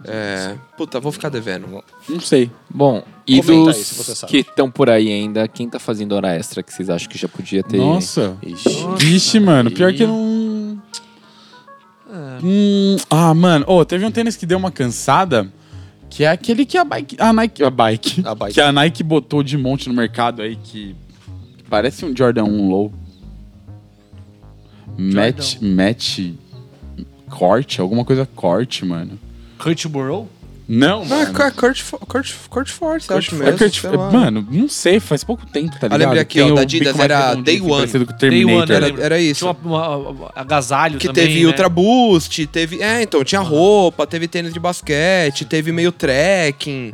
S4: É. Puta, vou ficar devendo.
S2: Não sei.
S1: Bom, e
S3: Comenta
S1: dos
S3: aí, se você sabe.
S1: que estão por aí ainda, quem tá fazendo hora extra que vocês acham que já podia ter?
S2: Nossa.
S3: Ixi.
S2: Vixe, mano, pior que eu não.
S4: É.
S2: Hum, ah, mano. Ô, teve um tênis que deu uma cansada. Que é aquele que a bike. A Nike. A bike.
S3: A bike.
S2: Que a Nike botou de monte no mercado aí que. Parece um Jordan 1 Low. Match. Match. Corte? Alguma coisa corte, mano.
S5: Kurt Burrow?
S2: Não,
S4: Não, é
S2: mano.
S4: Cur- Kurt, Fo- Kurt, Kurt Force, acho
S2: É
S4: mesmo.
S2: Kurt-
S4: sei lá.
S2: mano, não sei, faz pouco tempo, tá
S4: Eu
S2: ligado?
S4: lembrei aqui, ó,
S2: Tem
S4: da
S2: o
S4: Adidas
S2: bico mais
S4: era
S2: redondinho,
S4: Day
S2: que é um
S4: One.
S2: parecido com o
S5: Day
S2: Terminator.
S5: One, eu
S4: era-
S5: lembro.
S4: era isso.
S5: Tinha uma, uma- uma- agasalho
S4: Que
S5: também,
S4: teve
S5: né?
S4: Ultra Boost, teve. É, então, tinha roupa, teve tênis de basquete, teve meio trekking.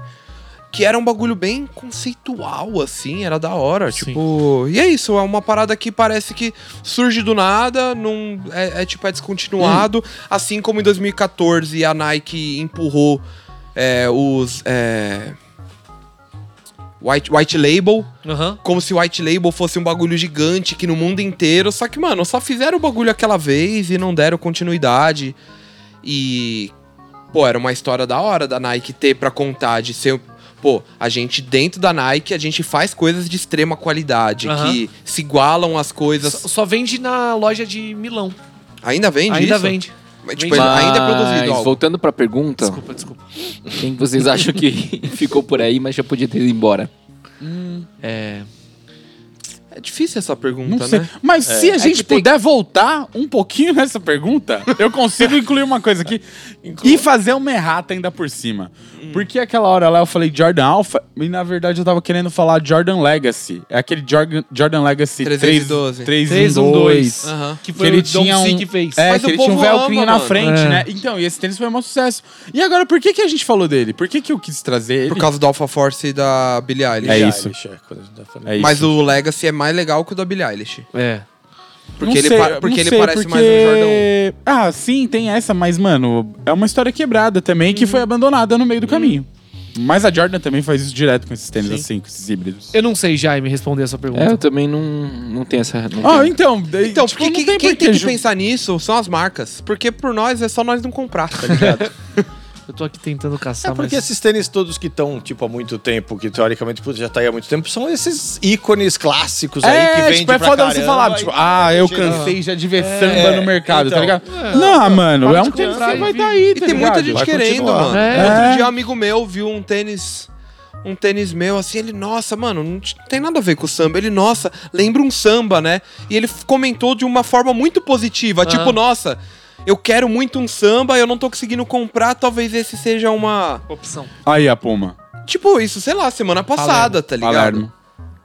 S4: Que era um bagulho bem conceitual, assim, era da hora.
S5: Sim.
S4: Tipo. E é isso, é uma parada que parece que surge do nada, não, é, é, tipo, é descontinuado.
S5: Hum.
S4: Assim como em 2014 a Nike empurrou é, os. é, White, white Label,
S5: Aham.
S4: como se White Label fosse um bagulho gigante que no mundo inteiro. Só que, mano, só fizeram o bagulho aquela vez e não deram continuidade. E. Pô, era uma história da hora da Nike ter pra contar de ser. Pô, a gente dentro da Nike, a gente faz coisas de extrema qualidade,
S5: Aham.
S4: que se igualam às coisas.
S5: Só, só vende na loja de Milão.
S4: Ainda vende
S5: Ainda
S4: isso?
S5: vende.
S4: Mas, tipo,
S5: Vende.
S4: ainda é
S1: Mas,
S4: produzido. ó.
S1: voltando pra pergunta,
S5: Desculpa, desculpa.
S1: quem que vocês acham que ficou por aí, mas já podia ter ido embora?
S5: É.
S4: É difícil essa pergunta,
S2: Não sei.
S4: né?
S2: Mas se a gente
S1: que tem-
S2: puder voltar um pouquinho <laughs> nessa pergunta, eu consigo
S4: <laughs>
S2: incluir uma coisa aqui e fazer uma errata ainda por cima.
S4: Hum.
S2: Porque aquela hora lá eu falei Jordan Alpha e na verdade eu tava querendo falar Jordan Legacy. É aquele Jordan, Jordan Legacy
S4: 312.
S2: 312.
S4: Aham.
S5: um, Que
S2: Que
S5: foi
S2: ele
S5: o Dom
S2: tinha um,
S5: que fez.
S2: É,
S4: Mas
S2: que
S4: o
S2: ele tinha um
S4: povo
S2: velcrinho
S4: ama,
S2: na
S4: mano.
S2: frente,
S5: É.
S2: né? Então, e esse tênis foi um maior sucesso. E agora, por que, que a gente falou dele? Por que, que eu quis trazer ele?
S4: Por causa do Alpha Force e da Billie Eilish.
S2: É
S3: Já,
S2: isso.
S3: Alex, é, quando a gente tá falando.
S2: É isso.
S4: Mas o Legacy é mais legal que o da Billie Eilish.
S5: É.
S4: Porque
S2: Não
S4: ele,
S2: sei,
S4: pa- porque
S2: não
S4: ele
S2: sei,
S4: parece mais um
S2: porque-
S4: Jordan 1.
S2: Ah, sim, tem essa, mas, mano, é uma história quebrada também que foi abandonada no meio do caminho. Mas a Jordan também faz isso direto com esses tênis assim, com esses híbridos.
S5: Eu não sei, Jaime, responder essa pergunta.
S1: É, eu também não, não tenho essa. Não
S2: Ah,
S1: tenho.
S2: então,
S4: Então,
S2: tipo,
S4: porque
S2: não
S4: quem
S2: tem
S4: quem tem,
S2: por que
S4: que
S2: ju-
S4: pensar nisso são as marcas. Porque por nós é só nós não comprar, tá ligado?
S2: <laughs>
S5: Eu tô aqui tentando
S3: É
S2: Tá,
S5: caçar,
S3: porque
S5: mas...
S3: esses tênis todos que estão, tipo, há muito tempo, que teoricamente putz, já tá aí há muito tempo, são esses ícones clássicos aí que
S2: É,
S3: vende
S2: tipo, é
S3: pra
S2: foda você
S3: caramba
S2: falar,
S3: e-
S2: tipo, ah, eu
S3: Chega-
S2: cansei já de ver samba no mercado, tá
S3: então.
S2: ligado? não, mano, é um
S5: de
S2: tênis que
S5: comprar e
S2: vai
S5: vir.
S2: estar aí,
S4: e
S2: tá
S4: tem muita
S2: ligado?
S4: gente
S3: Vai
S4: querendo,
S3: continuar.
S4: mano.
S5: É.
S4: Outro dia um amigo meu viu um tênis. Um tênis meu, assim, ele, nossa, mano, não t- tem nada a ver com o samba. Ele, nossa, lembra um samba, né? E ele f- comentou de uma forma muito
S2: Ah.
S4: positiva, tipo, nossa, eu quero muito um samba, eu não tô conseguindo comprar, talvez esse seja uma.
S5: Opção.
S2: Aí a Puma.
S4: Tipo, isso, sei lá, semana passada, tá ligado?
S2: Alarme.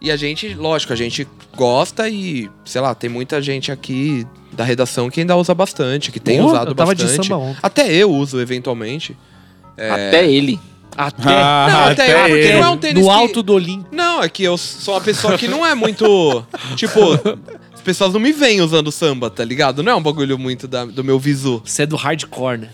S4: E a gente, lógico, a gente gosta e, sei lá, tem muita gente aqui da redação que ainda usa bastante, que tem
S5: Porra,
S4: usado
S5: eu tava de
S4: bastante.
S5: samba ontem.
S4: Até eu uso, eventualmente.
S1: Até ele.
S2: Ah,
S5: Até...
S4: Não, Ah, até, eu, porque
S2: ele.
S4: não é um tênis
S5: no
S4: que-
S5: alto do Olimpo.
S4: Não, é que eu sou uma pessoa que não
S5: <laughs>
S4: é muito... tipo, as pessoas não me veem usando samba, tá ligado? Não é um bagulho muito da- do meu visu.
S5: Você é do hardcore, né?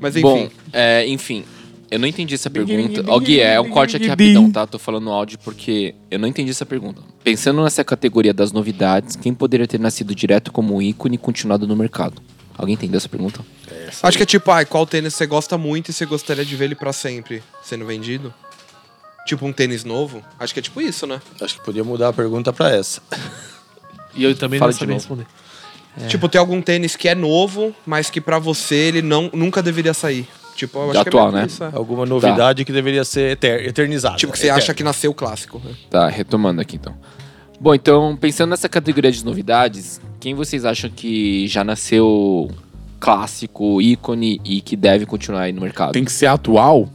S4: Mas enfim.
S1: Bom, é, enfim, eu não entendi essa pergunta. Ó, Gui, é um corte aqui rapidão, tá? Tô falando áudio porque eu não entendi essa pergunta. Pensando nessa categoria das novidades, quem poderia ter nascido direto como um ícone e continuado no mercado? Alguém entendeu essa pergunta?
S4: Acho que é tipo, ai, qual tênis você gosta muito e você gostaria de ver ele pra sempre sendo vendido? Tipo um tênis novo? Acho que é tipo isso, né?
S3: Acho que podia mudar a pergunta pra essa.
S5: E eu também
S1: Fala
S5: não
S1: de
S5: sabia
S1: novo.
S5: responder.
S4: Tipo, tem algum tênis que é novo, mas que pra você ele não, nunca deveria sair. Tipo, eu acho
S1: atual,
S4: que é meio
S1: né?
S4: que isso, é.
S2: Tá.
S3: Alguma novidade que deveria ser eter- eternizada.
S4: Tipo, que você acha que nasceu o clássico. né?
S1: Tá, retomando aqui então. Bom, então, pensando nessa categoria de novidades, quem vocês acham que já nasceu clássico, ícone e que deve continuar aí no mercado?
S2: Tem que ser atual?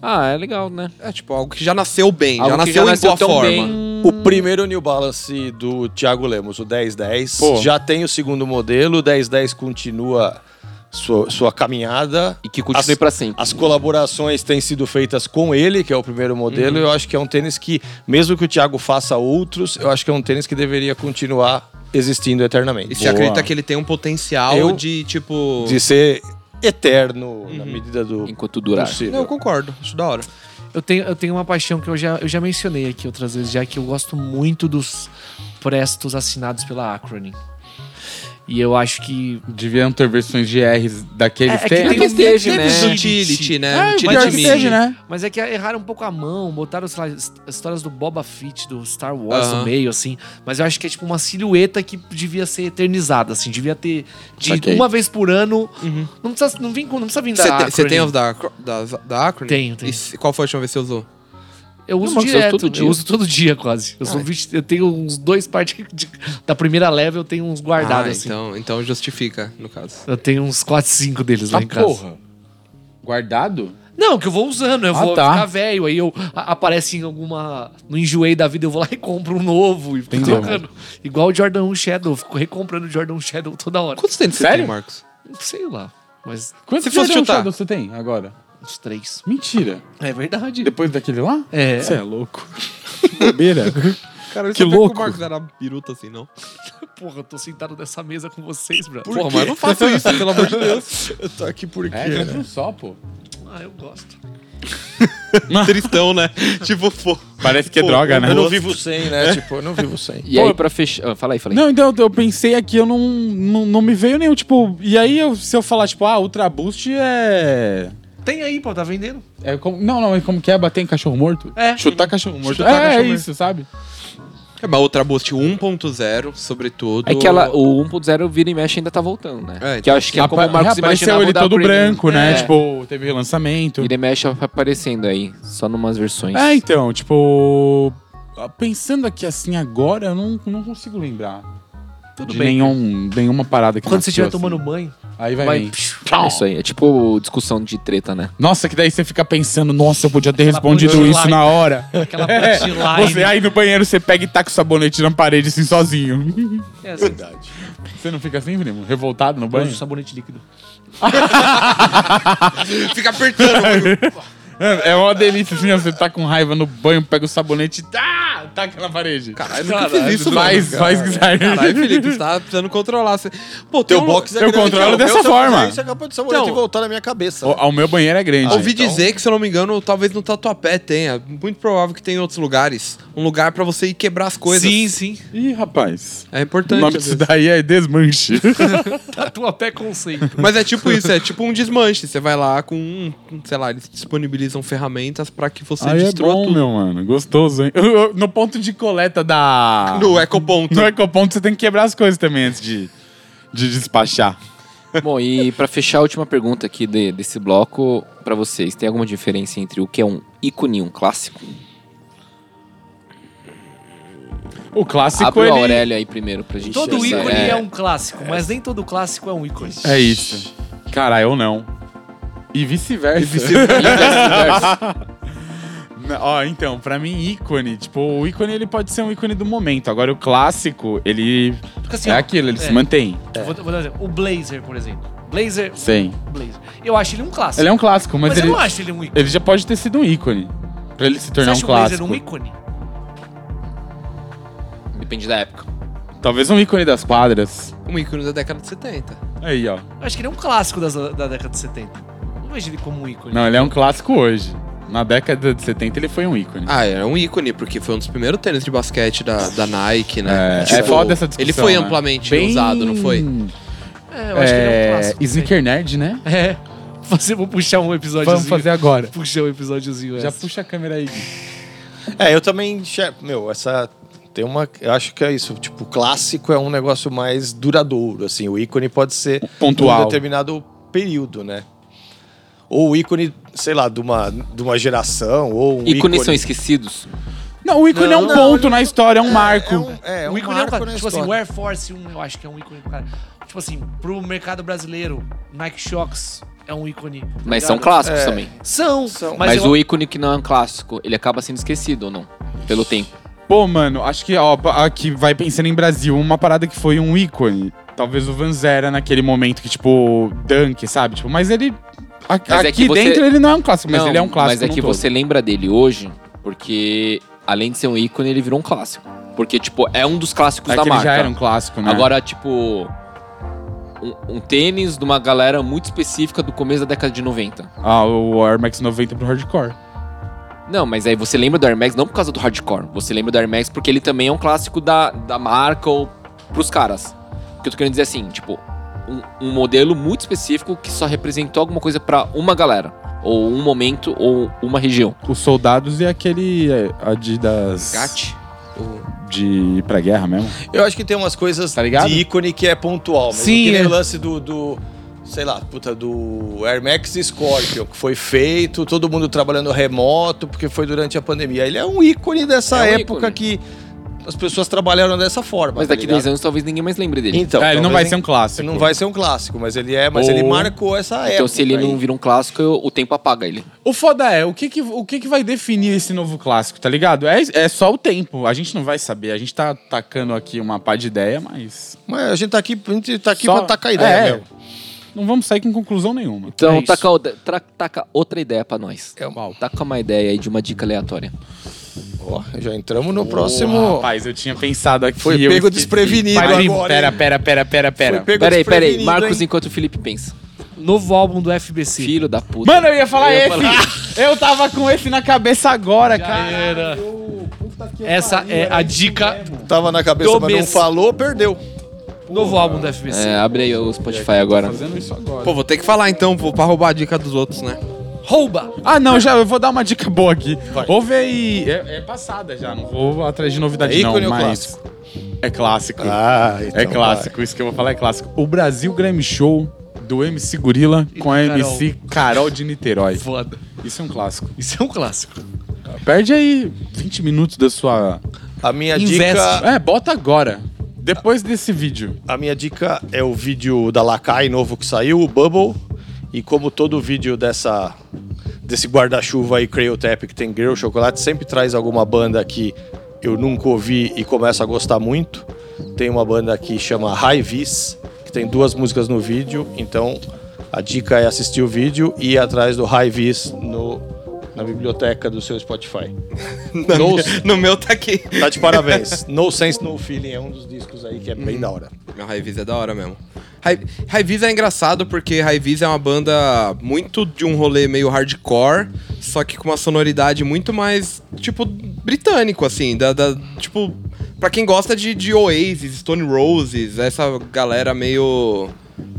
S1: Ah, é legal, né?
S4: É, tipo, algo que já nasceu bem, já
S1: Algo que
S4: nasceu em boa forma.
S3: O primeiro New Balance do Thiago Lemos, o 1010,
S2: Pô.
S3: já tem o segundo modelo, o 1010 continua sua, sua caminhada.
S1: E que continue
S3: As-
S1: pra sempre.
S3: As colaborações têm sido feitas com ele, que é o primeiro modelo.
S4: Uhum.
S3: Eu acho que é um tênis que, mesmo que o Thiago faça outros, eu acho que é um tênis que deveria continuar existindo eternamente.
S4: E você acredita que ele tem um potencial
S3: Eu-
S4: de, tipo...
S3: De ser eterno na
S4: Uhum.
S3: medida do
S1: Enquanto durar.
S4: Não, eu
S3: possível.
S4: concordo. Acho da hora.
S5: Eu tenho, eu tenho uma paixão que eu já, eu já mencionei aqui outras vezes, já que eu gosto muito dos prestos assinados pela Acronym. E eu acho que.
S2: Deviam ter versões GRs daqueles
S5: É, é que
S2: tênis.
S5: tem
S1: que teve,
S5: teve
S1: né?
S5: Utility.
S4: Utility, né?
S2: É,
S4: Utility
S2: pior que
S4: mini.
S2: seja, né?
S5: Mas é que erraram um pouco a mão, botaram, sei lá, his- histórias do Boba Fett, do Star Wars
S4: Aham.
S5: no meio, assim. Mas eu acho que é tipo uma silhueta que devia ser eternizada, assim. Devia ter. De
S1: Saquei.
S5: uma vez por ano. Não, precisa, não, vim, com- não precisa vir da
S4: Você tem, você
S5: Acronym.
S4: tem os da, Acro- das- da Acronym?
S5: Tenho, tenho.
S4: E se- qual foi a última vez que você usou?
S5: Eu
S1: Não,
S5: uso
S1: Marcos, eu uso
S5: direto,
S1: todo dia.
S5: eu uso todo dia quase. Eu, sou vesti- eu tenho uns dois partes de- da primeira leva, eu tenho uns guardados,
S4: ah,
S5: assim.
S4: então, então justifica, no caso.
S5: Eu tenho uns 4, 5 deles lá em
S2: Ah,
S5: casa.
S2: porra. Guardado?
S5: Não, que eu vou usando, eu
S2: Ah,
S5: vou
S2: tá.
S5: ficar velho, aí eu a- aparece em alguma. No enjoei da vida, eu vou lá <laughs> e compro um novo e fico
S2: Entendeu.
S5: trocando. Igual o Jordan 1 Shadow, eu fico recomprando o Jordan 1 Shadow toda hora.
S4: Quantos tênis você
S2: Sério?
S4: tem, Marcos?
S5: Sei lá, mas
S2: Quantos
S4: Se fosse
S2: Jordan
S4: chutar.
S2: Shadow você tem agora?
S5: uns três.
S2: Mentira.
S5: É verdade.
S2: Depois daquele lá?
S5: É.
S2: Você é louco. Bobeira.
S4: Cara, eu
S2: Que
S4: sabia
S2: louco.
S4: o Marcos era biruta assim, não?
S5: Porra, eu tô sentado nessa mesa com vocês, bro.
S4: Porra, mas eu não faço isso, pelo amor de Deus.
S3: Eu tô aqui porque.
S2: É, compra um só, pô.
S5: Ah, eu gosto.
S4: <laughs> Tristão, né? Tipo, pô.
S2: Parece que é
S4: Pô,
S2: droga, né?
S3: Eu não vivo sem, né? tipo, eu não vivo sem.
S1: E aí, pra fechar. ah, fala aí, fala aí.
S2: Não, então eu pensei aqui, eu não, não, não me veio nenhum, tipo... E aí, eu- se eu falar, tipo, ah, Ultra Boost é...
S5: Tem aí, pô, tá vendendo?
S2: é como- não, não, mas como que é? Bater em cachorro morto?
S5: É.
S2: Chutar cachorro morto.
S4: Chutar
S2: é,
S4: cachorro
S2: é
S4: morto.
S2: isso, sabe?
S4: É, mas Ultra Boost 1.0, sobretudo.
S1: É que ela, o 1.0 vira e mexe ainda tá voltando, né?
S4: É,
S1: que eu acho que é como
S2: Apa-
S1: o Marcos
S2: reapareceu
S1: imaginava
S2: ele
S1: o da
S2: todo
S1: Premium.
S2: branco, né?
S1: É.
S2: Tipo, teve relançamento.
S1: Vira e mexe aparecendo aí, só numas versões.
S2: É, então, tipo... Pensando aqui assim agora, eu não, não consigo lembrar.
S5: Tudo
S2: de
S5: bem.
S2: nenhum, nenhuma parada que
S5: Quando você
S2: nasceu
S5: estiver
S2: assim.
S5: tomando banho,
S2: Aí vai,
S5: vai.
S2: vir.
S1: É isso aí, é tipo discussão de treta,
S2: <laughs>
S1: né?
S2: Nossa, que daí você fica pensando, nossa, eu podia ter
S5: Aquela
S2: respondido
S5: punchline.
S2: isso na hora.
S5: Aquela
S2: É,
S5: punchline.
S2: você aí no banheiro você pega e taca o sabonete na parede assim sozinho.
S5: É assim,
S2: Você não fica assim, primo? Revoltado no
S5: usa o
S2: banho?
S5: sabonete líquido.
S4: Fica apertando.
S2: <laughs> É é uma delícia assim, ó, você tá com raiva no banho, pega o sabonete e tá, taca na parede.
S4: Caralho, nunca fiz isso,
S2: faz,
S4: mano.
S2: faz Guilherme.
S4: Caralho,
S2: <laughs>
S4: Felipe, você tá precisando controlar. Você... Pô,
S3: Teu
S4: tem um-
S3: box é
S2: eu
S3: grande,
S2: controlo
S3: cara. O
S2: dessa
S3: meu, se eu
S2: forma.
S3: fizer Isso acabou de sabonear
S4: Então-
S3: e um voltar na minha cabeça.
S2: O, ao meu banheiro é grande.
S4: Ouvi
S3: então.
S4: dizer que, se eu não me engano, talvez no Tatuapé tenha. Muito provável que tenha em outros lugares. Um lugar pra você ir quebrar as coisas.
S5: Sim, sim. <laughs>
S2: Ih, rapaz.
S4: É
S2: O
S4: importante.
S2: nome
S4: às
S2: disso
S4: vezes.
S2: daí é desmanche.
S5: Tatuapé conceito.
S4: Mas é tipo isso, é tipo um desmanche. Você vai lá com, um, sei lá, eles disponibilizam ferramentas pra que você
S2: Aí é
S4: destrua
S2: bom,
S4: tudo.
S2: meu mano. Gostoso, hein? No ponto de coleta da...
S4: No ecoponto.
S2: <laughs> No ecoponto você tem que quebrar as coisas também antes de, de despachar.
S1: Bom, e pra fechar a última pergunta aqui de- desse bloco pra vocês, tem alguma diferença entre o que é um ícone e um clássico?
S2: O clássico
S1: Abre o
S2: ele...
S1: Aurélia aí primeiro pra gente
S5: Todo
S1: pensar.
S5: ícone é um clássico, mas nem todo clássico é um ícone.
S2: É isso. Cara, eu não. E vice-versa. Não, Ó, então, pra mim, ícone. Tipo, o ícone ele pode ser um ícone do momento. Agora, o clássico, ele.
S5: Porque assim,
S2: é
S5: ó,
S2: aquilo, ele
S5: é.
S2: se mantém.
S5: Vou, vou dar um exemplo. O Blazer, por exemplo. Blazer,
S2: Sim.
S5: Blazer. Eu acho ele um clássico.
S2: Ele é um clássico, mas,
S5: mas eu
S2: ele,
S5: não acho ele um ícone.
S2: ele já pode ter sido um ícone. Pra ele se
S5: Você
S2: tornar um
S5: acha o Blazer
S2: clássico.
S5: um ícone?
S1: Depende da época.
S2: Talvez um ícone das quadras.
S4: Um ícone da década de 70.
S2: Aí, ó.
S5: Eu acho que ele é um clássico das- da década de 70. Não vejo ele como um ícone.
S2: Não, ele é um clássico hoje. Na década de 70 ele foi um ícone.
S4: Ah, era um ícone, porque foi um dos primeiros tênis de basquete da, da Nike, né?
S2: É, é foda essa discussão,
S4: Ele foi
S2: né?
S4: amplamente usado, não foi?
S5: É, eu acho que ele é um clássico.
S2: Sneaker Nerd, né?
S5: não sei. É. Fazer, vou puxar um episódiozinho.
S2: Vamos fazer agora.
S5: Puxar um episódiozinho.
S2: Já
S5: essa.
S2: puxa a câmera aí.
S3: É, eu também, enxer- meu, essa tem uma, eu acho que é isso, tipo, clássico é um negócio mais duradouro, assim, o ícone pode ser
S2: Pontual.
S3: um determinado período, né? Ou o ícone, sei lá, de uma, de uma geração, ou um ícone...
S1: Ícones são esquecidos.
S2: Não, o ícone
S3: Não,
S2: é um
S3: não,
S2: ponto
S3: ele-
S2: na história, é um marco.
S3: É um, é, é um
S5: o ícone é um
S3: marco
S5: cara.
S3: na
S5: Tipo assim, o
S3: história.
S5: Air Force 1, eu acho que é um ícone, cara. Tipo assim, pro mercado brasileiro, Nike Shox é um ícone. tá
S1: Mas
S5: ligado?
S1: são clássicos
S3: É.
S1: também.
S5: São,
S3: São.
S1: Mas,
S5: Mas, eu-
S1: o ícone que não é um clássico, ele acaba sendo esquecido ou não? Pelo tempo.
S2: Pô, mano, acho que, ó, pa- aqui vai pensando em Brasil, uma parada que foi um ícone. Talvez o Vanzera naquele momento que, tipo, Dunk, sabe? Tipo, mas ele. a-
S1: é que
S2: aqui
S1: você-
S2: dentro ele não é um clássico, mas
S1: Não,
S2: ele é um clássico.
S1: Mas é
S2: num
S1: que
S2: todo.
S1: você lembra dele hoje, porque além de ser um ícone, ele virou um clássico. Porque, tipo, é um dos clássicos
S2: É
S1: da
S2: que ele
S1: marca.
S2: já era um clássico, né?
S1: Agora, tipo, um, um tênis de uma galera muito específica do começo da década de 90.
S2: Ah, o Air Max 90 pro hardcore.
S1: Não, mas aí você lembra do Air Max não por causa do hardcore. Você lembra do Air Max porque ele também é um clássico da, da marca ou pros caras. O que eu tô querendo dizer assim, tipo, um, um modelo muito específico que só representou alguma coisa pra uma galera. Ou um momento, ou uma região.
S2: Os soldados e aquele é, Adidas.
S4: Gatti?
S2: De ir pra guerra mesmo.
S3: Eu acho que tem umas coisas
S2: Tá ligado?
S3: de ícone que é pontual, mas
S5: Sim,
S3: que nem
S5: é.
S3: o lance do, do, sei lá, puta, do Air Max Scorpion, que foi feito, todo mundo trabalhando remoto, porque foi durante a pandemia. Ele é um ícone dessa
S1: É um
S3: época
S1: ícone.
S3: que as pessoas trabalharam dessa forma.
S1: Mas
S3: tá
S1: daqui
S3: ligado?
S1: 10 anos talvez ninguém mais lembre dele.
S3: Então,
S2: Ah, ele não
S3: talvez
S2: vai
S3: nem-
S2: ser um clássico.
S3: Não vai ser um clássico, mas ele é, mas
S2: Ou-
S3: ele marcou essa época.
S1: Então, se ele
S3: é, aí.
S1: não vira um clássico, eu- o tempo apaga ele.
S2: O foda é, o que que, o que que vai definir esse novo clássico, tá ligado? É, é só o tempo. A gente não vai saber. A gente tá tacando aqui uma pá de ideia, mas.
S3: Mas a gente tá aqui, a gente tá aqui
S2: Só-
S3: pra tacar ideia,
S2: é.
S3: meu.
S2: Não vamos sair com conclusão nenhuma.
S1: Então,
S5: É isso.
S1: taca, o- tra- taca outra ideia pra nós.
S3: É uma-
S1: Taca uma ideia aí de uma dica aleatória.
S3: Ó, já entramos no
S2: Ô,
S3: próximo.
S2: rapaz, eu tinha pensado aqui.
S3: Foi
S2: eu
S3: pego
S2: esqueci.
S3: desprevenido
S2: Pera,
S3: agora,
S2: Pera,
S3: hein?
S2: pera, pera, pera, pera.
S3: Foi pego
S1: Peraí, peraí.
S3: desprevenido,
S1: Marcos,
S3: hein?
S1: enquanto o Felipe pensa.
S5: novo álbum do FBC.
S1: Filho da puta.
S2: Mano, eu ia falar
S1: Eu ia
S2: esse. <laughs> Eu tava com esse na cabeça agora,
S5: Já
S2: cara.
S5: era. Essa é a dica.
S3: Tava na cabeça,
S5: Do
S3: mas não
S5: mês.
S3: falou, perdeu.
S5: Novo álbum do FBC.
S1: É, abre aí o Spotify agora.
S2: Fazendo isso agora.
S4: Pô, vou ter que falar então, pô, pra roubar a dica dos outros, né?
S5: Rouba!
S2: Ah, não, já, eu vou dar uma dica boa aqui. Ouve aí. É, é passada já, não vou atrás de novidade,
S3: É
S2: não.
S3: ícone ou
S2: mas...
S3: clássico?
S2: É clássico.
S3: Ah,
S2: é clássico, isso que eu vou falar é clássico. O Brasil Grammy Show do MC Gorila com a
S5: Carol.
S2: MC Carol de Niterói.
S5: Foda.
S2: Isso é um clássico.
S5: Isso é um clássico.
S2: Perde aí 20 minutos da sua.
S3: A minha
S5: Investe.
S3: dica,
S2: É, bota agora. Depois desse vídeo.
S3: a minha dica é o vídeo da Lacai novo que saiu, o Bubble, e como todo vídeo dessa desse guarda-chuva aí Crayo Tap que tem Girl Chocolate sempre traz alguma banda que eu nunca ouvi e começo a gostar muito. Tem uma banda que chama High Vis, que tem duas músicas no vídeo, então a dica é assistir o vídeo e ir atrás do High Vis no na biblioteca do seu Spotify.
S4: No, no meu tá aqui.
S3: Tá de parabéns. No Sense, No Feeling é um dos discos aí que é bem da hora.
S4: Meu Raiviz é da hora mesmo. Raiviz é engraçado porque Raiviz é uma banda muito de um rolê meio hardcore, só que com uma sonoridade muito mais, tipo, britânico, assim. Da, da- tipo, pra quem gosta de, de Oasis, Stone Roses, essa galera meio,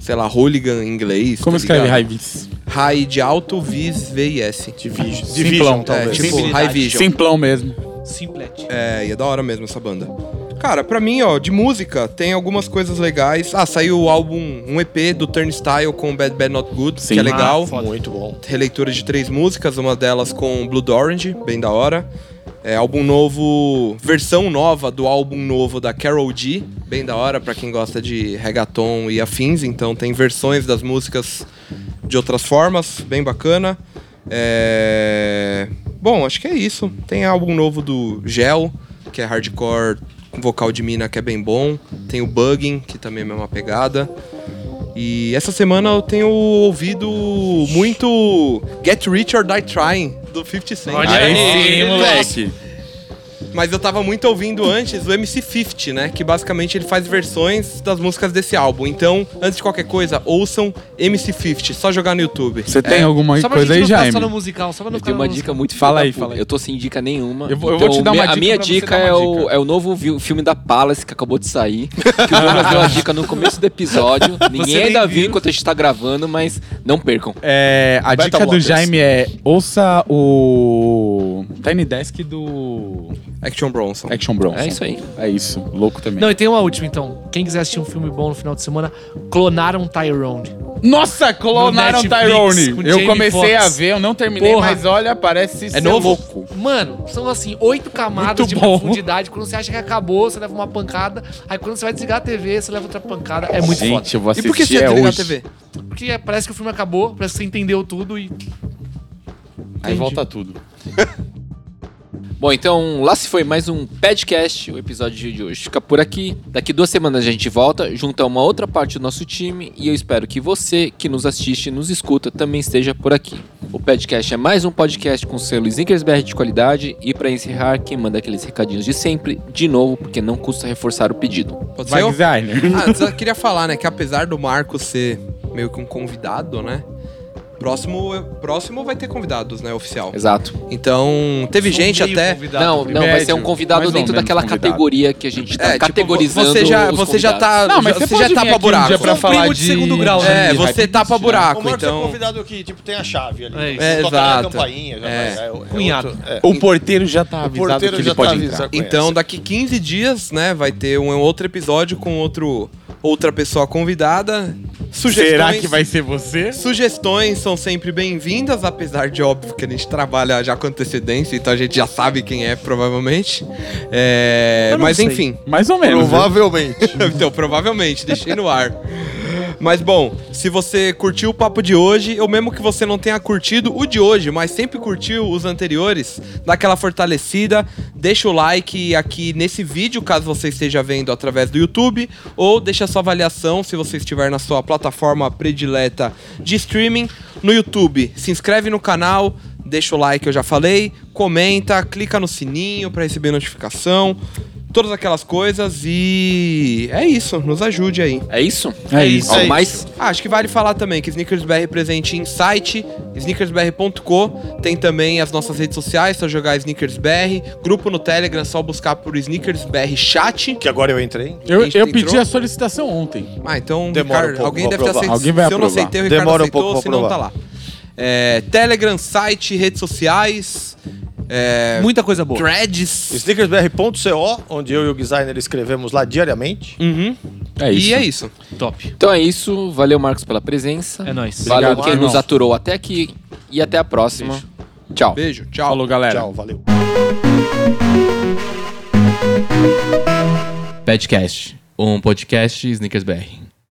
S4: sei lá, hooligan inglês.
S2: Como
S4: tá
S2: escreve
S4: ligado?
S2: Raivis?
S4: High de alto, Viz, V-I-S.
S3: Division,
S2: Simplão.
S3: Division
S4: É,
S3: talvez.
S4: tipo,
S5: Sensibilidade.
S4: High Vision.
S2: Simplão mesmo.
S5: Simplete.
S4: É, e é da hora mesmo essa banda. Cara, pra mim, ó, de música, tem algumas coisas legais. Ah, saiu o álbum, um EP do Turnstile com Bad Bad Not Good,
S2: Sim.
S4: que é legal.
S3: Muito bom.
S4: Releitura de três músicas, uma delas com Blood Orange, bem da hora. É, álbum novo, versão nova do álbum novo da Carol G, bem da hora pra quem gosta de reggaeton e afins, então tem versões das músicas de outras formas, bem bacana. É, Bom, acho que é isso. Tem álbum novo do Gel, que é hardcore, com vocal de mina que é bem bom. Tem o Bugging, que também é a mesma pegada. E essa semana eu tenho ouvido muito Get Rich or Die Trying, do 50 Cent.
S5: Olha aí,
S2: sim,
S5: moleque.
S4: Mas eu tava muito ouvindo antes o MC50, né? Que basicamente ele faz versões das músicas desse álbum. Então, antes de qualquer coisa, ouçam MC50, só jogar no YouTube.
S2: Você tem alguma
S5: só pra
S2: coisa
S5: gente
S2: aí,
S5: não ficar
S2: Jaime?
S5: só no musical, só pra não
S1: Eu
S5: ficar
S1: tenho uma
S5: no musical.
S1: dica muito
S2: Fala
S1: filha da
S2: aí,
S1: puta.
S2: fala aí.
S1: Eu tô sem dica nenhuma.
S2: Eu vou- eu vou te dar
S1: me-
S2: uma
S1: A
S2: dica
S1: minha
S2: pra você
S1: dica
S2: dar uma
S1: é o,
S2: dica.
S1: é o novo vi- filme da Palace que acabou de sair. Que o Douglas deu uma dica no começo do
S2: <laughs>
S1: episódio. Ninguém
S5: nem
S1: ainda
S5: viu.
S1: viu enquanto a gente tá gravando, mas não percam.
S2: É, a
S3: Beta
S2: dica do
S3: Walkers.
S2: Jaime é ouça o Tiny Desk do
S4: Action Bronson.
S2: Action Bronson.
S1: É isso aí.
S2: É isso, louco também.
S5: Não, e tem uma última então. Quem quiser assistir um filme bom no final de semana, clonaram Tyrone.
S2: Nossa, clonaram
S5: No Netflix, com
S2: Tyrone. Eu
S5: Jamie
S2: comecei
S5: Foxx.
S2: a ver, eu não terminei,
S5: Porra. É
S2: mas olha, parece ser
S4: novo?
S2: louco.
S5: Mano, são assim, oito camadas
S2: Muito
S5: de
S2: bom.
S5: profundidade. Quando você acha que acabou, você leva uma pancada. Aí quando você vai desligar a TV, você leva outra pancada. É muito
S2: Gente, eu vou
S4: E
S2: assistir
S4: por que você
S2: é
S4: ia
S5: tá
S4: desligar
S2: hoje.
S4: a TV?
S5: foda. Porque é- parece que o filme acabou, parece que você entendeu tudo e.
S2: Aí volta tudo.
S1: Bom, então lá se foi mais um podcast. O episódio de hoje fica por aqui. Daqui duas semanas a gente volta, junta uma outra parte do nosso time e eu espero que você que nos assiste e nos escuta também esteja por aqui. O podcast é mais um podcast com selo Zinkersberg de qualidade e para encerrar, quem manda aqueles recadinhos de sempre, de novo, porque não custa reforçar o pedido.
S4: Pode ser
S2: Vai,
S4: eu?
S2: designer.
S4: Ah, eu só queria falar, né, que apesar do Marco ser meio que um convidado, né? Próximo, próximo vai ter convidados, né, oficial.
S1: Exato.
S4: Então, teve gente até.
S1: Não, não, vai ser um
S2: Médio,
S1: convidado
S2: mais ou
S1: dentro
S2: menos
S1: daquela
S2: convidado.
S1: categoria que a gente tá
S4: É, tipo,
S1: categorizando.
S4: você já,
S1: os
S4: você já
S1: convidados.
S4: tá,
S2: Não, mas
S4: já-
S2: você
S4: você já
S2: pode
S4: tá
S2: vir
S4: pra
S2: aqui um
S4: buraco.
S2: dia pra
S5: Você é um
S2: falar
S5: primo de segundo grau, né?
S4: É,
S2: Vai
S4: você
S2: pedir,
S4: tá pra
S2: né?
S3: O
S4: buraco,
S3: Marcos é
S4: então.
S3: convidado que, tipo, tem a chave ali.
S5: É isso.
S4: É,
S3: Toca na
S4: exato.
S3: campainha. Já
S4: É.
S3: vai- é o- é
S5: Cunhado.
S3: outro- é.
S2: O porteiro já tá
S3: O
S2: avisado que
S3: porteiro
S2: ele
S3: já tá
S2: pode entrar.
S3: avisado.
S4: Então, daqui 15 dias, né, vai ter um outro episódio com outro, outra pessoa convidada. Sugestões,
S2: Será que vai ser você?
S4: Sugestões são sempre bem-vindas, apesar de óbvio que a gente trabalha já com antecedência, então a gente já sabe quem é, provavelmente. É,
S5: Eu não
S4: mas
S5: sei.
S4: enfim.
S2: Mais ou menos. né?
S3: Provavelmente.
S4: <laughs> então, provavelmente, deixei no ar. Mas bom, se você curtiu o papo de hoje, ou mesmo que você não tenha curtido o de hoje, mas sempre curtiu os anteriores, dá aquela fortalecida, deixa o like aqui nesse vídeo, caso você esteja vendo através do YouTube, ou deixa sua avaliação se você estiver na sua plataforma predileta de streaming no YouTube. Se inscreve no canal, deixa o like, eu já falei, comenta, clica no sininho para receber notificação. Todas aquelas coisas e é isso, nos ajude aí.
S1: É isso?
S2: É isso.
S1: Algo
S3: É isso.
S1: mais?
S4: Ah, acho que vale falar também que Sneakers BR é presente em site, sneakersbr.com, tem também as nossas redes sociais, só jogar Sneakers BR, grupo no Telegram, só buscar por Sneakers BR Chat.
S3: Que agora eu entrei.
S2: Eu,
S4: A gente
S2: eu
S4: entrou.
S2: pedi a solicitação ontem.
S4: Ah, então
S3: Demora
S4: Ricardo,
S3: um pouco,
S4: alguém
S3: vou
S4: deve ter
S3: aprovar.
S4: aceitado.
S2: Alguém vai
S4: Se eu não
S2: aprovar.
S4: aceitei, o Ricardo
S3: Demora um
S4: aceitou,
S3: pouco, vou
S4: se não tá lá. É, Telegram, site, redes sociais, é,
S5: Muita coisa boa.
S4: threads.
S3: Sneakersbr.co, onde eu e o designer escrevemos lá diariamente.
S4: Uhum.
S2: É isso.
S4: E é isso.
S5: Top.
S1: Então é isso. Valeu, Marcos, pela presença.
S5: É nóis.
S1: Valeu
S2: Obrigado,
S1: quem
S2: irmão.
S1: nos aturou até aqui e até a próxima. Tchau.
S4: Beijo, tchau.
S2: Falou, galera.
S3: Tchau, valeu.
S6: Podcast, um podcast Sneakers BR.